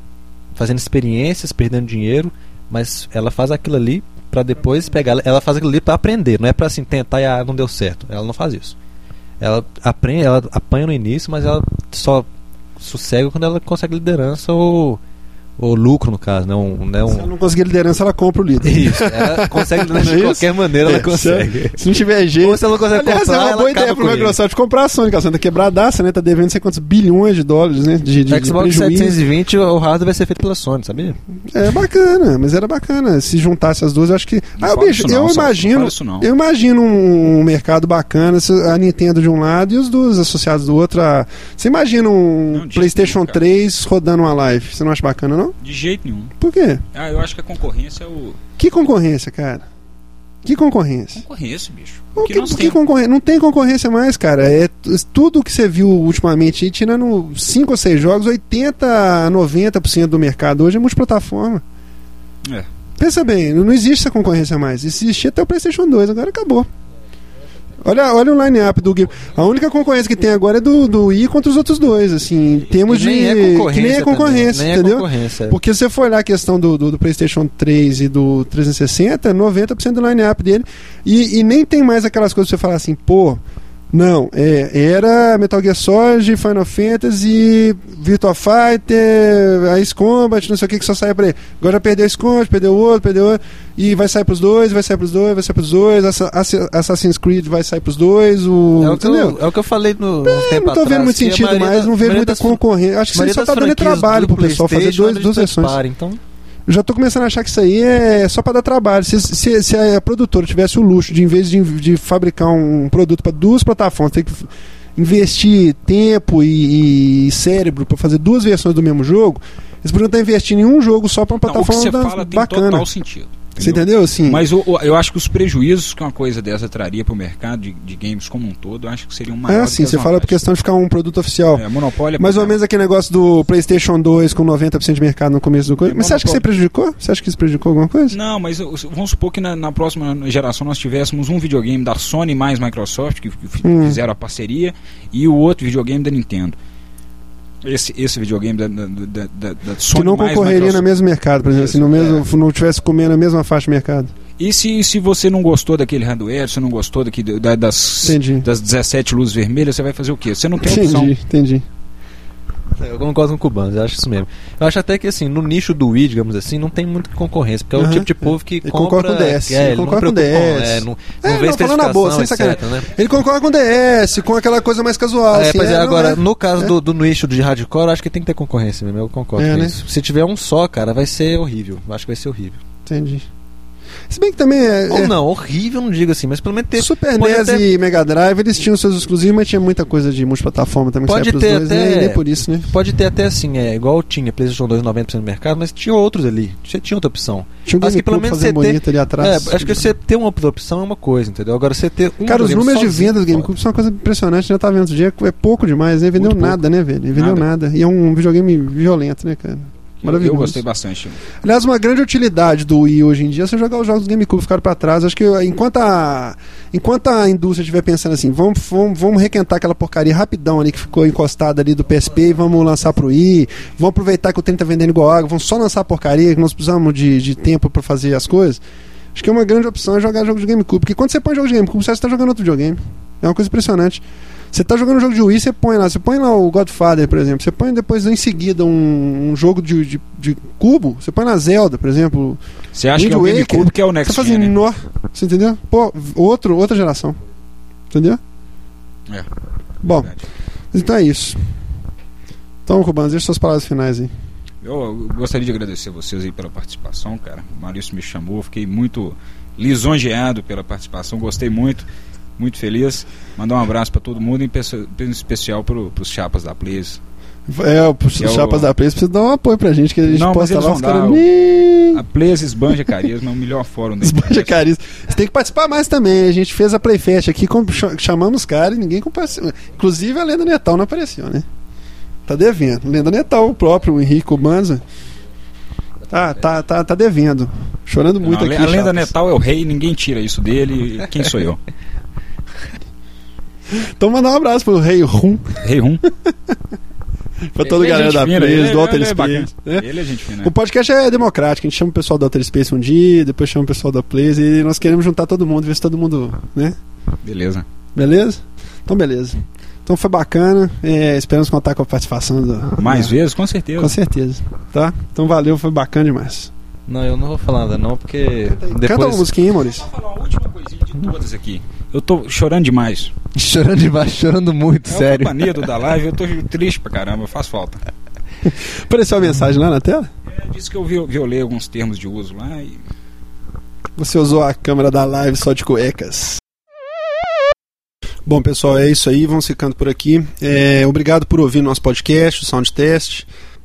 Speaker 2: fazendo experiências, perdendo dinheiro, mas ela faz aquilo ali pra depois pegar. Ela faz aquilo ali pra aprender, não é pra assim tentar e ah, não deu certo. Ela não faz isso. Ela aprende, ela apanha no início, mas ela só sossega quando ela consegue liderança ou, ou lucro, no caso, né? Um, né?
Speaker 1: Se
Speaker 2: um,
Speaker 1: ela não conseguir liderança, ela compra o líder.
Speaker 2: isso, ela consegue
Speaker 1: Não é
Speaker 2: de
Speaker 1: isso?
Speaker 2: qualquer maneira, ela
Speaker 1: É,
Speaker 2: consegue.
Speaker 1: Se não tiver jeito.
Speaker 2: Ou se ela não consegue
Speaker 1: Aliás,
Speaker 2: comprar,
Speaker 1: é uma
Speaker 2: ela
Speaker 1: boa
Speaker 2: acaba
Speaker 1: ideia pro
Speaker 2: com ele.
Speaker 1: Microsoft comprar a Sony, que a Sony tá quebradaça, né? Tá devendo não sei quantos bilhões de dólares, né? De, de, de
Speaker 2: Xbox
Speaker 1: prejuízo.
Speaker 2: 720, o hardware vai ser feito pela Sony, sabia?
Speaker 1: É bacana, mas era bacana. Se juntasse as duas, eu acho que.
Speaker 4: Não
Speaker 1: Ah,
Speaker 4: fala
Speaker 1: bicho,
Speaker 4: isso não,
Speaker 1: eu
Speaker 4: Saulo, não
Speaker 1: imagino.
Speaker 4: fala isso não.
Speaker 1: Eu imagino um mercado bacana, se a Nintendo de um lado e os dois associados do outro. a- Você imagina um
Speaker 4: Não, de jeito
Speaker 1: PlayStation
Speaker 4: nenhum, cara.
Speaker 1: 3 rodando uma live? Você não acha bacana, não?
Speaker 4: De jeito nenhum.
Speaker 1: Por quê?
Speaker 4: Ah, eu acho que a concorrência é o.
Speaker 1: Que concorrência, cara? Que concorrência?
Speaker 4: Concorrência, bicho.
Speaker 1: Não,
Speaker 4: O
Speaker 1: que-
Speaker 4: que nós
Speaker 1: que
Speaker 4: temos?
Speaker 1: concorrência? Não tem concorrência mais, cara. É t- tudo que você viu ultimamente, aí, tirando 5 ou 6 jogos, 80 a 90% do mercado hoje é multiplataforma.
Speaker 4: É.
Speaker 1: Pensa bem, não existe essa concorrência mais. Existia até o PlayStation 2, agora acabou. Olha, olha o line-up do game. A única concorrência que tem agora é do, do Wii contra os outros dois, assim, em termos
Speaker 2: E
Speaker 1: de. que nem é concorrência,
Speaker 2: também, nem é
Speaker 1: entendeu?
Speaker 2: concorrência.
Speaker 1: Porque se você for olhar a questão do, do, do PlayStation 3 e do 360, 90% do line-up dele. E, e nem tem mais aquelas coisas que você falar assim, pô. Não, é, era Metal Gear Solid, Final Fantasy, Virtua Fighter, Ice Combat, não sei o que que só saia pra ele. Agora já perdeu Ice Combat, perdeu o outro, perdeu o outro. E vai sair pros dois, vai sair pros dois, vai sair pros dois. Assa- Assa- Assassin's Creed vai sair pros dois. O,
Speaker 2: É o, que
Speaker 1: entendeu?
Speaker 2: eu, é o que eu falei no uns
Speaker 1: Eu
Speaker 2: tempo
Speaker 1: não tô vendo
Speaker 2: atrás,
Speaker 1: muito
Speaker 2: que a
Speaker 1: sentido
Speaker 2: maioria
Speaker 1: mais,
Speaker 2: da-
Speaker 1: não vejo
Speaker 2: maioria
Speaker 1: muita
Speaker 2: das-
Speaker 1: concorrência. Acho que você
Speaker 2: maioria
Speaker 1: só
Speaker 2: das
Speaker 1: tá dando
Speaker 2: franquias
Speaker 1: trabalho
Speaker 2: do
Speaker 1: pro pessoal fazer
Speaker 2: PlayStation,
Speaker 1: dois,
Speaker 2: eles
Speaker 1: duas versões.
Speaker 2: preparam, então,
Speaker 1: já tô começando a achar que isso aí é só para dar trabalho. Se, se, se a produtora tivesse o luxo de, em vez de, de fabricar um produto para duas plataformas, ter que f- investir tempo e, e cérebro para fazer duas versões do mesmo jogo, eles poderiam estar investindo em um jogo só para uma
Speaker 4: Não, o que
Speaker 1: plataforma
Speaker 4: você
Speaker 1: da-
Speaker 4: fala tem
Speaker 1: tá bacana.
Speaker 4: total sentido.
Speaker 1: Você entendeu? Assim,
Speaker 4: Mas o- o- eu acho que os prejuízos que uma coisa dessa traria para o mercado de, de games como um todo, eu acho que seriam maiores.
Speaker 1: é
Speaker 4: que
Speaker 1: assim,
Speaker 4: as
Speaker 1: você fala por
Speaker 4: vantagens.
Speaker 1: questão de ficar um produto oficial.
Speaker 4: É, monopólio é
Speaker 1: Mais ou
Speaker 4: problema.
Speaker 1: menos aquele negócio do PlayStation 2 com 90% de mercado no começo do coisa.
Speaker 4: É
Speaker 1: Mas você acha que você prejudicou? Você acha que isso prejudicou alguma coisa?
Speaker 4: Não, mas eu- vamos supor que na, na próxima geração nós tivéssemos um videogame da Sony mais Microsoft, que, que fi-
Speaker 1: Hum.
Speaker 4: fizeram a parceria, e o outro videogame da Nintendo. Esse, esse videogame da, da, da- da- da Sony
Speaker 1: que não
Speaker 4: mais
Speaker 1: concorreria no
Speaker 4: Microsoft.
Speaker 1: mesmo mercado, por exemplo,
Speaker 4: Isso,
Speaker 1: se no
Speaker 2: é.
Speaker 1: mesmo, não tivesse comendo a mesma faixa de mercado.
Speaker 4: E se, se você não gostou daquele hardware, você não gostou daqui, da- das,
Speaker 1: Entendi.
Speaker 4: das 17 luzes vermelhas, você vai fazer o quê? Você não tem opção.
Speaker 1: Entendi, entendi.
Speaker 2: é, Eu concordo com o Cubanos, eu acho isso mesmo. Eu acho até que assim, no nicho do Wii, digamos assim, não tem muita concorrência, porque é o
Speaker 1: Aham,
Speaker 2: tipo de
Speaker 1: é.
Speaker 2: povo que
Speaker 1: Ele
Speaker 2: compra.
Speaker 1: concorda com o DS,
Speaker 2: é,
Speaker 1: ele
Speaker 2: ele não
Speaker 1: concorda com o
Speaker 2: preocupa,
Speaker 1: DS.
Speaker 2: É, não,
Speaker 1: É,
Speaker 2: não vê
Speaker 1: não, falando na boa, sem
Speaker 2: especificação, etc, né?
Speaker 1: Ele concorda com o DS, com aquela coisa mais casual.
Speaker 2: É,
Speaker 1: assim,
Speaker 2: pois é,
Speaker 1: não
Speaker 2: agora,
Speaker 1: é-
Speaker 2: no caso
Speaker 1: é.
Speaker 2: do, do nicho de hardcore, eu acho que tem que ter concorrência mesmo, eu concordo
Speaker 1: É,
Speaker 2: com
Speaker 1: né?
Speaker 2: isso. Se tiver um só, cara, vai ser horrível. Eu Acho que vai ser horrível.
Speaker 1: Entendi. Se bem que também é.
Speaker 2: Ou
Speaker 1: é-
Speaker 2: não, horrível não digo assim, mas pelo menos ter.
Speaker 1: Super
Speaker 2: pode
Speaker 1: NES
Speaker 2: até-
Speaker 1: e Mega Drive, eles tinham seus exclusivos, mas tinha muita coisa de multiplataforma também que
Speaker 2: Pode
Speaker 1: saía pros
Speaker 2: ter
Speaker 1: dois,
Speaker 2: até-
Speaker 1: né? E nem por isso, né?
Speaker 2: Pode ter até assim, é igual tinha PlayStation 2 90% do mercado, mas tinha outros ali. Você tinha outra opção.
Speaker 1: Tinha um
Speaker 2: Acho que pelo
Speaker 1: GameCube
Speaker 2: menos
Speaker 1: fazendo
Speaker 2: você ter-
Speaker 1: bonito ali atrás.
Speaker 2: É, acho que você ter uma outra opção é uma coisa, entendeu? Agora você ter um
Speaker 1: Cara, os
Speaker 2: videogame
Speaker 1: números de
Speaker 2: sozinho,
Speaker 1: vendas do
Speaker 2: foda.
Speaker 1: GameCube são uma coisa impressionante, né? Tá vendo outro dia, é pouco demais, né? Vendeu
Speaker 4: Muito pouco.
Speaker 1: nada, né, velho? Ele Vendeu nada. E é um videogame violento, né, cara?
Speaker 4: Eu
Speaker 1: Maravilhoso.
Speaker 4: gostei bastante.
Speaker 1: Aliás, uma grande utilidade do Wii hoje em dia é você jogar os jogos do GameCube ficaram pra trás. Acho que enquanto a, enquanto a indústria estiver pensando assim, vamos, vamos, vamos requentar aquela porcaria rapidão ali que ficou encostada ali do PSP e vamos lançar pro Wii, vamos aproveitar que o 30 tá vendendo igual água, vamos só lançar a porcaria que nós precisamos de, de tempo pra fazer as coisas. Acho que é uma grande opção é jogar jogos de GameCube, porque quando você põe jogos de GameCube, você está jogando outro videogame. É uma coisa impressionante. Você tá jogando um jogo de Wii, você põe lá, você põe lá o Godfather, por exemplo, você põe depois em seguida um, um jogo de, de, de cubo, você põe na Zelda, por exemplo.
Speaker 4: Você acha que é o
Speaker 1: Wind Waker.
Speaker 4: GameCube que é o
Speaker 1: Você
Speaker 4: Next
Speaker 1: faz
Speaker 4: Gen,
Speaker 1: um
Speaker 4: né?
Speaker 1: nó, você entendeu? Pô, outro, outra geração. Entendeu?
Speaker 4: É.
Speaker 1: Bom,
Speaker 4: Verdade.
Speaker 1: então é isso. Então, Cubanos, deixa suas palavras finais aí.
Speaker 4: Eu gostaria de agradecer vocês aí pela participação, cara. O Maurício me chamou, eu fiquei muito lisonjeado pela participação, gostei muito, muito feliz. Mandar um abraço pra todo mundo, em, pesso- em especial pro, pros chapas da Plays.
Speaker 1: É, os
Speaker 4: Que é o-
Speaker 1: chapas da Presa precisam dar um apoio pra gente, que a gente
Speaker 4: Não, mas
Speaker 1: posta
Speaker 4: eles
Speaker 1: lá
Speaker 4: vão
Speaker 1: os
Speaker 4: dar
Speaker 1: caras.
Speaker 4: o-
Speaker 1: "Ih".
Speaker 4: A Plays Esbanja Carisma é o melhor fórum da
Speaker 1: Esbanja
Speaker 4: internet.
Speaker 1: Carisma. Você tem que participar mais também. A gente fez a Playfest aqui, com- ch- chamamos os caras e ninguém compareceu. Inclusive a Lenda Netal não apareceu, né? Tá devendo. Lenda Netal, o próprio o Henrique Banza. Tá, tá, tá, tá devendo. Chorando
Speaker 4: Não,
Speaker 1: muito
Speaker 4: a, le-
Speaker 1: aqui.
Speaker 4: a lenda
Speaker 1: Chapas.
Speaker 4: Netal é o rei, ninguém tira isso dele. e Quem sou eu?
Speaker 1: Então mandar um abraço pro Rei Rum,
Speaker 4: Rei Rum.
Speaker 1: pra toda a
Speaker 4: Ele é
Speaker 1: galera
Speaker 4: gente
Speaker 1: da
Speaker 4: fina, ele
Speaker 1: Players,
Speaker 4: é-
Speaker 1: do Outer
Speaker 4: ele é
Speaker 1: Space. né?
Speaker 4: Ele é gente fina.
Speaker 1: O podcast é democrático, a gente chama o pessoal do Outer Space um dia, depois chama o pessoal da Players e nós queremos juntar todo mundo, ver se todo mundo, né?
Speaker 4: Beleza.
Speaker 1: Beleza? Então, beleza. Então foi bacana. É, esperamos contar com a participação do.
Speaker 4: Mais
Speaker 1: da-
Speaker 4: vezes, com certeza.
Speaker 1: Com certeza. Tá? Então valeu, foi bacana demais.
Speaker 2: Não, eu não vou falar nada não, porque
Speaker 1: Canta uma
Speaker 2: depois
Speaker 1: musiquinha, Maurício.
Speaker 4: Só falar uma última coisinha de todas aqui. Eu tô chorando demais.
Speaker 2: chorando demais, chorando muito,
Speaker 4: É o
Speaker 2: sério.
Speaker 4: banido da live, eu tô triste pra caramba, faz falta.
Speaker 1: Apareceu a mensagem lá na tela?
Speaker 4: É, disse que eu vi- violei alguns termos de uso lá e.
Speaker 1: Você usou a câmera da live só de cuecas. Bom, pessoal, é isso aí. Vamos ficando por aqui. É, obrigado por ouvir nosso podcast, o Soundtest.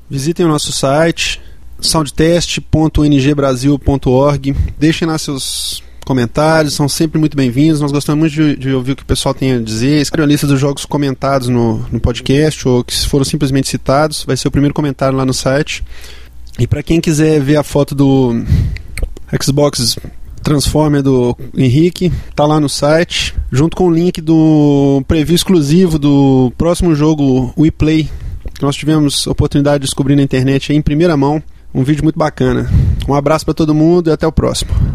Speaker 1: Visitem o nosso site, soundtest.ngbrasil.org. Deixem lá seus comentários, são sempre muito bem-vindos. Nós gostamos muito de, de ouvir o que o pessoal tem a dizer. Escrevam a lista dos jogos comentados no, no podcast ou que foram simplesmente citados. Vai ser o primeiro comentário lá no site. E para quem quiser ver a foto do Xbox Transformer do Henrique, tá lá no site, junto com o link do preview exclusivo do próximo jogo We Play, que nós tivemos a oportunidade de descobrir na internet aí em primeira mão, um vídeo muito bacana. Um abraço para todo mundo e até o próximo.